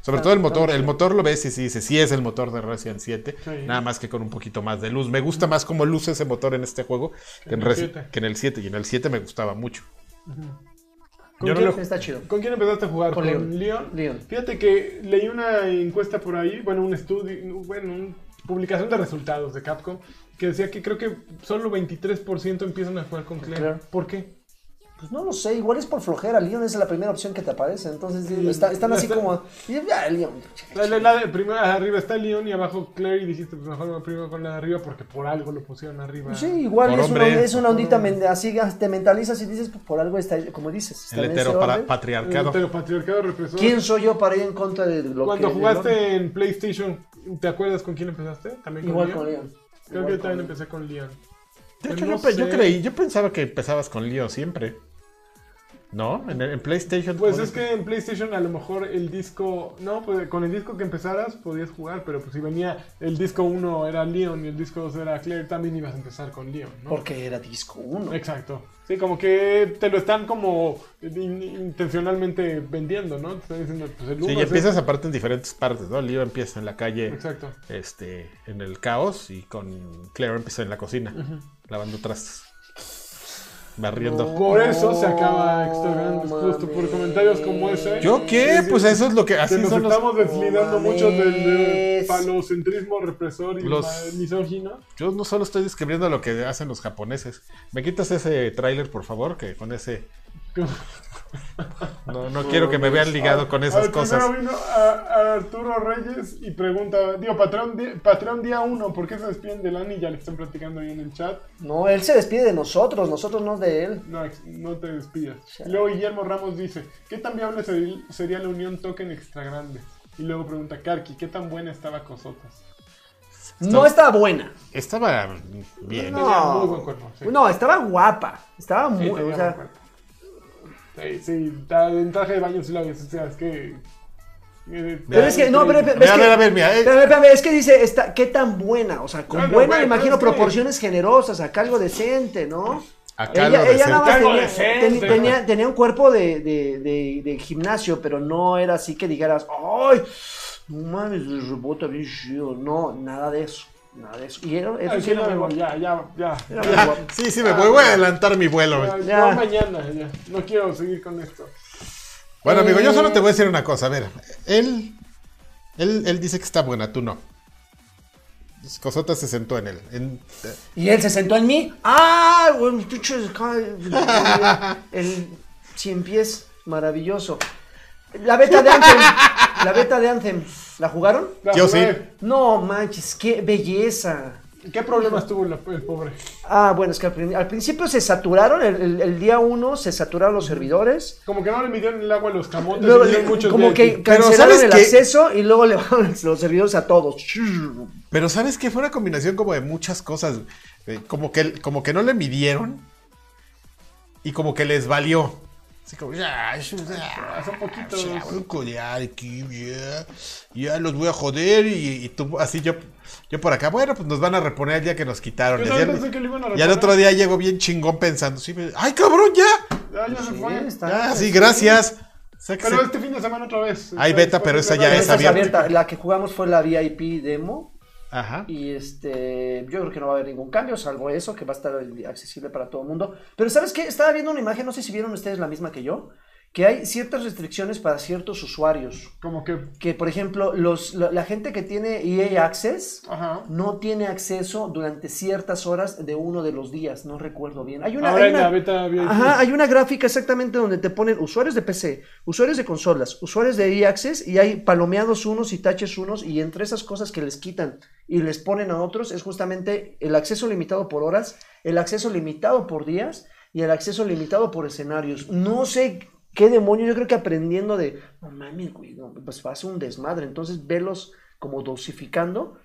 [SPEAKER 2] Sobre
[SPEAKER 3] Está-
[SPEAKER 2] todo el
[SPEAKER 3] está
[SPEAKER 2] motor.
[SPEAKER 3] muy
[SPEAKER 2] El
[SPEAKER 3] chido.
[SPEAKER 2] motor lo ves y sí dices, sí es el motor de Resident 7.
[SPEAKER 1] Sí.
[SPEAKER 2] Nada más que con un poquito más de luz. Me gusta más cómo luce ese motor en este juego que en,
[SPEAKER 1] en el
[SPEAKER 2] Resi-
[SPEAKER 1] 7.
[SPEAKER 2] que en el 7. Y en el 7 me gustaba mucho.
[SPEAKER 1] ¿Con
[SPEAKER 2] Yo no
[SPEAKER 1] quién-
[SPEAKER 2] lo-
[SPEAKER 3] Está chido.
[SPEAKER 1] ¿Con quién empezaste a jugar?
[SPEAKER 3] Con
[SPEAKER 1] ¿Con,
[SPEAKER 3] Leon.
[SPEAKER 1] Leon.
[SPEAKER 3] Leon.
[SPEAKER 1] Fíjate que leí una encuesta por ahí, bueno, un estudio, bueno, una publicación de resultados de Capcom, que decía que creo que solo 23% empiezan a jugar con Claire.
[SPEAKER 3] Claire.
[SPEAKER 1] ¿Por qué?
[SPEAKER 3] Pues no lo sé, igual es por flojera. Leon es la primera opción que te aparece. Entonces
[SPEAKER 1] Sí,
[SPEAKER 3] está- están así
[SPEAKER 1] está-
[SPEAKER 3] como. y ya, Leon.
[SPEAKER 1] La, la- la de primero arriba está Leon y abajo Claire y dijiste, pues mejor me primero con la de arriba porque por algo lo pusieron arriba.
[SPEAKER 3] Pues Sí, igual
[SPEAKER 2] Por
[SPEAKER 3] es una,
[SPEAKER 2] hombre.
[SPEAKER 3] es una ondita men- así, te mentalizas y dices, pues, por algo está, como dices, está
[SPEAKER 2] El
[SPEAKER 3] en ese
[SPEAKER 2] hetero para-
[SPEAKER 3] orden.
[SPEAKER 2] patriarcado.
[SPEAKER 1] Pero patriarcado represor.
[SPEAKER 3] ¿Quién soy yo para ir en contra de lo
[SPEAKER 1] Cuando
[SPEAKER 3] que...
[SPEAKER 1] jugaste en PlayStation, ¿te acuerdas con quién empezaste? También con
[SPEAKER 3] Igual
[SPEAKER 1] Leon.
[SPEAKER 3] con Leon.
[SPEAKER 1] Creo
[SPEAKER 3] Igual
[SPEAKER 1] que yo
[SPEAKER 3] con
[SPEAKER 1] también
[SPEAKER 3] Leon.
[SPEAKER 1] empecé con Leon.
[SPEAKER 2] De
[SPEAKER 1] Pues
[SPEAKER 2] hecho,
[SPEAKER 1] no
[SPEAKER 2] yo, pe- yo
[SPEAKER 1] sé.
[SPEAKER 2] creí, yo pensaba que empezabas con Leo siempre. ¿No? En, en PlayStation.
[SPEAKER 1] Pues
[SPEAKER 2] pones-
[SPEAKER 1] es que en PlayStation a lo mejor el disco, no, pues con el disco que empezaras podías jugar, pero pues si venía el disco 1 era Leon y el disco 2 era Claire, también ibas a empezar con Leon, ¿no?
[SPEAKER 3] Porque era disco 1.
[SPEAKER 1] Exacto. Sí, como que te lo están como in- intencionalmente vendiendo, ¿no? Te están diciendo, pues el uno
[SPEAKER 2] Sí, y
[SPEAKER 1] es
[SPEAKER 2] empiezas aparte en diferentes partes, ¿no? Leo empieza en la
[SPEAKER 1] este.
[SPEAKER 2] calle,
[SPEAKER 1] Exacto.
[SPEAKER 2] este, en el caos, y con Claire empieza en la cocina, lavando trastes. Barriendo.
[SPEAKER 1] Por eso se acaba Extravagantes,
[SPEAKER 3] No
[SPEAKER 1] justo por comentarios como ese.
[SPEAKER 2] ¿Yo qué?
[SPEAKER 1] Sí, sí.
[SPEAKER 2] Pues eso es lo que. Así
[SPEAKER 1] que nos
[SPEAKER 2] son los-
[SPEAKER 1] estamos deslindando
[SPEAKER 3] No
[SPEAKER 1] mucho del eh,
[SPEAKER 3] mames.
[SPEAKER 1] palocentrismo represor y
[SPEAKER 2] Los-
[SPEAKER 1] ma- misógino.
[SPEAKER 2] Yo no solo estoy describiendo lo que hacen los japoneses. ¿Me quitas ese tráiler, por favor? Que con ese. No, no quiero que me vean ligado con
[SPEAKER 1] A
[SPEAKER 2] esas
[SPEAKER 1] ver,
[SPEAKER 2] cosas.
[SPEAKER 1] Primero vino a, a Arturo Reyes y pregunta, digo, Patreon, di- Patreon día 1, ¿por qué se despiden de Lani? Ya le están platicando ahí en el chat.
[SPEAKER 3] No, él se despide de nosotros, nosotros no de él.
[SPEAKER 1] No, ex- no te despidas.
[SPEAKER 3] Chale.
[SPEAKER 1] Y Luego Guillermo Ramos dice, ¿qué tan viable seri- sería la unión token extra grande? Y luego pregunta Karki, ¿qué tan buena estaba Cosotas?
[SPEAKER 3] No estaba buena.
[SPEAKER 2] Estaba bien.
[SPEAKER 1] No. Tenía muy buen cuerpo, sí.
[SPEAKER 3] No, estaba guapa. Estaba muy.
[SPEAKER 1] tenía
[SPEAKER 3] o sea,
[SPEAKER 1] buen cuerpo. sí, sí, ta- en traje de baño sí la ves, o sea, es que... eh,
[SPEAKER 3] Pero
[SPEAKER 1] ta-
[SPEAKER 3] es que, no, pero, pero
[SPEAKER 2] A ver,
[SPEAKER 3] es
[SPEAKER 2] a
[SPEAKER 3] que,
[SPEAKER 2] ver, a ver, mira, eh.
[SPEAKER 3] Pero, pero, pero es que dice, está, ¿qué tan buena? O sea, con
[SPEAKER 1] Bueno,
[SPEAKER 3] buena,
[SPEAKER 1] güey,
[SPEAKER 3] me
[SPEAKER 1] pero
[SPEAKER 3] imagino,
[SPEAKER 1] es que- Pues,
[SPEAKER 3] proporciones generosas, acá algo decente, ¿no?
[SPEAKER 2] Acá
[SPEAKER 3] ella,
[SPEAKER 2] lo
[SPEAKER 3] ella nada más
[SPEAKER 1] Algo
[SPEAKER 3] tenía,
[SPEAKER 1] decente.
[SPEAKER 3] ten- tenía, tenía un cuerpo de, de, de, de gimnasio, pero no era así que dijeras, ¡ay! No mames, le rebota bien chido. No, nada de eso. Nada de eso. Y era, eso
[SPEAKER 1] Ay,
[SPEAKER 3] sí
[SPEAKER 1] ya me
[SPEAKER 3] era muy
[SPEAKER 1] voy, ya,
[SPEAKER 3] guapo.
[SPEAKER 1] ya, ya.
[SPEAKER 3] Era muy
[SPEAKER 2] Ya,
[SPEAKER 3] guapo.
[SPEAKER 2] sí, sí, me voy, voy a adelantar mi vuelo.
[SPEAKER 1] Ya,
[SPEAKER 3] Ya.
[SPEAKER 1] no, mañana, ya. No quiero seguir con esto.
[SPEAKER 2] Bueno, amigo, yo solo
[SPEAKER 3] Eh.
[SPEAKER 2] te voy a decir una cosa. A ver, él, él, él dice que está buena, tú no. Cosota se sentó en él. En-
[SPEAKER 3] Y él se sentó en mí. ¡Ah! güey, muchacho, acá, el- El cien pies maravilloso. La beta de Anthem. La beta de Anthem. ¿La jugaron?
[SPEAKER 1] La
[SPEAKER 2] Yo sí.
[SPEAKER 1] verdad,
[SPEAKER 3] No manches, qué belleza.
[SPEAKER 1] ¿Qué problemas tuvo la- el pobre?
[SPEAKER 3] Ah, bueno, es que al, prin- al principio se saturaron, el, el- el día uno se saturaron los servidores.
[SPEAKER 1] Como que no le midieron el agua a los camotes.
[SPEAKER 3] Luego,
[SPEAKER 1] y
[SPEAKER 3] le-
[SPEAKER 1] hay muchos
[SPEAKER 3] eh, como
[SPEAKER 1] de-
[SPEAKER 3] que
[SPEAKER 2] Pero
[SPEAKER 3] cancelaron
[SPEAKER 2] ¿sabes
[SPEAKER 3] el
[SPEAKER 2] qué?
[SPEAKER 3] acceso y luego [laughs] le bajaron los servidores a todos.
[SPEAKER 2] Pero sabes que fue una combinación como de muchas cosas. Eh, como, que, como que no le midieron y como que les valió. Así como, "Ah, ya, yo- ya,
[SPEAKER 1] Ah, son poquitos.
[SPEAKER 2] ya, voy a colear aquí, ya, ya los voy a joder. Y, y tú, así yo, yo por acá, bueno, pues nos van a reponer el día que nos quitaron.
[SPEAKER 1] Yo
[SPEAKER 2] el
[SPEAKER 1] también
[SPEAKER 2] día-
[SPEAKER 1] pensé que lo iban a
[SPEAKER 2] Y al
[SPEAKER 1] reparar.
[SPEAKER 2] otro día llego bien chingón pensando, sí, me- ay cabrón, ya,
[SPEAKER 1] Ah, ya se
[SPEAKER 3] Sí,
[SPEAKER 1] fue.
[SPEAKER 3] está-
[SPEAKER 2] ya, sí, gracias. O sea que
[SPEAKER 1] Pero
[SPEAKER 2] se-
[SPEAKER 1] este fin de semana otra vez.
[SPEAKER 2] Hay beta, pero esa ya
[SPEAKER 3] Esa
[SPEAKER 2] es
[SPEAKER 3] es
[SPEAKER 2] abierta.
[SPEAKER 3] abierta. La que jugamos fue la VIP demo.
[SPEAKER 2] Ajá.
[SPEAKER 3] Y este, yo creo que no va a haber ningún cambio, salvo eso, que va a estar accesible para todo el mundo. Pero ¿sabes qué? Estaba viendo una imagen, no sé si vieron ustedes la misma que yo, que hay ciertas restricciones para ciertos usuarios.
[SPEAKER 1] Como que.
[SPEAKER 3] Que, por ejemplo, los, la, la gente que tiene EA Access
[SPEAKER 1] Ajá.
[SPEAKER 3] no tiene acceso durante ciertas horas de uno de los días, no recuerdo bien. Hay una,
[SPEAKER 1] Ahora
[SPEAKER 3] hay
[SPEAKER 1] en
[SPEAKER 3] una-
[SPEAKER 1] la beta VIP.
[SPEAKER 3] Ajá, hay una gráfica exactamente donde te ponen usuarios de PC, usuarios de consolas, usuarios de e-access y hay palomeados unos y taches unos y entre esas cosas que les quitan y les ponen a otros es justamente el acceso limitado por horas, el acceso limitado por días y el acceso limitado por escenarios. No sé qué demonio, yo creo que aprendiendo de, no mames, güey, no, pues va a ser un desmadre, entonces velos como dosificando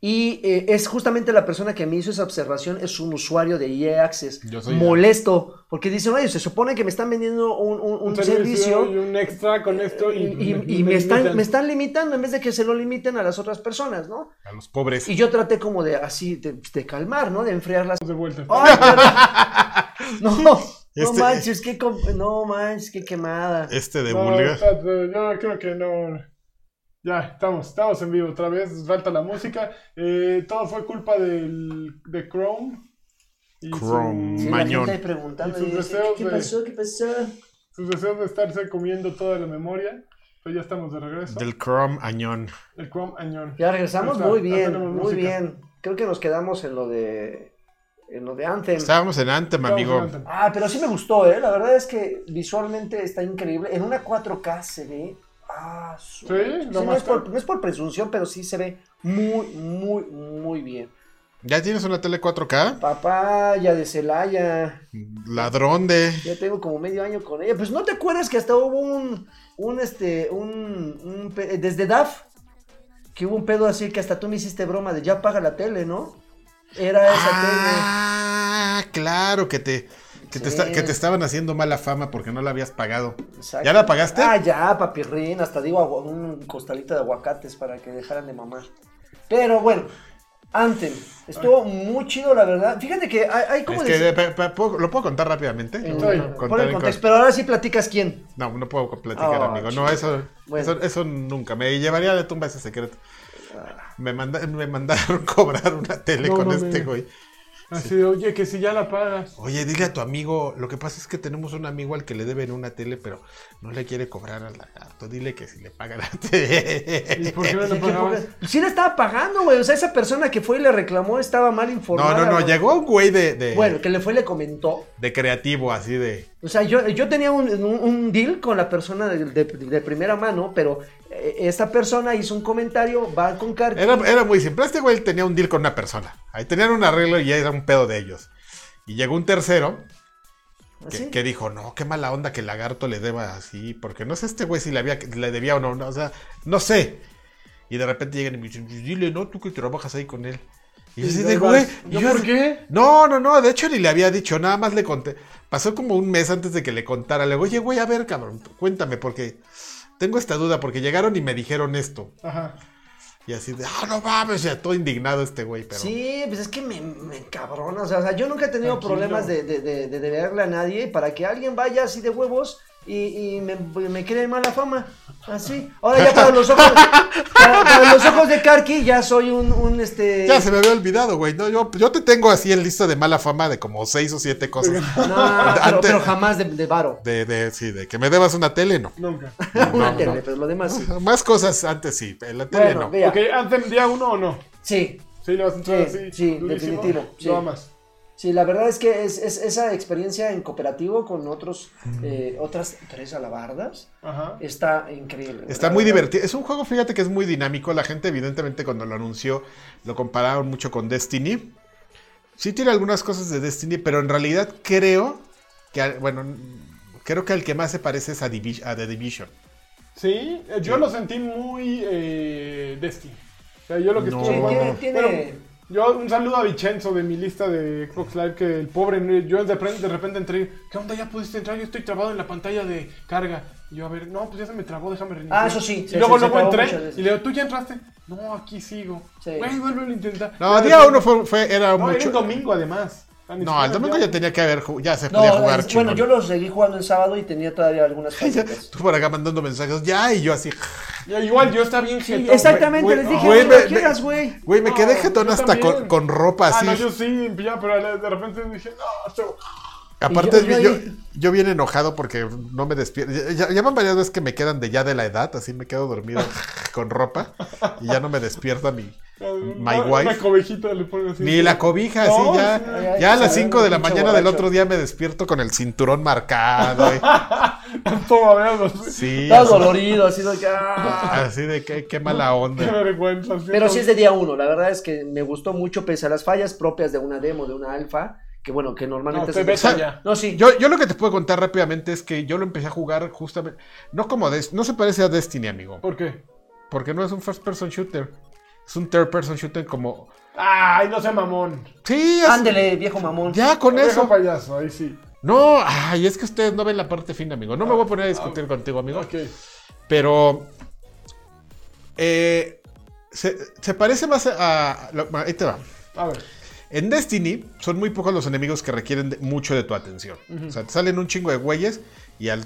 [SPEAKER 3] y eh, es justamente la persona que me hizo esa observación, es un usuario de EA Access.
[SPEAKER 2] Yo soy-
[SPEAKER 3] molesto, porque dicen, oye, se supone que me están vendiendo un, un- un
[SPEAKER 1] Un
[SPEAKER 3] servicio,
[SPEAKER 1] servicio y un extra con esto. Y,
[SPEAKER 3] y, y- y me, están, me están limitando en vez de que se lo limiten a las otras personas, ¿no?
[SPEAKER 2] A los pobres.
[SPEAKER 3] Y yo traté como de así, de, de calmar, ¿no? De enfriar las...
[SPEAKER 1] De vuelta.
[SPEAKER 2] [laughs]
[SPEAKER 3] ¡Ay, pero- no, no
[SPEAKER 2] Este-
[SPEAKER 3] manches, qué... com- No manches, qué quemada.
[SPEAKER 2] Este de
[SPEAKER 1] No,
[SPEAKER 2] vulgar.
[SPEAKER 1] está- no, creo que no. Ya, estamos, estamos en vivo otra vez. Falta la música. Eh, todo fue culpa del, de Chrome. y su-
[SPEAKER 2] Chrome.
[SPEAKER 3] Sí, la
[SPEAKER 2] Mañón.
[SPEAKER 3] gente ahí preguntando,
[SPEAKER 1] Y sus
[SPEAKER 3] y dice,
[SPEAKER 1] deseos
[SPEAKER 3] ¿qué
[SPEAKER 1] de-
[SPEAKER 3] pasó? ¿Qué pasó?
[SPEAKER 1] sus deseos de estarse comiendo toda la memoria. Pero ya estamos de regreso.
[SPEAKER 2] Del Chrome Añón.
[SPEAKER 1] El Chrome Añón.
[SPEAKER 3] Ya regresamos
[SPEAKER 1] Ya está,
[SPEAKER 3] muy
[SPEAKER 1] ya
[SPEAKER 3] bien,
[SPEAKER 1] tenemos
[SPEAKER 3] muy
[SPEAKER 1] música.
[SPEAKER 3] bien. Creo que nos quedamos en lo de en lo de Anthem.
[SPEAKER 2] Estábamos en Anthem, amigo.
[SPEAKER 3] Ah, pero sí me gustó, ¿eh? La verdad es que visualmente está increíble. En una 4K se ve. Ah, su-
[SPEAKER 1] Sí, lo
[SPEAKER 3] no,
[SPEAKER 1] más
[SPEAKER 3] es por, no es por presunción, pero sí se ve muy, muy, muy bien.
[SPEAKER 2] ¿Ya tienes una tele 4K?
[SPEAKER 3] Papaya de Celaya.
[SPEAKER 2] Ladrón de.
[SPEAKER 3] Ya tengo como medio año con ella. Pues no te acuerdas que hasta hubo un. Un este. Un. un pe- desde DAF. Que hubo un pedo así que hasta tú me hiciste broma de ya paga la tele, ¿no? Era esa
[SPEAKER 2] Ah, claro, que te, que, te
[SPEAKER 3] Sí.
[SPEAKER 2] esta- que te estaban haciendo mala fama porque no la habías pagado.
[SPEAKER 3] tele. Exacto.
[SPEAKER 2] ¿Ya la pagaste?
[SPEAKER 3] Ah, ya, papirrín. Hasta digo agua- un costalito de aguacates para que dejaran de mamar. Pero bueno. Anthem. Estuvo muy chido, la verdad. Fíjate que hay, hay como.
[SPEAKER 2] Es que,
[SPEAKER 3] decir-
[SPEAKER 2] pe- pe- ¿puedo- ¿Lo puedo contar rápidamente?
[SPEAKER 3] en-
[SPEAKER 2] No,
[SPEAKER 1] Estoy-
[SPEAKER 2] no,
[SPEAKER 3] pon
[SPEAKER 2] contar
[SPEAKER 3] el
[SPEAKER 2] en
[SPEAKER 3] contexto.
[SPEAKER 2] cosas.
[SPEAKER 3] Pero ahora sí platicas quién.
[SPEAKER 2] No, no puedo platicar,
[SPEAKER 3] Oh,
[SPEAKER 2] amigo. No,
[SPEAKER 3] chido.
[SPEAKER 2] eso,
[SPEAKER 3] Bueno.
[SPEAKER 2] eso, eso nunca. Me llevaría a la tumba ese secreto.
[SPEAKER 3] Ah.
[SPEAKER 2] Me, manda- me mandaron [laughs] cobrar una tele
[SPEAKER 1] No,
[SPEAKER 2] con
[SPEAKER 1] no,
[SPEAKER 2] este
[SPEAKER 1] no.
[SPEAKER 2] güey.
[SPEAKER 1] Así de, oye, que si ya la pagas.
[SPEAKER 2] Oye, dile a tu amigo, lo que pasa es que tenemos un amigo al que le deben una tele, pero no le quiere cobrar al lagarto. Dile que si le paga la [laughs]
[SPEAKER 1] ¿Y
[SPEAKER 2] tele.
[SPEAKER 1] por qué no
[SPEAKER 3] [laughs] Sí,
[SPEAKER 1] la
[SPEAKER 3] qué
[SPEAKER 1] pagabas?
[SPEAKER 3] poca- sí la estaba pagando, güey. O sea, esa persona que fue y le reclamó estaba mal
[SPEAKER 2] No,
[SPEAKER 3] informada.
[SPEAKER 2] no, no,
[SPEAKER 3] güey.
[SPEAKER 2] llegó eh. un güey de, de,
[SPEAKER 3] Bueno, que le fue y le comentó.
[SPEAKER 2] de creativo, así de...
[SPEAKER 3] O sea, yo, yo tenía un, un- un deal con la persona de, de- de primera mano, pero eh, esta persona hizo un comentario, va con Karki.
[SPEAKER 2] Era, era muy simple. Este güey tenía un deal con una persona. Ahí tenían un arreglo y ya era un pedo de ellos. Y llegó un tercero
[SPEAKER 1] ¿Ah,
[SPEAKER 2] que,
[SPEAKER 3] así.
[SPEAKER 2] que dijo, no, qué mala onda que el lagarto le deba así, porque no sé este güey si le, había, le debía o no, no, o sea, no sé. Y de repente llegan y me dicen, "Pues dile, ¿no? Tú que trabajas ahí con él. Y yo así de,
[SPEAKER 1] ahí
[SPEAKER 2] güey,
[SPEAKER 1] vas.
[SPEAKER 2] y
[SPEAKER 1] ¿Yo
[SPEAKER 2] yo
[SPEAKER 1] por
[SPEAKER 2] así-
[SPEAKER 1] qué?
[SPEAKER 2] No, no, no, de hecho ni le había dicho, nada más le conté. Pasó como un mes antes de que le contara. Le digo, oye, güey, a ver, cabrón, cuéntame, porque tengo esta duda, porque llegaron y me dijeron esto.
[SPEAKER 1] Ajá.
[SPEAKER 2] Y así de, ah, no mames, ya todo indignado este güey, pero.
[SPEAKER 3] Sí, pues es que me, me cabrona. O sea, o sea, yo nunca he tenido
[SPEAKER 1] Tranquilo.
[SPEAKER 3] problemas de, de, de- de deberle a nadie para que alguien vaya así de huevos y, y me, me cree mala fama. Así. Ahora ya para los
[SPEAKER 2] [laughs]
[SPEAKER 3] ojos, para, para los ojos de Karki ya soy un, un, este.
[SPEAKER 2] Ya se me había olvidado, güey. No, yo, yo te tengo así en lista de mala fama de como seis o siete cosas.
[SPEAKER 3] No, pero,
[SPEAKER 2] [laughs] Antes-
[SPEAKER 3] pero jamás de, de varo.
[SPEAKER 2] De, de, sí, de que me debas una tele, no.
[SPEAKER 1] Nunca.
[SPEAKER 3] Una tele, pero lo demás sí.
[SPEAKER 2] Más cosas antes sí, en la tele
[SPEAKER 3] Bueno,
[SPEAKER 2] no.
[SPEAKER 3] ve- Ya.
[SPEAKER 1] Ok, Anthem día uno o no.
[SPEAKER 3] Sí,
[SPEAKER 1] Sí, le vas a entrar
[SPEAKER 3] Sí,
[SPEAKER 1] así.
[SPEAKER 3] sí,
[SPEAKER 1] durísimo.
[SPEAKER 3] definitivo, sí.
[SPEAKER 1] Lo amas.
[SPEAKER 3] sí, la verdad es que es, es- esa experiencia en cooperativo con otros, eh,
[SPEAKER 2] Mm.
[SPEAKER 3] otras tres alabardas
[SPEAKER 1] Ajá.
[SPEAKER 3] está increíble.
[SPEAKER 2] Está muy divertido. Es un juego, fíjate que es muy dinámico. La gente, evidentemente, cuando lo anunció, lo compararon mucho con Destiny. Sí tiene algunas cosas de Destiny, pero en realidad creo que, al- bueno, creo que al que más se parece es a, Divi- a The Division.
[SPEAKER 1] Sí, eh, yo lo sentí muy eh, Destiny. O sea, yo lo que
[SPEAKER 2] No.
[SPEAKER 1] estuve
[SPEAKER 3] Sí,
[SPEAKER 1] jugando-
[SPEAKER 3] tiene, tiene-
[SPEAKER 1] Bueno, yo un saludo a Vicenzo de mi lista de Xbox Live, que el pobre, no- yo de repente, de repente entré, ¿qué onda? Ya pudiste entrar, yo estoy trabado en la pantalla de carga. Y yo, a ver, no, pues ya se me trabó, déjame reiniciar.
[SPEAKER 3] Ah, eso sí,
[SPEAKER 1] Y
[SPEAKER 3] sí,
[SPEAKER 1] luego,
[SPEAKER 3] sí,
[SPEAKER 1] luego
[SPEAKER 3] se trabó muchas
[SPEAKER 1] entré
[SPEAKER 3] veces.
[SPEAKER 1] y le digo, ¿tú ya entraste? No, aquí sigo.
[SPEAKER 3] Sí.
[SPEAKER 1] Güey, vuelve a intentar.
[SPEAKER 2] No,
[SPEAKER 1] Ya
[SPEAKER 2] día
[SPEAKER 1] después-
[SPEAKER 2] uno fue, fue- era
[SPEAKER 1] No, era
[SPEAKER 2] mucho.
[SPEAKER 1] el domingo además. Ah, ni
[SPEAKER 2] No,
[SPEAKER 1] siquiera
[SPEAKER 2] el domingo ya tenía que haber, ju- ya se
[SPEAKER 3] No,
[SPEAKER 2] podía jugar.
[SPEAKER 3] es- bueno,
[SPEAKER 2] chingón.
[SPEAKER 3] yo lo seguí jugando el sábado y tenía todavía algunas facetas.
[SPEAKER 2] [laughs] Tú por acá mandando mensajes, ya, y yo así.
[SPEAKER 1] Ya, igual, yo estaba bien jetón, güey.
[SPEAKER 3] Exactamente,
[SPEAKER 2] Güey,
[SPEAKER 3] les dije,
[SPEAKER 2] güey,
[SPEAKER 3] no lo
[SPEAKER 2] me-
[SPEAKER 3] quieras,
[SPEAKER 2] me-
[SPEAKER 3] güey.
[SPEAKER 2] Güey, me
[SPEAKER 1] No,
[SPEAKER 2] quedé jetón
[SPEAKER 1] yo
[SPEAKER 2] hasta con,
[SPEAKER 1] también.
[SPEAKER 2] con ropa
[SPEAKER 1] Ah,
[SPEAKER 2] así.
[SPEAKER 1] no, yo sí, en pijama, pero de repente dije, no, se-
[SPEAKER 2] Aparte,
[SPEAKER 3] Y yo-
[SPEAKER 2] yo,
[SPEAKER 3] yo-
[SPEAKER 2] yo bien enojado porque no me despierto. Ya, ya- ya van varias veces que me quedan de ya de la edad, así me quedo
[SPEAKER 1] [laughs]
[SPEAKER 2] dormido con ropa y ya no me despierta mi, my
[SPEAKER 1] Una- Una
[SPEAKER 2] wife.
[SPEAKER 1] cobejita le ponen así.
[SPEAKER 2] Ni la cobija,
[SPEAKER 1] No,
[SPEAKER 2] así
[SPEAKER 1] sí,
[SPEAKER 2] ya.
[SPEAKER 3] hay
[SPEAKER 2] Ya a
[SPEAKER 3] que
[SPEAKER 2] las
[SPEAKER 3] saber,
[SPEAKER 2] 5 de la
[SPEAKER 3] pinche
[SPEAKER 2] mañana del
[SPEAKER 3] borracho.
[SPEAKER 2] otro día me despierto con el cinturón marcado.
[SPEAKER 1] [laughs]
[SPEAKER 2] y-
[SPEAKER 1] [laughs] Toma, veanlo. Sí.
[SPEAKER 2] sí,
[SPEAKER 3] Estaba
[SPEAKER 2] así,
[SPEAKER 3] dolorido, así de que, ah.
[SPEAKER 2] así de qué, qué mala
[SPEAKER 1] Qué
[SPEAKER 2] onda.
[SPEAKER 1] vergüenza.
[SPEAKER 3] Pero sí es de día uno, la verdad es que me gustó mucho, pese a las fallas propias de una demo, de una alfa, que bueno, que normalmente...
[SPEAKER 1] No,
[SPEAKER 3] se-
[SPEAKER 1] te besa
[SPEAKER 2] O
[SPEAKER 1] ya.
[SPEAKER 3] No, sí,
[SPEAKER 2] Yo, yo lo que te puedo contar rápidamente es que yo lo empecé a jugar justamente. No como Des- no se parece a Destiny, amigo.
[SPEAKER 1] ¿Por qué?
[SPEAKER 2] Porque no es un first person shooter. Es un third person shooter como.
[SPEAKER 1] Ay, no sea mamón.
[SPEAKER 2] Sí, es-
[SPEAKER 3] ándele, viejo mamón.
[SPEAKER 2] ya con
[SPEAKER 1] Dejo
[SPEAKER 2] eso.
[SPEAKER 1] payaso, ahí sí.
[SPEAKER 2] No, ay, es que ustedes no ven la parte fina, amigo. No me voy a poner a discutir contigo, amigo.
[SPEAKER 1] Ok.
[SPEAKER 2] Pero. eh, se, se parece más a. a lo- ahí te va.
[SPEAKER 1] A ver.
[SPEAKER 2] En Destiny son muy pocos los enemigos que requieren de- mucho de tu atención. O sea, te salen un chingo de güeyes y al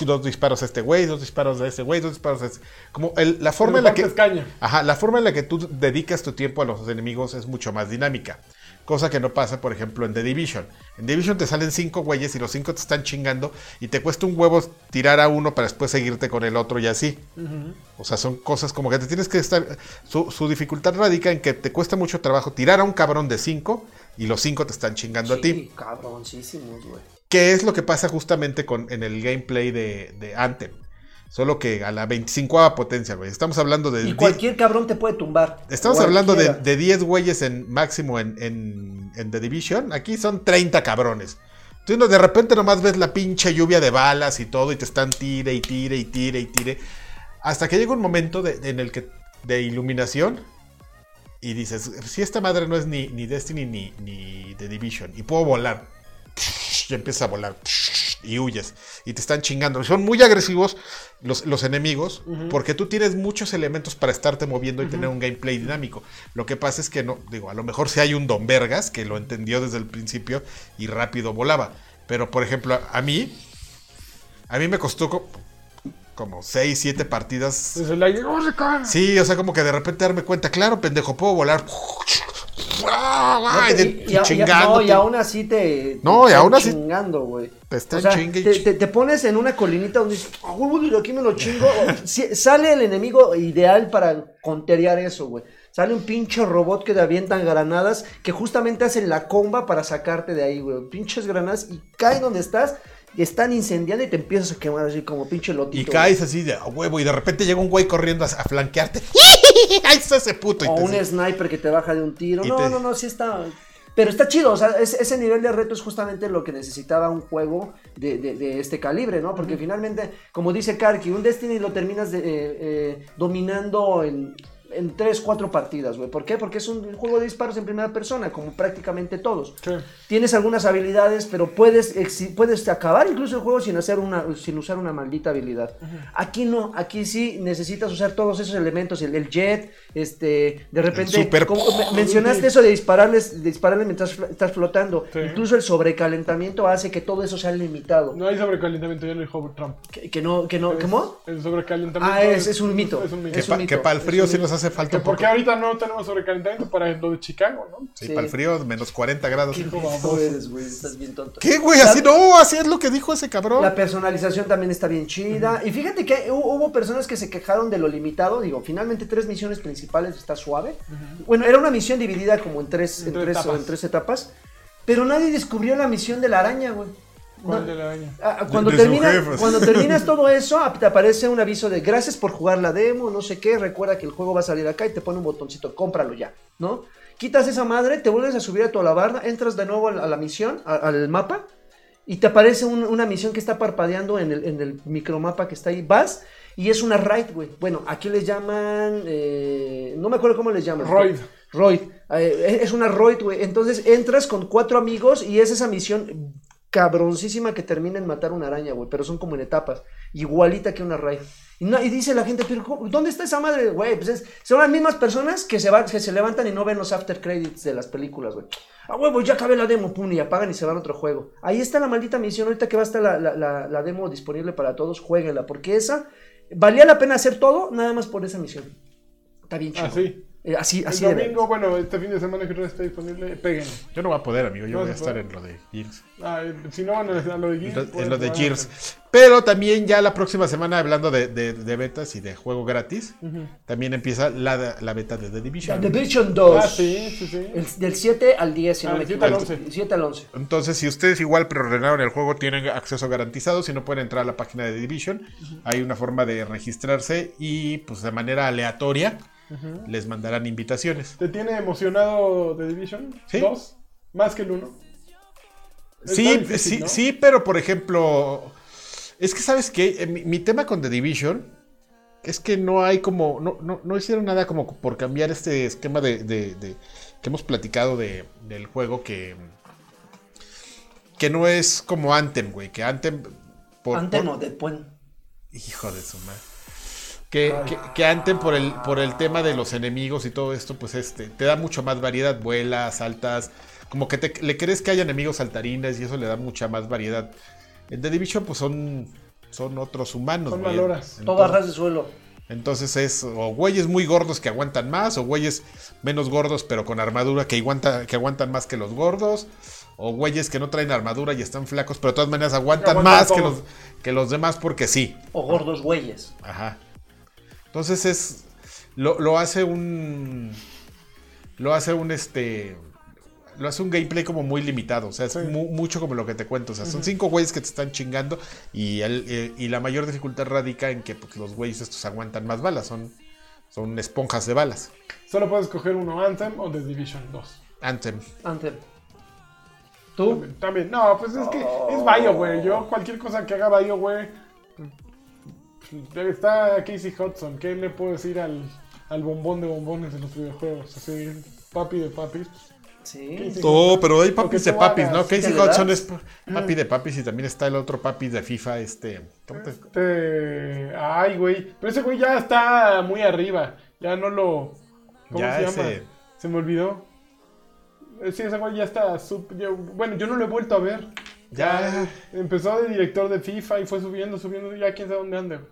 [SPEAKER 2] dos disparos a este güey, dos disparos a ese güey, dos disparos a ese. Como el- la forma en la que
[SPEAKER 1] Repartes caña.
[SPEAKER 2] Ajá, la forma en la que tú dedicas tu tiempo a los enemigos es mucho más dinámica. Cosa que no pasa, por ejemplo, en The Division. En The Division te salen cinco güeyes y los cinco te están chingando y te cuesta un huevo tirar a uno para después seguirte con el otro y así. O sea, son cosas como que te tienes que estar. Su, su dificultad radica en que te cuesta mucho trabajo tirar a un cabrón de 5 y los cinco te están chingando a ti.
[SPEAKER 3] Sí, cabroncísimos, güey.
[SPEAKER 2] ¿Qué es lo que pasa justamente con, en el gameplay de, de Anthem? Solo que a la 25 potencia, güey. Estamos hablando de.
[SPEAKER 3] Y
[SPEAKER 2] die-
[SPEAKER 3] cualquier cabrón te puede tumbar.
[SPEAKER 2] Estamos hablando de,
[SPEAKER 3] Cualquiera.
[SPEAKER 2] de 10 güeyes en máximo en, en, en The Division. Aquí son 30 cabrones. Tú no- de repente nomás ves la pinche lluvia de balas y todo y te están tire y tire y tire y tire. Hasta que llega un momento de- en el que de iluminación y dices, si esta madre no es ni, ni Destiny ni, ni The Division y puedo volar. Y empiezas a volar y huyes y te están chingando. Son muy agresivos los, los enemigos
[SPEAKER 3] Ujú.
[SPEAKER 2] porque tú tienes muchos elementos para estarte moviendo y tener un gameplay dinámico. Lo que pasa es que no, digo, a lo mejor si hay un Don Vergas que lo entendió desde el principio y rápido volaba. Pero por ejemplo, a, a mí, a mí me costó co- como 6, 7 partidas
[SPEAKER 1] Entonces el aire, ¡oh, se cae!
[SPEAKER 2] Sí, o sea, como que de repente darme cuenta, claro, pendejo, puedo volar. Ay,
[SPEAKER 3] No,
[SPEAKER 2] de-
[SPEAKER 3] y- y- y-
[SPEAKER 2] chingándote.
[SPEAKER 3] No, y aún así te.
[SPEAKER 2] No,
[SPEAKER 3] te
[SPEAKER 2] y aún
[SPEAKER 3] están
[SPEAKER 2] así-
[SPEAKER 3] Chingando, güey.
[SPEAKER 2] Te están
[SPEAKER 3] O sea,
[SPEAKER 2] chingue y
[SPEAKER 3] te,
[SPEAKER 2] chi-
[SPEAKER 3] te- te pones en una colinita donde dices, "Ah, güey, güey, aquí me lo chingo. Si- sale el enemigo ideal para conterear eso, güey. Sale un pinche robot que te avientan granadas que justamente hacen la comba para sacarte de ahí, güey. Pinches granadas y cae donde estás, y están incendiando y te empiezas a quemar así como pinche lotito.
[SPEAKER 2] Y
[SPEAKER 3] güey.
[SPEAKER 2] caes así de a huevo y de repente llega un güey corriendo a, a flanquearte. [laughs] Ahí está ese puto. Y
[SPEAKER 3] O
[SPEAKER 2] te-
[SPEAKER 3] un sniper que te baja de un tiro.
[SPEAKER 2] Y
[SPEAKER 3] No,
[SPEAKER 2] te-
[SPEAKER 3] no, no, sí está. Pero está chido, o sea, es- ese nivel de reto es justamente lo que necesitaba un juego de, de- de este calibre, ¿no? Porque finalmente, como dice Karki, un Destiny lo terminas de- eh, eh, dominando en, en tres, cuatro partidas, güey. ¿Por qué? Porque es un juego de disparos en primera persona, como prácticamente todos.
[SPEAKER 1] Sí.
[SPEAKER 3] Tienes algunas habilidades, pero puedes, exi- puedes acabar incluso el juego sin, hacer una, sin usar una maldita habilidad. Aquí no, aquí sí necesitas usar todos esos elementos, el, el jet, este, de repente,
[SPEAKER 2] super-
[SPEAKER 3] como me- mencionaste eso de dispararles, de dispararles mientras fl- estás flotando,
[SPEAKER 1] Sí.
[SPEAKER 3] incluso el sobrecalentamiento hace que todo eso sea limitado,
[SPEAKER 1] No hay sobrecalentamiento, ya lo dijo Trump.
[SPEAKER 3] que, que no, que no,
[SPEAKER 1] Es-
[SPEAKER 3] ¿cómo?
[SPEAKER 1] El sobrecalentamiento.
[SPEAKER 3] Ah, es- es un mito.
[SPEAKER 1] Es un mito.
[SPEAKER 2] que
[SPEAKER 3] es un
[SPEAKER 2] pa-
[SPEAKER 3] mito,
[SPEAKER 2] que para el
[SPEAKER 3] es
[SPEAKER 2] frío
[SPEAKER 3] un
[SPEAKER 2] sí
[SPEAKER 3] mito.
[SPEAKER 2] nos hace falta
[SPEAKER 1] Que
[SPEAKER 2] un poco.
[SPEAKER 1] porque ahorita no tenemos sobrecalentamiento para lo de Chicago, ¿no?
[SPEAKER 2] Sí,
[SPEAKER 3] Sí.
[SPEAKER 2] para el frío, menos 40 grados.
[SPEAKER 1] Qué
[SPEAKER 3] Hijo
[SPEAKER 1] baboso.
[SPEAKER 3] eres, güey, estás bien tonto.
[SPEAKER 2] ¿Qué, güey? Así no, así es lo que dijo ese cabrón.
[SPEAKER 3] La personalización también está bien chida. Y fíjate que hu- hubo personas que se quejaron de lo limitado. Digo, finalmente tres misiones principales está suave. Bueno, era una misión dividida como en tres,
[SPEAKER 1] En
[SPEAKER 3] en
[SPEAKER 1] tres
[SPEAKER 3] tres, o
[SPEAKER 1] etapas.
[SPEAKER 3] en tres etapas. Pero nadie descubrió la misión de la araña, güey.
[SPEAKER 1] ¿Cuál
[SPEAKER 3] No.
[SPEAKER 1] de la araña?
[SPEAKER 3] Ah, ah, cuando,
[SPEAKER 2] de su
[SPEAKER 3] termina-
[SPEAKER 2] jefe.
[SPEAKER 3] cuando
[SPEAKER 2] [laughs]
[SPEAKER 3] terminas todo eso, ap- te aparece un aviso de gracias por jugar la demo, no sé qué, recuerda que el juego va a salir acá y te pone un botoncito, cómpralo ya, ¿no? Quitas esa madre, te vuelves a subir a tu alabarda, entras de nuevo a la, a la misión, a- al mapa, y te aparece un- una misión que está parpadeando en el, en el micromapa que está ahí, vas, y es una raid, güey. Bueno, aquí les llaman, eh, no me acuerdo cómo les llaman.
[SPEAKER 1] Roid.
[SPEAKER 3] Roid. Eh, es una Roid, güey. Entonces entras con cuatro amigos y es esa misión cabroncísima que termina en matar una araña, güey. Pero son como en etapas. Igualita que una Raid. Y, no- y dice la gente, pero ¿cómo- ¿dónde está esa madre, güey? Pues es- son las mismas personas que se, van, que se levantan y no ven los after credits de las películas, güey. Ah, huevo, ya acabé la demo, pum, y apagan y se van a otro juego. Ahí está la maldita misión. Ahorita que va a estar la, la- la- la demo disponible para todos, jueguenla. Porque esa, valía la pena hacer todo nada más por esa misión. Está bien chido.
[SPEAKER 1] Ah, sí.
[SPEAKER 3] Eh, así,
[SPEAKER 1] El
[SPEAKER 3] así de
[SPEAKER 1] domingo, bueno, este fin de semana que no está disponible, peguen.
[SPEAKER 2] Yo no voy a poder, amigo. Yo
[SPEAKER 1] No
[SPEAKER 2] voy a
[SPEAKER 1] se
[SPEAKER 2] estar
[SPEAKER 1] puede.
[SPEAKER 2] en lo de Gears.
[SPEAKER 1] Ah, eh, si no van a a lo de
[SPEAKER 2] En
[SPEAKER 1] Gears. pues,
[SPEAKER 2] lo,
[SPEAKER 1] pueden
[SPEAKER 2] en lo de
[SPEAKER 1] jugar.
[SPEAKER 2] Gears. Pero también ya la próxima semana, hablando de, de- de betas y de juego gratis,
[SPEAKER 1] Ujú.
[SPEAKER 2] también empieza la, la beta de The
[SPEAKER 3] The
[SPEAKER 2] Division.
[SPEAKER 3] Division 2.
[SPEAKER 1] Ah, sí, sí, sí.
[SPEAKER 3] El- del 7 al 10, si
[SPEAKER 1] Ah,
[SPEAKER 3] no me
[SPEAKER 1] del 7 al
[SPEAKER 3] equivoco.
[SPEAKER 1] 11.
[SPEAKER 3] Del 7 al 11.
[SPEAKER 2] Entonces, si ustedes igual preordenaron el juego, tienen acceso garantizado. Si no pueden entrar a la página de The Division, hay una forma de registrarse y, pues, de manera aleatoria les mandarán invitaciones.
[SPEAKER 1] ¿Te tiene emocionado The Division
[SPEAKER 2] Sí.
[SPEAKER 1] 2? Más que el 1. Está
[SPEAKER 2] Sí,
[SPEAKER 1] difícil,
[SPEAKER 2] sí,
[SPEAKER 1] ¿no?
[SPEAKER 2] sí, pero por ejemplo, es que sabes que mi, mi tema con The Division es que no hay como, no, no, no hicieron nada como por cambiar este esquema de, de- de- que hemos platicado de- del juego que que no es como Anthem, güey, que Anthem por,
[SPEAKER 3] Antes no,
[SPEAKER 2] por-
[SPEAKER 3] después.
[SPEAKER 2] hijo de su madre. Que, que, que Anthem por el, por el tema de los enemigos y todo esto, pues este, te da mucho más variedad, vuelas, saltas, como que te- le crees que hay enemigos saltarines y eso le da mucha más variedad. En The Division pues son, son otros humanos.
[SPEAKER 1] Son
[SPEAKER 2] güey.
[SPEAKER 1] valoras.
[SPEAKER 2] Entonces-
[SPEAKER 3] Todo a ras de suelo.
[SPEAKER 2] entonces es o güeyes muy gordos que aguantan más, o güeyes menos gordos pero con armadura que, aguanta- que aguantan más que los gordos, o güeyes que no traen armadura y están flacos, pero de todas maneras aguantan,
[SPEAKER 1] Aguantan
[SPEAKER 2] más que
[SPEAKER 1] todo.
[SPEAKER 2] los, que los demás porque sí.
[SPEAKER 3] O gordos güeyes.
[SPEAKER 2] Ajá. Entonces es. Lo, lo hace un. Lo hace un este. lo hace un gameplay como muy limitado. O sea, es mu- mucho como lo que te cuento. O sea, son cinco güeyes que te están chingando y, el- eh, y la mayor dificultad radica en que pues, los güeyes estos aguantan más balas. Son, son esponjas de balas.
[SPEAKER 1] Solo puedes escoger uno Anthem o The Division 2.
[SPEAKER 2] Anthem.
[SPEAKER 3] Anthem. ¿Tú?
[SPEAKER 1] También, también. no, pues es que
[SPEAKER 3] Oh.
[SPEAKER 1] es BioWare. Yo cualquier cosa que haga BioWare pues, está Casey Hudson. ¿Qué le puedo decir al, al bombón de bombones de los videojuegos? Así, papi de papis. pues,
[SPEAKER 3] Sí.
[SPEAKER 2] No, Oh, pero hay
[SPEAKER 1] Lo que
[SPEAKER 2] papis de
[SPEAKER 1] tú
[SPEAKER 2] papis,
[SPEAKER 1] hagas,
[SPEAKER 2] ¿no?
[SPEAKER 3] ¿sí
[SPEAKER 2] Casey
[SPEAKER 3] te le das?
[SPEAKER 2] Hudson es pa- papi de papis y también está el otro papi de FIFA, este... ¿cómo te-
[SPEAKER 1] Este, ay, güey. Pero ese güey ya está muy arriba. Ya no lo. ¿Cómo
[SPEAKER 2] Ya
[SPEAKER 1] se
[SPEAKER 2] ese-
[SPEAKER 1] llama? Se me olvidó. Eh, Sí, ese güey ya está. sup- ya- bueno, yo no lo he vuelto a ver.
[SPEAKER 3] Ah,
[SPEAKER 2] Ya.
[SPEAKER 1] Empezó de director de FIFA y fue subiendo, subiendo. Ya quién sabe dónde anda.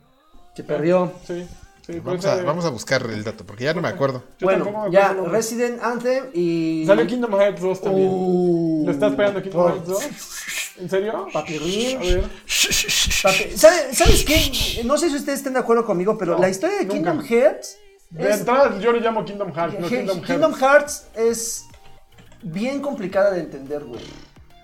[SPEAKER 3] Se perdió.
[SPEAKER 1] Sí, sí.
[SPEAKER 2] Vamos
[SPEAKER 1] pues,
[SPEAKER 2] a,
[SPEAKER 1] eh,
[SPEAKER 2] vamos a buscar el dato, porque ya no me acuerdo.
[SPEAKER 1] yo tampoco
[SPEAKER 3] bueno,
[SPEAKER 1] me
[SPEAKER 3] ya,
[SPEAKER 1] acuerdo el nombre.
[SPEAKER 3] Resident Anthem y.
[SPEAKER 1] Salió Kingdom Hearts 2 también.
[SPEAKER 3] Uh,
[SPEAKER 1] ¿Le estás pegando a Kingdom
[SPEAKER 3] por-
[SPEAKER 1] Hearts 2?
[SPEAKER 2] [laughs]
[SPEAKER 1] ¿En serio?
[SPEAKER 3] Papirrín.
[SPEAKER 1] A ver.
[SPEAKER 3] Papi- ¿sabe- ¿Sabes qué? No sé si ustedes estén de acuerdo conmigo, pero
[SPEAKER 1] No,
[SPEAKER 3] la historia de
[SPEAKER 1] nunca.
[SPEAKER 3] Kingdom Hearts.
[SPEAKER 1] De
[SPEAKER 3] Es,
[SPEAKER 1] entrada, yo le llamo Kingdom Hearts, no
[SPEAKER 3] He-
[SPEAKER 1] Kingdom Hearts.
[SPEAKER 3] Kingdom Hearts es bien complicada de entender, güey.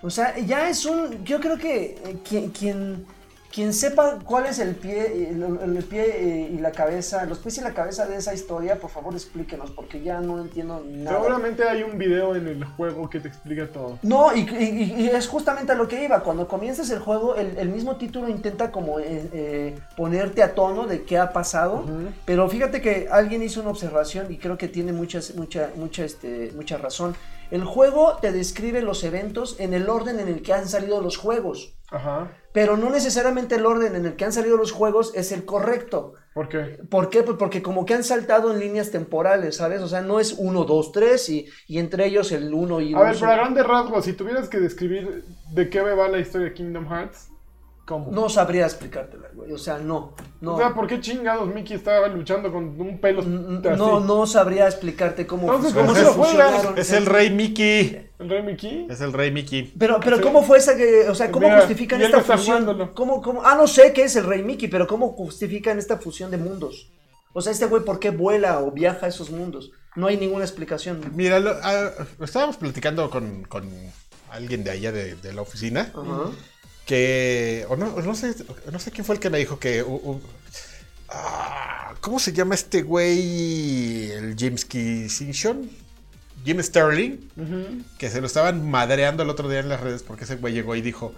[SPEAKER 3] O sea, ya es un. Yo creo que eh, quien, quien, quien sepa cuál es el pie, eh, el, el pie eh, y la cabeza, los pies y la cabeza de esa historia, por favor explíquenos, porque ya no entiendo nada.
[SPEAKER 1] Seguramente hay un video en el juego que te explica todo.
[SPEAKER 3] No, y, y- y es justamente a lo que iba. Cuando comienzas el juego, el, el mismo título intenta como eh, eh, ponerte a tono de qué ha pasado. Pero fíjate que alguien hizo una observación y creo que tiene muchas, mucha, mucha, este, mucha razón. El juego te describe los eventos en el orden en el que han salido los juegos.
[SPEAKER 1] Ajá.
[SPEAKER 3] Pero no necesariamente el orden en el que han salido los juegos es el correcto.
[SPEAKER 1] ¿Por qué?
[SPEAKER 3] ¿Por qué? Pues porque como que han saltado en líneas temporales, ¿sabes? O sea, no es 1, 2, 3 y, y entre ellos el 1 y 2.
[SPEAKER 1] A ver, pero a grandes rasgos, si tuvieras que describir de qué va la historia de Kingdom Hearts, ¿cómo?
[SPEAKER 3] No sabría explicártela, güey. O sea, no. No,
[SPEAKER 1] O sea, ¿por qué chingados Mickey estaba luchando con un pelo
[SPEAKER 3] N-
[SPEAKER 1] así?
[SPEAKER 3] mm, no, no sabría explicarte cómo
[SPEAKER 1] Entonces,
[SPEAKER 3] fue-
[SPEAKER 2] ¿cómo se lo
[SPEAKER 1] juegas?
[SPEAKER 3] funcionaron.
[SPEAKER 2] Pues Es el rey Mickey.
[SPEAKER 1] ¿El rey Mickey?
[SPEAKER 2] Es el rey Mickey.
[SPEAKER 3] Pero, pero
[SPEAKER 1] Sí.
[SPEAKER 3] ¿cómo fue esa que, o sea, cómo
[SPEAKER 1] Mira,
[SPEAKER 3] justifican
[SPEAKER 1] y él
[SPEAKER 3] esta
[SPEAKER 1] no está
[SPEAKER 3] fusión?
[SPEAKER 1] jugándolo.
[SPEAKER 3] ¿Cómo, cómo? Ah, no sé qué es el Rey Mickey, pero ¿cómo justifican esta fusión de mundos? O sea, este güey, ¿por qué vuela o viaja a esos mundos? No hay ninguna explicación.
[SPEAKER 2] Mira, lo, ah, lo estábamos platicando con, con alguien de allá de, de la oficina.
[SPEAKER 3] Ajá.
[SPEAKER 2] Que. O no, o no sé, no sé quién fue el que me dijo que. u- u- ah, ¿Cómo se llama este güey? El James Kishon. Jim Sterling.
[SPEAKER 1] Ujú.
[SPEAKER 2] que se lo estaban madreando el otro día en las redes porque ese güey llegó y dijo,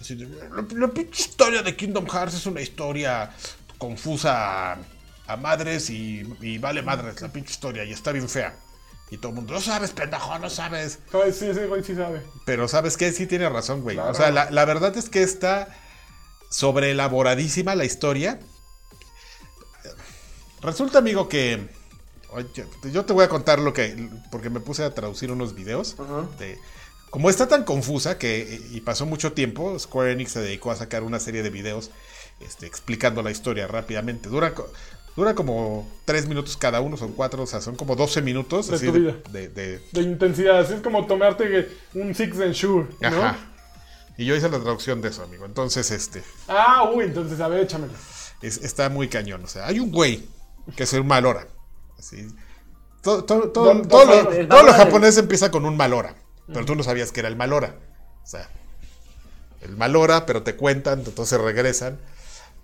[SPEAKER 2] así de, la, la pinche historia de Kingdom Hearts es una historia confusa a, a madres y, y vale madres la pinche historia y está bien fea. Y todo el mundo, no sabes, pendejo, no sabes.
[SPEAKER 1] Ay, sí, ese güey sí sabe.
[SPEAKER 2] Pero sabes que sí tiene razón, güey. O sea, la, la verdad es que está sobreelaboradísima la historia. Resulta, amigo, que... oye, Yo te voy a contar lo que... Porque me puse a traducir unos videos.
[SPEAKER 3] Ajá.
[SPEAKER 2] de- como está tan confusa que... Y pasó mucho tiempo, Square Enix se dedicó a sacar una serie de videos este, explicando la historia rápidamente. Dura, co- dura como tres minutos cada uno, son cuatro, o sea, son como 12 minutos.
[SPEAKER 1] De
[SPEAKER 2] así
[SPEAKER 1] tu
[SPEAKER 2] de-
[SPEAKER 1] vida.
[SPEAKER 2] de- de,
[SPEAKER 1] De intensidad, así es como tomarte un Six and Sure, ¿no?
[SPEAKER 2] Ajá. Y yo hice la traducción de eso, amigo. Entonces, este,
[SPEAKER 1] Ah, uy, entonces, a ver, échamelo.
[SPEAKER 2] es- está muy cañón. O sea, hay un güey que es un mal hora. Así. Todo, todo- todo-
[SPEAKER 1] Don-
[SPEAKER 2] todo
[SPEAKER 1] don
[SPEAKER 2] lo-
[SPEAKER 3] Manuel,
[SPEAKER 2] todo lo
[SPEAKER 3] Manuel.
[SPEAKER 2] japonés empieza con un mal hora. Pero tú no sabías que era el mal hora. O sea, el mal hora, pero te cuentan, entonces regresan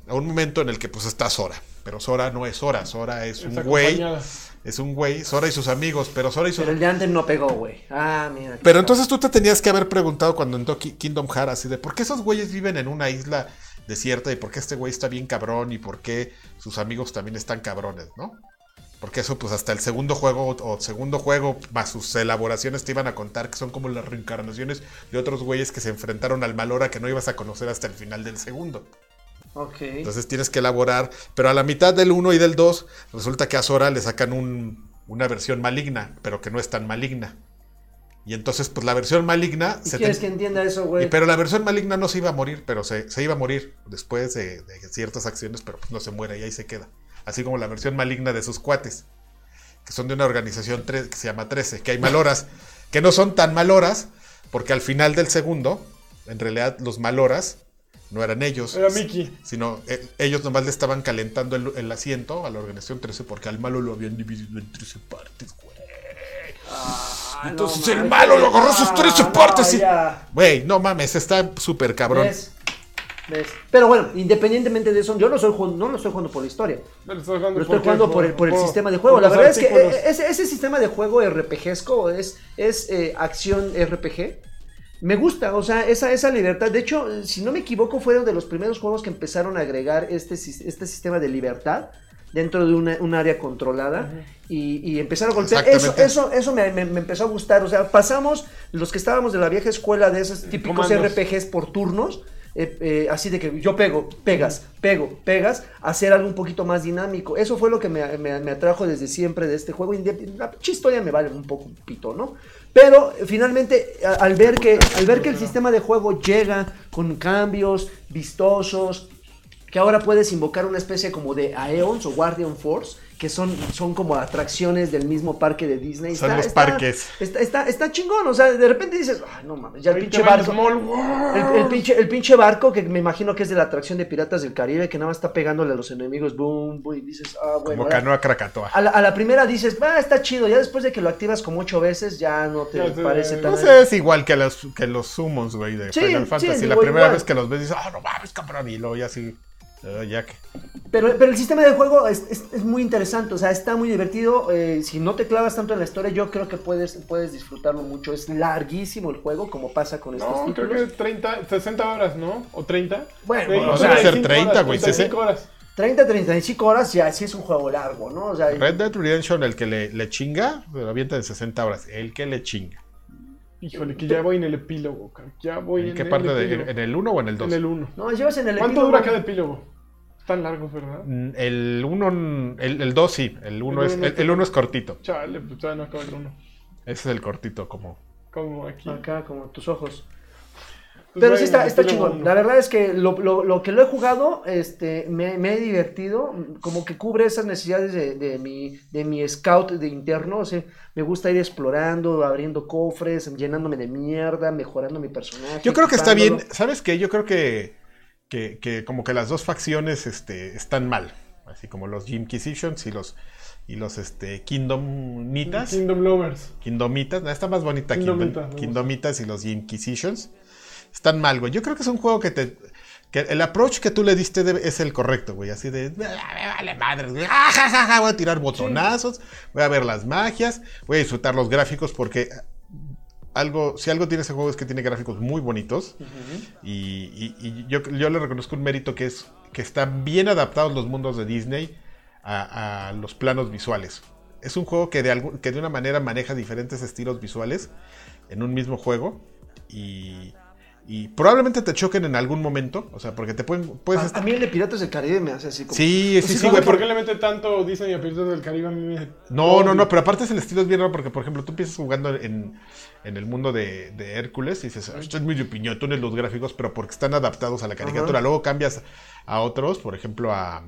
[SPEAKER 2] a un momento en el que pues está Sora. Pero Sora no es Sora, Sora es un
[SPEAKER 1] Está
[SPEAKER 2] güey.
[SPEAKER 1] acompañada.
[SPEAKER 2] Es un güey, Sora y sus amigos, pero Sora y sus
[SPEAKER 3] Pero el de antes no pegó, güey. Ah, mira.
[SPEAKER 2] Pero entonces tú te tenías que haber preguntado cuando entró Ki- Kingdom Hearts, así de por qué esos güeyes viven en una isla desierta y por qué este güey está bien cabrón y por qué sus amigos también están cabrones, ¿no? Porque eso, pues hasta el segundo juego o segundo juego, más sus elaboraciones, te iban a contar que son como las reencarnaciones de otros güeyes que se enfrentaron al mal hora que no ibas a conocer hasta el final del segundo.
[SPEAKER 3] Ok.
[SPEAKER 2] Entonces tienes que elaborar, pero a la mitad del 1 y del 2, resulta que a Sora le sacan un- una versión maligna, pero que no es tan maligna. Y entonces, pues la versión maligna.
[SPEAKER 3] ¿Y
[SPEAKER 2] se
[SPEAKER 3] quieres
[SPEAKER 2] te-
[SPEAKER 3] que entienda eso,
[SPEAKER 2] y-
[SPEAKER 1] pues.
[SPEAKER 3] güey?
[SPEAKER 2] pero la versión maligna no se iba a morir, pero se, se iba a morir después de, de ciertas acciones, pero pues, no se muere y ahí se queda. Así como la versión maligna de sus cuates, que son de una organización tre- que se llama 13, que
[SPEAKER 1] [laughs]
[SPEAKER 2] hay maloras, que no son tan maloras, porque al final del segundo, en realidad los maloras no eran ellos.
[SPEAKER 1] Era Mickey.
[SPEAKER 2] Sino eh, ellos nomás le estaban calentando el, el asiento a la organización 13 porque al malo lo habían dividido en 13 partes, güey.
[SPEAKER 3] Ah,
[SPEAKER 2] Entonces
[SPEAKER 3] no,
[SPEAKER 2] el
[SPEAKER 3] mames.
[SPEAKER 2] malo lo agarró sus
[SPEAKER 3] Ah,
[SPEAKER 2] 13
[SPEAKER 3] no,
[SPEAKER 2] partes y-
[SPEAKER 3] ya.
[SPEAKER 2] Güey, no mames, está súper cabrón.
[SPEAKER 3] ¿Ves? ¿Ves? Pero bueno, independientemente de eso, yo no, soy, ju- no lo estoy jugando por la historia.
[SPEAKER 1] No lo estoy jugando
[SPEAKER 3] Lo estoy jugando por el, por el sistema de juego.
[SPEAKER 1] por
[SPEAKER 3] La
[SPEAKER 1] los
[SPEAKER 3] verdad es que
[SPEAKER 1] artículos.
[SPEAKER 3] eh, ese, ese sistema de juego RPGesco es, es eh, acción RPG. Me gusta, o sea, esa, esa libertad. De hecho, eh, si no me equivoco, fueron de los primeros juegos que empezaron a agregar este, sis- este sistema de libertad dentro de una- un área controlada y, y empezar a golpear. Eso,
[SPEAKER 2] Exactamente.
[SPEAKER 3] eso, eso me, me- me empezó a gustar. O sea, pasamos los que estábamos de la vieja escuela de esos típicos
[SPEAKER 1] Comandos.
[SPEAKER 3] RPGs por turnos. eh, eh, así de que yo pego, pegas, pego, pegas, hacer algo un poquito más dinámico. Eso fue lo que me, me- me atrajo desde siempre de este juego. Indep- La pinche historia me vale un poco un pito, ¿no? Pero eh, finalmente, a- al ver, que, al ver que el sistema de juego llega con cambios vistosos, que ahora puedes invocar una especie como de Aeons o Guardian Force, que son, son como atracciones del mismo parque de Disney.
[SPEAKER 2] Son los parques.
[SPEAKER 3] Está, está, está chingón, o sea, de repente dices, ay, no mames, ya el pinche
[SPEAKER 1] bar
[SPEAKER 3] barco. El, el pinche, el pinche barco que me imagino que es de la atracción de Piratas del Caribe, que nada más está pegándole a los enemigos, boom, boom, y dices, ah, bueno.
[SPEAKER 2] Como
[SPEAKER 3] ahora-
[SPEAKER 2] canoa Krakatoa.
[SPEAKER 3] a la, a la primera dices, ah, está chido, ya después de que lo activas como ocho veces, ya no te
[SPEAKER 1] Ya te-
[SPEAKER 3] parece tan...
[SPEAKER 2] No sé, Pues es igual que los, que los summons, güey, de
[SPEAKER 3] Sí,
[SPEAKER 2] Final
[SPEAKER 3] sí,
[SPEAKER 2] Fantasy. la
[SPEAKER 3] digo,
[SPEAKER 2] primera
[SPEAKER 3] igual.
[SPEAKER 2] vez que los ves dices, ah, no mames, cabrón, y luego ya así, eh, ya que...
[SPEAKER 3] Pero, pero el sistema de juego es, es- es muy interesante, o sea, está muy divertido. eh, si no te clavas tanto en la historia, yo creo que puedes, puedes disfrutarlo mucho. Es larguísimo el juego, como pasa con estos
[SPEAKER 1] No, creo
[SPEAKER 3] títulos.
[SPEAKER 1] que 30, 60 horas, ¿no? ¿O 30?
[SPEAKER 3] Bueno,
[SPEAKER 1] Sí,
[SPEAKER 3] o
[SPEAKER 1] no,
[SPEAKER 3] sea,
[SPEAKER 2] debe ser
[SPEAKER 1] 35
[SPEAKER 2] 30,
[SPEAKER 1] horas,
[SPEAKER 2] güey,
[SPEAKER 1] 35
[SPEAKER 2] sí,
[SPEAKER 1] horas.
[SPEAKER 3] 30, 35 horas, ya sí es un juego largo, ¿no? O sea,
[SPEAKER 2] Red Dead Redemption, el que le, le chinga, se lo avienta en 60 horas. El que le chinga.
[SPEAKER 1] Híjole, que ya voy en el epílogo, cabrón, Ya voy en
[SPEAKER 2] ¿En qué
[SPEAKER 1] el
[SPEAKER 2] parte? de-
[SPEAKER 1] epílogo.
[SPEAKER 2] ¿En el 1 o en el 2?
[SPEAKER 1] En el 1.
[SPEAKER 3] no, llevas en el
[SPEAKER 1] ¿Cuánto
[SPEAKER 3] epílogo-
[SPEAKER 1] dura cada epílogo? Tan largo, ¿verdad?
[SPEAKER 2] Mm, El 1, el, el 2 sí, el 1
[SPEAKER 1] El
[SPEAKER 2] es,
[SPEAKER 1] uno
[SPEAKER 2] el,
[SPEAKER 1] no.
[SPEAKER 2] el uno es cortito.
[SPEAKER 1] Chale, pues todavía no acaba el 1.
[SPEAKER 2] Ese es el cortito, como.
[SPEAKER 1] Como aquí.
[SPEAKER 3] Acá, como tus ojos.
[SPEAKER 1] Pues
[SPEAKER 3] Pero
[SPEAKER 1] voy
[SPEAKER 3] sí
[SPEAKER 1] en
[SPEAKER 3] está,
[SPEAKER 1] el
[SPEAKER 3] está
[SPEAKER 1] epílogo
[SPEAKER 3] chingón.
[SPEAKER 1] uno.
[SPEAKER 3] La verdad es que lo, lo- lo que lo he jugado, este, me, me he divertido, como que cubre esas necesidades de, de mi, de mi scout de interno. O sea, me gusta ir explorando, abriendo cofres, llenándome de mierda, mejorando mi personaje.
[SPEAKER 2] Yo creo que está
[SPEAKER 3] equipándolo.
[SPEAKER 2] bien. ¿Sabes qué? Yo creo que, que, que como que las dos facciones este, están mal. Así como los Jimquisitions y los, y los este, Kingdomitas.
[SPEAKER 1] Kingdom Lovers.
[SPEAKER 2] Kingdomitas, no, está más bonita Kingdom-
[SPEAKER 1] Kingdomita, me
[SPEAKER 2] Kingdomitas,
[SPEAKER 1] gusta.
[SPEAKER 2] y los Inquisitions. Están mal, güey. Yo creo que es un juego que te. Que el approach que tú le diste debe- es el correcto, güey. Así de. "Ah, Me vale madre. güey. Ah, ja, ja, ja, voy a tirar botonazos. Voy a ver las magias. Voy a disfrutar los gráficos porque. Algo, si algo tiene ese juego es que tiene gráficos muy bonitos. Y, y- y yo, yo le reconozco un mérito que es que están bien adaptados los mundos de Disney a, a los planos visuales. Es un juego que de, algún- que de una manera maneja diferentes estilos visuales en un mismo juego y, y probablemente te choquen en algún momento. O sea, porque te pueden... Puedes
[SPEAKER 3] A, a
[SPEAKER 2] estar-
[SPEAKER 3] mí el de Piratas del Caribe me hace así Ah, como.
[SPEAKER 2] Pues Sí, sí,
[SPEAKER 1] Sí,
[SPEAKER 2] sí, güey.
[SPEAKER 1] ¿Por
[SPEAKER 2] porque-
[SPEAKER 1] qué le mete tanto Disney a Piratas del Caribe? A mí me...
[SPEAKER 2] No, no, no, pero aparte es el estilo es bien raro porque, por ejemplo, tú empiezas jugando en, en el mundo de, de Hércules y dices, "Ah, están medio piñotones los gráficos, pero porque están adaptados a la caricatura.
[SPEAKER 3] Ajá.
[SPEAKER 2] Luego cambias a otros, por ejemplo, a,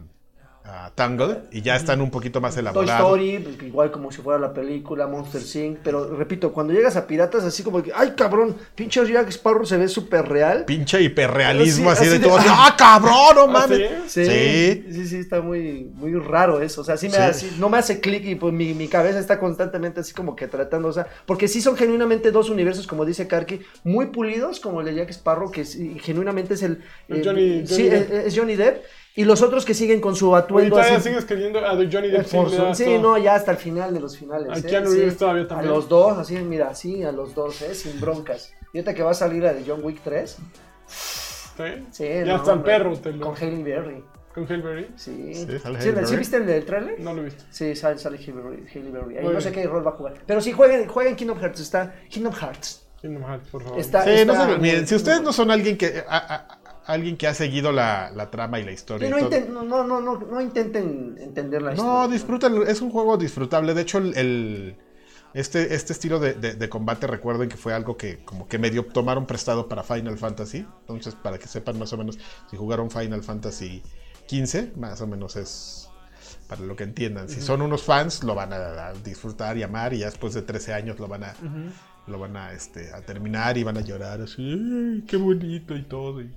[SPEAKER 2] a Tangled y ya están un poquito más
[SPEAKER 3] Toy
[SPEAKER 2] elaborados.
[SPEAKER 3] Story, pues, igual como si fuera la película, Monster Inc. Pero repito, cuando llegas a Piratas, así como que, ay cabrón, pinche Jack Sparrow se ve súper real.
[SPEAKER 2] Pinche hiperrealismo
[SPEAKER 3] Sí,
[SPEAKER 2] así,
[SPEAKER 3] así
[SPEAKER 2] de,
[SPEAKER 3] de-
[SPEAKER 2] todo. así,
[SPEAKER 3] [laughs]
[SPEAKER 2] ¡Ah, cabrón! ¡No
[SPEAKER 1] ¿Ah, sí?
[SPEAKER 2] mames!
[SPEAKER 3] Sí,
[SPEAKER 2] Sí.
[SPEAKER 3] sí, sí, está muy, muy raro eso. O sea, sí me
[SPEAKER 2] Sí.
[SPEAKER 3] hace- no me hace clic y pues mi, mi cabeza está constantemente así como que tratando, o sea, porque sí son genuinamente dos universos, como dice Karki, muy pulidos, como el de Jack Sparrow, que sí, genuinamente es el.
[SPEAKER 1] El Johnny-
[SPEAKER 3] sí,
[SPEAKER 1] Johnny
[SPEAKER 3] es-
[SPEAKER 1] Depp.
[SPEAKER 3] es Johnny Depp. Y los otros que siguen con su
[SPEAKER 1] Oye,
[SPEAKER 3] atuendo
[SPEAKER 1] todavía
[SPEAKER 3] así. Eh,
[SPEAKER 1] sigues creyendo a Johnny Depp.
[SPEAKER 3] Por
[SPEAKER 1] le
[SPEAKER 3] su-
[SPEAKER 1] das
[SPEAKER 3] sí,
[SPEAKER 1] todo.
[SPEAKER 3] no, ya hasta el final de los finales.
[SPEAKER 1] A
[SPEAKER 3] ¿eh?
[SPEAKER 1] Keanu
[SPEAKER 3] Sí.
[SPEAKER 1] Reeves todavía también.
[SPEAKER 3] A los dos, así, mira, sí, a los dos, ¿eh? sin broncas. Y ahorita que va a salir la de John Wick 3.
[SPEAKER 1] ¿Sí?
[SPEAKER 3] Sí,
[SPEAKER 1] ya
[SPEAKER 3] no,
[SPEAKER 1] hasta el
[SPEAKER 3] hombre,
[SPEAKER 1] perro te lo...
[SPEAKER 3] Con Hailey Berry.
[SPEAKER 1] ¿Con Hailberry?
[SPEAKER 3] Sí.
[SPEAKER 2] Sí,
[SPEAKER 3] Sí,
[SPEAKER 2] sale
[SPEAKER 3] ¿sí
[SPEAKER 2] Hailey Berry.
[SPEAKER 3] viste el, el tráiler?
[SPEAKER 1] No lo he visto.
[SPEAKER 3] Sí, sale, sale Hailey Berry- Hailey Berry. Ahí
[SPEAKER 1] Muy
[SPEAKER 3] no sé
[SPEAKER 1] bien.
[SPEAKER 3] qué rol va a jugar. Pero sí, jueguen, jueguen Kingdom Hearts. Está Kingdom Hearts.
[SPEAKER 1] Kingdom Hearts, por favor.
[SPEAKER 3] Está-
[SPEAKER 2] Sí, no
[SPEAKER 3] está
[SPEAKER 2] se-
[SPEAKER 3] muy-
[SPEAKER 2] miren, si ustedes no son alguien que, a- a- a- alguien que ha seguido la, la trama y la historia.
[SPEAKER 3] Y
[SPEAKER 2] y
[SPEAKER 3] no,
[SPEAKER 2] todo,
[SPEAKER 3] inten- no, no, no, no, no intenten entender la historia.
[SPEAKER 2] No, disfrútalo, es un juego disfrutable. De hecho, el, el- este, este estilo de, de- de combate, recuerden que fue algo que como que medio tomaron prestado para Final Fantasy. Entonces, para que sepan más o menos, si jugaron Final Fantasy 15, más o menos es para lo que entiendan. Si son unos fans, lo van a, a disfrutar y amar, y ya después de 13 años lo van a, lo van a, este, a terminar y van a llorar así, "Ay, qué bonito y todo. Y,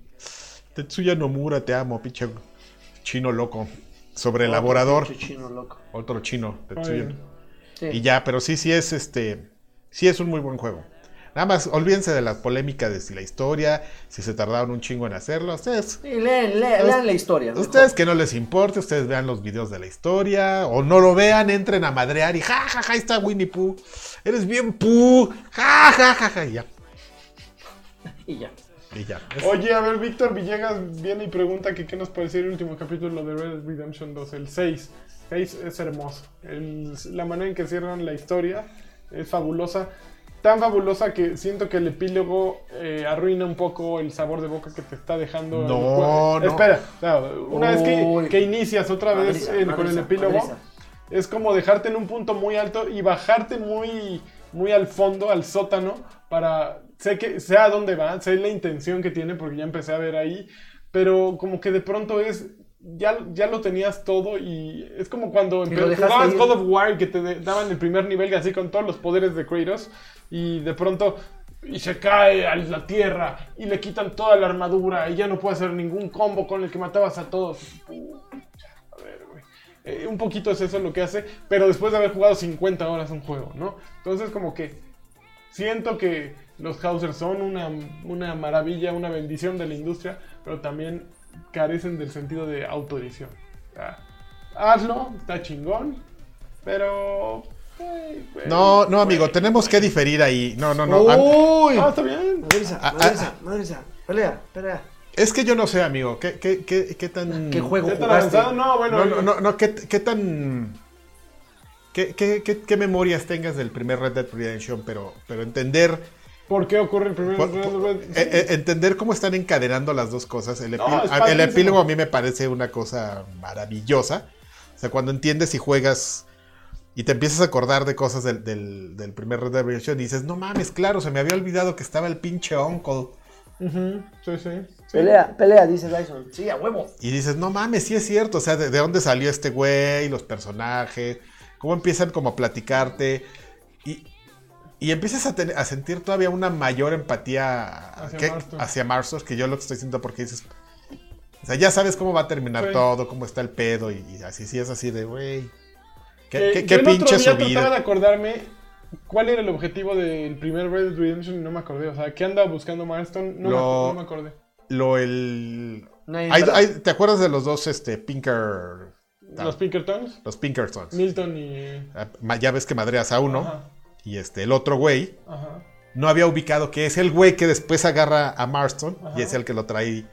[SPEAKER 2] Tetsuya Nomura, te amo, pinche chino
[SPEAKER 3] Oh,
[SPEAKER 2] loco. Sobre elaborador.
[SPEAKER 3] Pinche chino loco.
[SPEAKER 2] Otro chino,
[SPEAKER 1] Ay,
[SPEAKER 2] Tetsuya.
[SPEAKER 1] bien.
[SPEAKER 3] Sí.
[SPEAKER 2] Y ya, pero sí, sí es este. sí es un muy buen juego. Nada más, olvídense de la polémica de si la historia, si se tardaron un chingo en hacerlo. Ustedes,
[SPEAKER 3] Sí, lean, lean, lean la historia. mejor.
[SPEAKER 2] ustedes que no les importe, ustedes vean los videos de la historia o no lo vean, entren a madrear y ja, ja, ja, ahí está Winnie Pooh. Eres bien Pooh. Ja, ja, ja, ja, y ya.
[SPEAKER 3] Y ya.
[SPEAKER 2] Y ya. [laughs] Es-
[SPEAKER 1] Oye, a ver, Víctor Villegas viene y pregunta que qué nos pareció el último capítulo de Red Dead Redemption 2, el 6. 6 es hermoso. El- la manera en que cierran la historia es fabulosa. Tan fabulosa que siento que el epílogo eh, arruina un poco el sabor de boca que te está dejando.
[SPEAKER 2] No,
[SPEAKER 1] el juego.
[SPEAKER 2] no.
[SPEAKER 1] Espera, o sea, una vez
[SPEAKER 3] Uy.
[SPEAKER 1] que, que inicias otra vez
[SPEAKER 3] Madriza,
[SPEAKER 1] eh, con el
[SPEAKER 3] madriza,
[SPEAKER 1] epílogo,
[SPEAKER 3] madriza.
[SPEAKER 1] es como dejarte en un punto muy alto y bajarte muy, muy al fondo, al sótano, para... Sé que sé a dónde va, sé la intención que tiene, porque ya empecé a ver ahí, pero como que de pronto es... Ya, ya lo tenías todo y es como cuando
[SPEAKER 3] Y
[SPEAKER 1] empe-
[SPEAKER 3] lo dejaste
[SPEAKER 1] jugabas
[SPEAKER 3] ir.
[SPEAKER 1] God of War que te de- daban el primer nivel así con todos los poderes de Kratos y de pronto y se cae a la tierra y le quitan toda la armadura y ya no puede hacer ningún combo con el que matabas a todos. A ver, güey. Eh, un poquito es eso lo que hace, pero después de haber jugado 50 horas un juego, ¿no? Entonces como que siento que los Hausers son una, una maravilla, una bendición de la industria, pero también carecen del sentido de autoedición. O sea, hazlo, está chingón, pero... eh, güey,
[SPEAKER 2] No, no, amigo,
[SPEAKER 1] güey.
[SPEAKER 2] tenemos que diferir ahí. No, no, no. am-
[SPEAKER 3] Uy.
[SPEAKER 1] Ah, está bien.
[SPEAKER 3] Madriza,
[SPEAKER 2] Ah, ah,
[SPEAKER 3] madriza, madriza. Pelea, pelea.
[SPEAKER 2] Es que yo no sé, amigo. ¿Qué, qué, qué, qué tan.
[SPEAKER 3] ¿Qué juego
[SPEAKER 1] ¿Ya tan
[SPEAKER 3] jugaste?
[SPEAKER 1] avanzado? No, bueno.
[SPEAKER 2] No, no, no, no, ¿qué, qué tan. Qué, qué- qué- qué memorias tengas del primer Red Dead Redemption? Pero, pero entender.
[SPEAKER 1] ¿Por qué ocurre el primer...
[SPEAKER 2] por- por- eh, eh, entender cómo están encadenando las dos cosas. El,
[SPEAKER 1] pues, No,
[SPEAKER 2] epí-
[SPEAKER 1] es
[SPEAKER 2] a- el
[SPEAKER 1] padrísimo.
[SPEAKER 2] epílogo a mí me parece una cosa maravillosa. O sea, cuando entiendes y juegas y te empiezas a acordar de cosas del, del- del primer Red Dead Redemption, dices, no mames, claro, se me había olvidado que estaba el pinche Uncle.
[SPEAKER 1] Ujú, sí, sí, sí.
[SPEAKER 3] Pelea, pelea, dice Dyson. Sí, a huevo.
[SPEAKER 2] Y dices, no mames, sí es cierto. O sea, ¿de, de dónde salió este güey? Los personajes. Cómo empiezan como a platicarte. Y, y empiezas a, tener- a sentir todavía una mayor empatía
[SPEAKER 1] Hacia
[SPEAKER 2] que-
[SPEAKER 1] Marston.
[SPEAKER 2] hacia Marston, que yo lo que estoy sintiendo porque dices... O sea, ya sabes cómo va a terminar
[SPEAKER 1] Sí.
[SPEAKER 2] todo, cómo está el pedo. Y, y así sí es así de, güey. ¿Qué,
[SPEAKER 1] Que Eh,
[SPEAKER 2] qué-
[SPEAKER 1] yo
[SPEAKER 2] qué
[SPEAKER 1] el
[SPEAKER 2] pinche
[SPEAKER 1] otro día
[SPEAKER 2] subida?
[SPEAKER 1] trataba de acordarme cuál era el objetivo del primer Red Dead Redemption y no me acordé. O sea, ¿qué andaba buscando Marston? No, me,
[SPEAKER 2] Lo-
[SPEAKER 1] acu- no me acordé.
[SPEAKER 2] Lo el...
[SPEAKER 3] Nadie
[SPEAKER 2] hay-
[SPEAKER 3] para-
[SPEAKER 2] hay- ¿Te acuerdas de los dos, este, Pinker... Ah,
[SPEAKER 1] Los Pinkertons,
[SPEAKER 2] los Pinkertons?
[SPEAKER 1] Milton y...
[SPEAKER 2] Ah, ma- Ya ves que madreas a uno.
[SPEAKER 1] Ajá,
[SPEAKER 2] Y este, el otro güey...
[SPEAKER 1] ajá.
[SPEAKER 2] no había ubicado que es el güey que después agarra a Marston
[SPEAKER 1] Ajá.
[SPEAKER 2] y es el que lo trae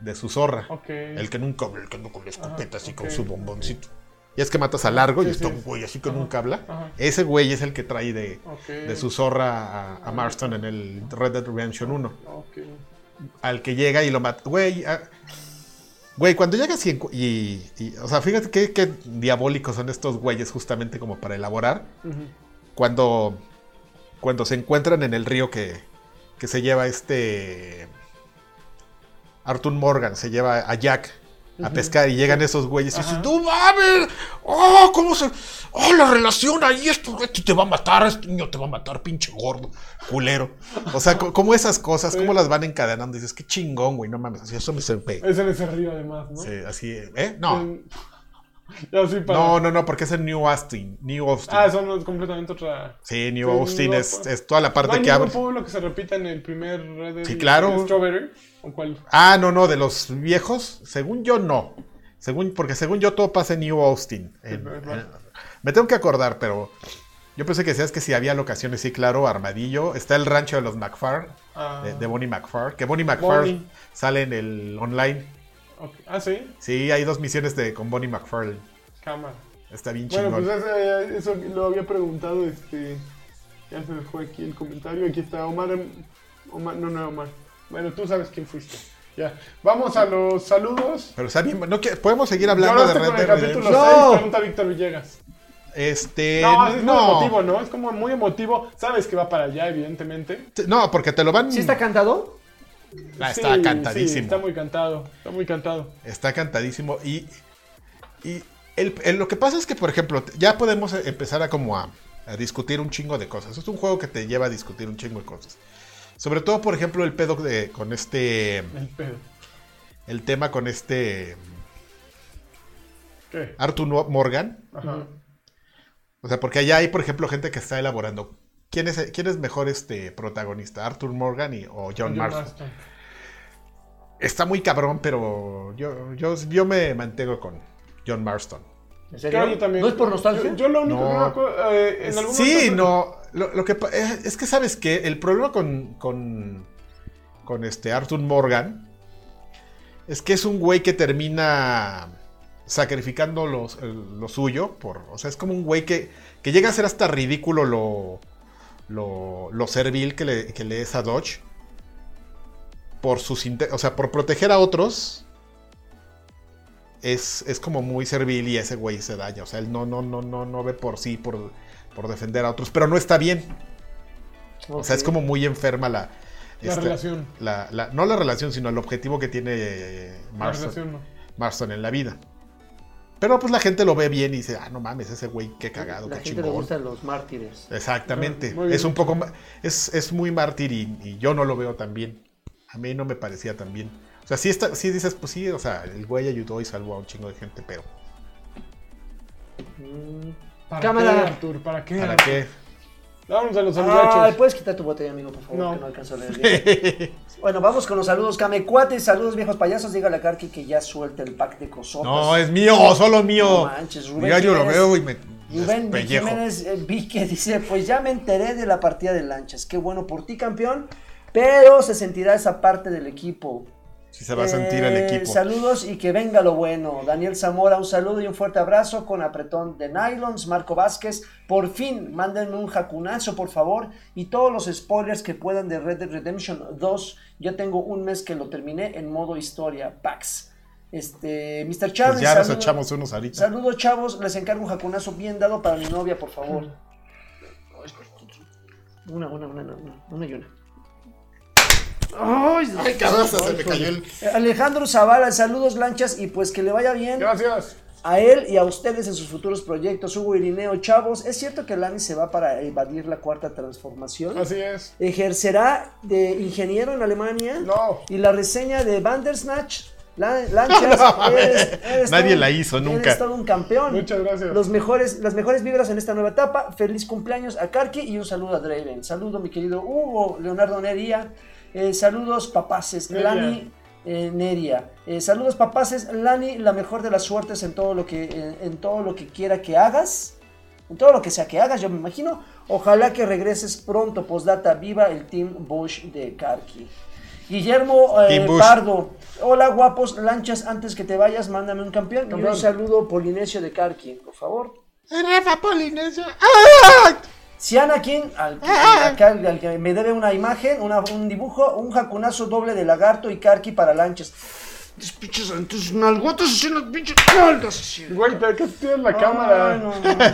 [SPEAKER 2] de su zorra.
[SPEAKER 1] Ok.
[SPEAKER 2] El que nunca habla, el que no con la escopeta, así
[SPEAKER 1] ok.
[SPEAKER 2] con su bomboncito. Y es que matas a largo y
[SPEAKER 1] Sí,
[SPEAKER 2] está
[SPEAKER 1] sí.
[SPEAKER 2] un güey así que
[SPEAKER 1] Ajá,
[SPEAKER 2] nunca habla.
[SPEAKER 1] ajá.
[SPEAKER 2] Ese güey es el que trae de,
[SPEAKER 1] Ok.
[SPEAKER 2] de su zorra a, a Marston en el Red Dead Redemption 1.
[SPEAKER 1] Ok.
[SPEAKER 2] Al que llega y lo mata. Güey, ah, güey cuando llegas y, encu- y- y- O sea, fíjate qué, qué diabólicos son estos güeyes justamente como para elaborar
[SPEAKER 1] Ujú.
[SPEAKER 2] cuando, cuando se encuentran en el río que, que se lleva este Arthur Morgan, se lleva a Jack a pescar y llegan esos güeyes y dicen,
[SPEAKER 1] Ajá.
[SPEAKER 2] ¡tú mames! ¡Oh, cómo se... ¡Oh, la relación ahí! Esto, esto te va a matar, este niño te va a matar, pinche gordo, culero. O sea, co- como esas cosas, cómo las van encadenando. Dices, qué chingón, güey, no mames, así eso me se...
[SPEAKER 1] Es en ese río además, ¿no?
[SPEAKER 2] se- Así, ¿eh? No,
[SPEAKER 1] En- [laughs] Ya sí para...
[SPEAKER 2] no, no, no, porque es en New Austin, New Austin.
[SPEAKER 1] Ah, son los- completamente otra...
[SPEAKER 2] Sí, New
[SPEAKER 1] Sí,
[SPEAKER 2] Austin
[SPEAKER 1] no,
[SPEAKER 2] es,
[SPEAKER 1] pues.
[SPEAKER 2] es toda la parte
[SPEAKER 1] ¿No hay
[SPEAKER 2] que
[SPEAKER 1] ningún
[SPEAKER 2] abre.
[SPEAKER 1] pueblo que se repita en el primer Red Dead
[SPEAKER 2] Sí, claro.
[SPEAKER 1] Strawberry? ¿O cuál?
[SPEAKER 2] Ah, no, no, de los viejos, según yo no. Según, porque según yo todo pasa en New Austin. En-
[SPEAKER 1] ¿verdad?
[SPEAKER 2] en- me tengo que acordar, pero yo pensé que decías que si había locaciones, sí, claro, Armadillo. Está el rancho de los McFar,
[SPEAKER 1] Ah,
[SPEAKER 2] de, de Bonnie McFar, que Bonnie McFar
[SPEAKER 1] Bonnie.
[SPEAKER 2] sale en el online.
[SPEAKER 1] ok. ah sí.
[SPEAKER 2] Sí, hay dos misiones de, con Bonnie McFarlane.
[SPEAKER 1] Cámara.
[SPEAKER 2] Está bien
[SPEAKER 1] Bueno,
[SPEAKER 2] chingón.
[SPEAKER 1] pues ese, eh, eso lo había preguntado, este... Ya se me fue aquí el comentario. Aquí está Omar... em, Omar no, no, Omar. Bueno, tú sabes quién fuiste. Ya. Vamos a los saludos.
[SPEAKER 2] Pero está bien, no, que- podemos seguir hablando de
[SPEAKER 1] ¿Lloraste
[SPEAKER 2] Red
[SPEAKER 1] con el
[SPEAKER 2] Dead
[SPEAKER 1] capítulo
[SPEAKER 2] Redemption?
[SPEAKER 1] 6?
[SPEAKER 2] No,
[SPEAKER 1] Pregunta Víctor Villegas.
[SPEAKER 2] este,
[SPEAKER 1] no, es muy
[SPEAKER 2] no.
[SPEAKER 1] emotivo, ¿no? Es como muy emotivo. Sabes que va para allá, evidentemente.
[SPEAKER 2] No, porque te lo van...
[SPEAKER 3] ¿Sí está cantado?
[SPEAKER 2] Ah, está
[SPEAKER 1] Sí,
[SPEAKER 2] cantadísimo.
[SPEAKER 1] sí,
[SPEAKER 2] está,
[SPEAKER 1] está muy cantado. Está muy cantado.
[SPEAKER 2] cantadísimo. Y, y el- el- lo que pasa es que, por ejemplo, te- ya podemos e- empezar a como a, a discutir un chingo de cosas. Es un juego que te lleva a discutir un chingo de cosas. Sobre todo, por ejemplo, el pedo de, con este...
[SPEAKER 1] El pedo.
[SPEAKER 2] El tema con este...
[SPEAKER 1] ¿Qué?
[SPEAKER 2] Arthur Morgan.
[SPEAKER 1] Ajá.
[SPEAKER 2] O sea, porque allá hay, por ejemplo, gente que está elaborando ¿Quién es, quién es mejor este protagonista? ¿Arthur Morgan y- o John,
[SPEAKER 1] John
[SPEAKER 2] Marston?
[SPEAKER 1] Marston.
[SPEAKER 2] Está muy cabrón, pero yo, yo, yo me mantengo con John Marston.
[SPEAKER 3] ¿En serio?
[SPEAKER 1] Claro, yo también.
[SPEAKER 3] ¿No es por nostalgia?
[SPEAKER 1] Yo, yo lo único
[SPEAKER 2] No.
[SPEAKER 1] que no me acuerdo. eh, en algún
[SPEAKER 2] Sí,
[SPEAKER 1] momento-
[SPEAKER 2] no. Lo, lo que pa- es, es que sabes que el problema con, con, con este Arthur Morgan es que es un güey que termina sacrificando los- el- lo suyo. Por, o sea, es como un güey que, que llega a ser hasta ridículo lo, lo, lo servil que le, que le es a Dodge. Por sus inte- o sea, por proteger a otros. Es, es como muy servil y ese güey se daña. O sea, él no, no, no, no, no ve por sí, por, por defender a otros, pero no está bien. O sea, es como muy enferma la.
[SPEAKER 1] La
[SPEAKER 2] esta-
[SPEAKER 1] relación.
[SPEAKER 2] la- la- no la relación, sino el objetivo que tiene eh,
[SPEAKER 1] La
[SPEAKER 2] Marston,
[SPEAKER 1] relación no.
[SPEAKER 2] Marston en la vida. Pero pues la gente lo ve bien y dice, ah, no mames, ese güey, qué cagado,
[SPEAKER 3] La
[SPEAKER 2] qué
[SPEAKER 3] gente le
[SPEAKER 2] chingón.
[SPEAKER 3] gustan los mártires.
[SPEAKER 2] Exactamente.
[SPEAKER 1] Ah, muy
[SPEAKER 2] es
[SPEAKER 1] bien.
[SPEAKER 2] un poco ma- es, es muy mártir y, y yo no lo veo tan bien. A mí no me parecía tan bien. O sea, sí, está, sí dices, pues sí, o sea, el güey ayudó y salvó a un chingo de gente, pero
[SPEAKER 3] Mm.
[SPEAKER 1] ¿Para
[SPEAKER 3] Cámara.
[SPEAKER 1] qué, Arthur? ¿Para qué?
[SPEAKER 2] ¿para
[SPEAKER 1] Arthur?
[SPEAKER 2] qué?
[SPEAKER 1] Vamos a los
[SPEAKER 3] Ay, pues,
[SPEAKER 1] saludachos.
[SPEAKER 3] puedes quitar tu botella, amigo, por favor,
[SPEAKER 1] No.
[SPEAKER 3] que no alcanzo a leer bien. bueno, vamos con los saludos, Camecuates. Saludos, viejos payasos. Dígale a Karki que ya suelta el pack de cosotas.
[SPEAKER 2] No, es mío, solo
[SPEAKER 3] oh, pues, No
[SPEAKER 2] mío.
[SPEAKER 3] manches, Rubén
[SPEAKER 2] Mira, yo lo
[SPEAKER 3] Jiménez-
[SPEAKER 2] veo y me
[SPEAKER 3] Rubén
[SPEAKER 2] despellejo.
[SPEAKER 3] Jiménez eh, Vique dice, pues ya me enteré de la partida de lanchas. Qué bueno por ti, campeón. Pero se sentirá esa parte del equipo.
[SPEAKER 2] Si se va a sentir el
[SPEAKER 3] Eh,
[SPEAKER 2] equipo.
[SPEAKER 3] Saludos y que venga lo bueno. Daniel Zamora, un saludo y un fuerte abrazo con apretón de nylons. Marco Vázquez, por fin, mándenme un jacunazo, por favor. Y todos los spoilers que puedan de Red Dead Redemption 2. Yo tengo un mes que lo terminé en modo historia. Pax. Este, Mr. Charlie,
[SPEAKER 2] Pues ya nos
[SPEAKER 3] saludos.
[SPEAKER 2] echamos unos ahorita.
[SPEAKER 3] Saludos, chavos. Les encargo un jacunazo bien dado para mi novia, por favor. Una, una, una, una, una, una y una. ¡Ay,
[SPEAKER 2] Ay, caraza, se me cayó el.
[SPEAKER 3] Alejandro Zavala, saludos lanchas y pues que le vaya bien
[SPEAKER 1] Gracias.
[SPEAKER 3] a él y a ustedes en sus futuros proyectos. Hugo Irineo, chavos, ¿es cierto que Lani se va para evadir la cuarta transformación?
[SPEAKER 1] Así es.
[SPEAKER 3] ¿Ejercerá de ingeniero en Alemania?
[SPEAKER 1] No.
[SPEAKER 3] Y la reseña de Bandersnatch, la- lanchas,
[SPEAKER 2] [laughs] No, no,
[SPEAKER 3] eres-
[SPEAKER 2] mames.
[SPEAKER 3] eres
[SPEAKER 2] Nadie
[SPEAKER 3] todo-
[SPEAKER 2] la hizo nunca.
[SPEAKER 3] Eres todo un campeón.
[SPEAKER 1] Muchas gracias.
[SPEAKER 3] Los mejores, las mejores vibras en esta nueva etapa. Feliz cumpleaños a Karki y un saludo a Draven. Saludo, mi querido Hugo, Leonardo Nería. Eh, saludos, papaces.
[SPEAKER 1] Neria.
[SPEAKER 3] Lani eh, Neria. Eh, saludos, papaces. Lani, la mejor de las suertes en todo lo que, en, en todo lo que quiera que hagas. En todo lo que sea que hagas, yo me imagino. Ojalá que regreses pronto, postdata. Viva el Team Bush de Karki. Guillermo eh,
[SPEAKER 2] Team Bush.
[SPEAKER 3] Pardo. Hola, guapos. Lanchas, antes que te vayas, mándame un campeón. Y
[SPEAKER 1] Campeón.
[SPEAKER 3] un saludo polinesio de Karki, por favor.
[SPEAKER 2] Rafa Polinesio. ¡Ah!
[SPEAKER 3] Si Anakin, al, al- al- al que me debe una imagen, una- un dibujo, un jacunazo doble de lagarto y Karki para lanchas. Tus pinches, tus nalgotas así, las pinches nalgas así.
[SPEAKER 1] Güey, ¿qué tienes la
[SPEAKER 3] Ay,
[SPEAKER 1] cámara?
[SPEAKER 3] no, no, no.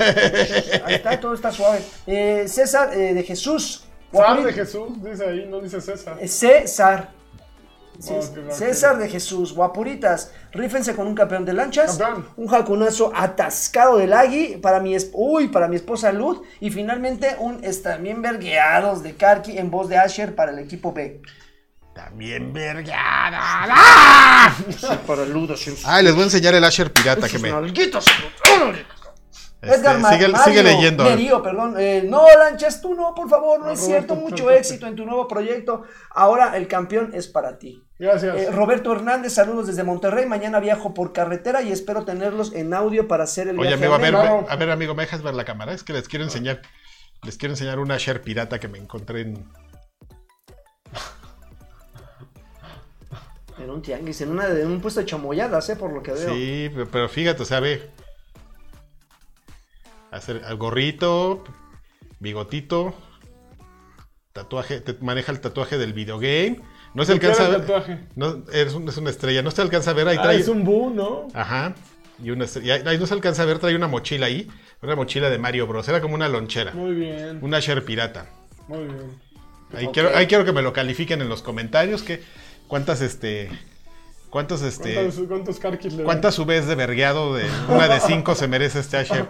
[SPEAKER 3] Ahí está, todo está suave. Eh, César eh, de Jesús.
[SPEAKER 1] Sar de Jesús, dice ahí, no dice César.
[SPEAKER 3] Eh, César.
[SPEAKER 1] Oh, qué bárbaro.
[SPEAKER 3] César de Jesús, guapuritas, rífense con un campeón de lanchas,
[SPEAKER 1] Campeón.
[SPEAKER 3] un jacunazo atascado del Agui para mi, esp- uy, para mi esposa Luz y finalmente un también vergueados de Karki en voz de Asher para el equipo B.
[SPEAKER 2] También vergada. ¡Ah!
[SPEAKER 3] para Lud, así en sus-
[SPEAKER 2] Ay, les voy a enseñar el Asher pirata que
[SPEAKER 3] sus
[SPEAKER 2] me.
[SPEAKER 3] nalguitas.
[SPEAKER 2] este,
[SPEAKER 3] Edgar Ma-
[SPEAKER 2] sigue,
[SPEAKER 3] Mario
[SPEAKER 2] sigue leyendo.
[SPEAKER 3] Nerío, perdón. Eh, no, Lanchas, tú no, por favor, no es
[SPEAKER 1] Roberto,
[SPEAKER 3] cierto.
[SPEAKER 1] por
[SPEAKER 3] Mucho
[SPEAKER 1] favor.
[SPEAKER 3] éxito en tu nuevo proyecto. Ahora el campeón es para ti.
[SPEAKER 1] Gracias.
[SPEAKER 3] Eh, Roberto Hernández, saludos desde Monterrey. Mañana viajo por carretera y espero tenerlos en audio para hacer el
[SPEAKER 2] Oye,
[SPEAKER 3] viaje.
[SPEAKER 2] amigo, a ver,
[SPEAKER 1] Claro.
[SPEAKER 2] a ver, amigo, ¿me dejas ver la cámara? Es que les quiero enseñar. Les quiero enseñar un Asher pirata que me encontré en.
[SPEAKER 3] En un tianguis, en, una, en un puesto de chamoyadas, eh, por lo que veo.
[SPEAKER 2] Sí, pero- pero fíjate, o sea, ve. Hacer al gorrito, bigotito, tatuaje, te maneja el tatuaje del videogame. No se
[SPEAKER 1] ¿De qué era
[SPEAKER 2] alcanza a
[SPEAKER 1] el
[SPEAKER 2] ver.
[SPEAKER 1] tatuaje?
[SPEAKER 2] no, es, un- es una estrella, no se alcanza a ver. Ahí
[SPEAKER 1] Ah,
[SPEAKER 2] trae.
[SPEAKER 1] es un bu, ¿no?
[SPEAKER 2] Ajá. Y una estrella. Ahí, ahí no se alcanza a ver, trae una mochila ahí. Una mochila de Mario Bros. Era como una lonchera.
[SPEAKER 1] Muy bien,
[SPEAKER 2] Un Asher pirata.
[SPEAKER 1] muy bien.
[SPEAKER 2] Ahí,
[SPEAKER 3] Ok.
[SPEAKER 2] quiero, ahí quiero que me lo califiquen en los comentarios. Que, ¿Cuántas este. ¿Cuántos este.
[SPEAKER 1] ¿Cuántos, cuántos carquis le dan?
[SPEAKER 2] ¿Cuántas subes de vergueado de una de cinco se merece este Asher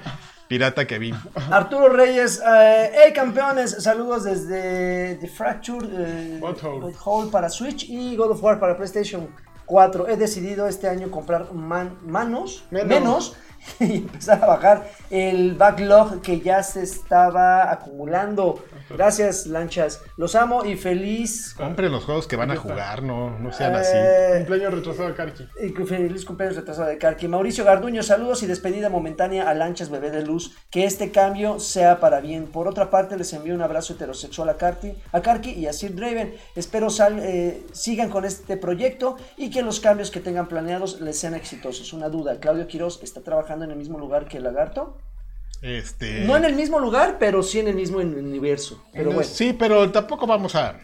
[SPEAKER 2] pirata que vi?
[SPEAKER 3] Arturo Reyes, eh, hey campeones, saludos desde The Fracture, eh,
[SPEAKER 1] Butthole.
[SPEAKER 3] Butthole para Switch y God of War para PlayStation 4. He decidido este año comprar man- manos,
[SPEAKER 1] Menos.
[SPEAKER 3] menos, [laughs] y empezar a bajar el backlog que ya se estaba acumulando. Gracias, lanchas. Los amo y feliz.
[SPEAKER 2] Compren los juegos que van a jugar, no, no sean así.
[SPEAKER 3] eh,
[SPEAKER 1] Cumpleaños retrasado de Karki.
[SPEAKER 3] y que feliz Eh, cumpleaños retrasado de Karki. Mauricio Garduño, saludos y despedida momentánea a Lanchas Bebé de Luz. Que este cambio sea para bien. Por otra parte, les envío un abrazo heterosexual a Karki, a Karki y a Sir Draven. Espero sal- eh, sigan con este proyecto y que los cambios que tengan planeados les sean exitosos. Una duda, ¿Claudio Quiroz está trabajando en el mismo lugar que el lagarto?
[SPEAKER 2] Este,
[SPEAKER 3] No en el mismo lugar, pero sí en el mismo universo. Pero
[SPEAKER 2] Eh, no,
[SPEAKER 3] bueno.
[SPEAKER 2] Sí, pero tampoco vamos a.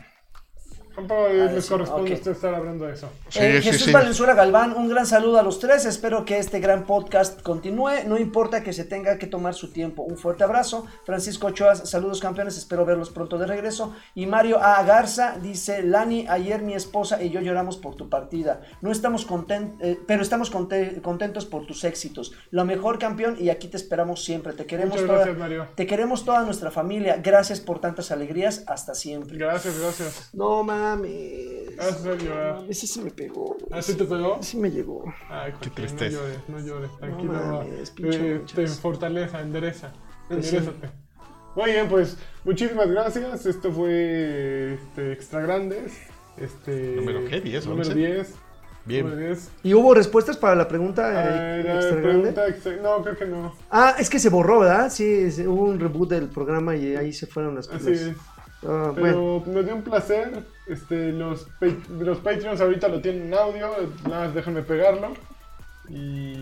[SPEAKER 1] Tampoco eh, les
[SPEAKER 3] Ah, sí,
[SPEAKER 1] corresponde
[SPEAKER 3] ok.
[SPEAKER 1] a usted estar hablando de eso.
[SPEAKER 2] Sí,
[SPEAKER 3] Eh,
[SPEAKER 2] sí,
[SPEAKER 3] Jesús
[SPEAKER 2] sí.
[SPEAKER 3] Valenzuela Galván, un gran saludo a los tres. Espero que este gran podcast continúe. No importa que se tenga que tomar su tiempo. Un fuerte abrazo. Francisco Ochoa, saludos campeones. Espero verlos pronto de regreso. Y Mario A. Garza dice: Lani, ayer mi esposa y yo lloramos por tu partida. No estamos contentos, pero estamos conte- contentos por tus éxitos. Lo mejor, campeón, y aquí te esperamos siempre. Te queremos
[SPEAKER 1] Muchas
[SPEAKER 3] toda-
[SPEAKER 1] gracias, Mario.
[SPEAKER 3] Te queremos toda nuestra familia. Gracias por tantas alegrías. Hasta siempre.
[SPEAKER 1] Gracias, gracias.
[SPEAKER 4] No mames.
[SPEAKER 1] Gracias por llorar.
[SPEAKER 4] No mames, Ese sí me pegó. güey.
[SPEAKER 1] ¿Ah, sí te pegó?
[SPEAKER 4] Ese sí me llegó.
[SPEAKER 1] Ay, Joaquín,
[SPEAKER 2] tristeza.
[SPEAKER 1] Ah, No llores, no llores. Tranquilo,
[SPEAKER 4] No
[SPEAKER 1] va.
[SPEAKER 4] mames, pinche
[SPEAKER 1] Eh,
[SPEAKER 4] manchas.
[SPEAKER 1] te fortaleza, endereza.
[SPEAKER 4] Pues sí.
[SPEAKER 1] enderezate. Muy bien, pues muchísimas gracias. Esto fue este, Extra Grandes. Este,
[SPEAKER 2] ¿Número qué? ¿Diez,
[SPEAKER 1] Número
[SPEAKER 2] once?
[SPEAKER 1] 10. Número
[SPEAKER 2] Bien.
[SPEAKER 1] 10.
[SPEAKER 4] ¿Y hubo respuestas para la pregunta
[SPEAKER 1] Ah,
[SPEAKER 4] eh,
[SPEAKER 1] era
[SPEAKER 4] extra grande?
[SPEAKER 1] pregunta extra- No, creo que no.
[SPEAKER 4] Ah, es que se borró, ¿verdad? Sí, sí, hubo un reboot del programa y ahí se fueron las
[SPEAKER 1] Así
[SPEAKER 4] cosas.
[SPEAKER 1] es.
[SPEAKER 4] Ah, bueno,
[SPEAKER 1] Pero nos dio un placer. Este, los, pa- los Patreons ahorita lo tienen en audio. Nada más déjenme pegarlo. Y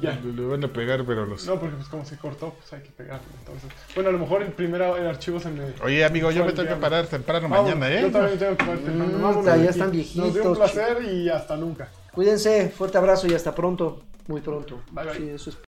[SPEAKER 1] ya.
[SPEAKER 2] Le, le van a pegar, pero los.
[SPEAKER 1] No, porque pues como se cortó, pues hay que pegarlo. Entonces, bueno, a lo mejor el primer a- el archivo se me.
[SPEAKER 2] Oye, amigo, yo me
[SPEAKER 1] Bueno,
[SPEAKER 2] tengo que
[SPEAKER 1] ya.
[SPEAKER 2] parar temprano
[SPEAKER 1] Vamos,
[SPEAKER 2] mañana, ¿eh?
[SPEAKER 1] Yo también tengo que partir.
[SPEAKER 4] Mm,
[SPEAKER 1] Vámonos
[SPEAKER 4] ya
[SPEAKER 1] de aquí.
[SPEAKER 4] están viejitos,
[SPEAKER 1] Nos dio un placer y hasta nunca.
[SPEAKER 4] cuídense, fuerte abrazo y hasta pronto. Muy pronto.
[SPEAKER 1] Bye, bye.
[SPEAKER 4] Sí, eso espero.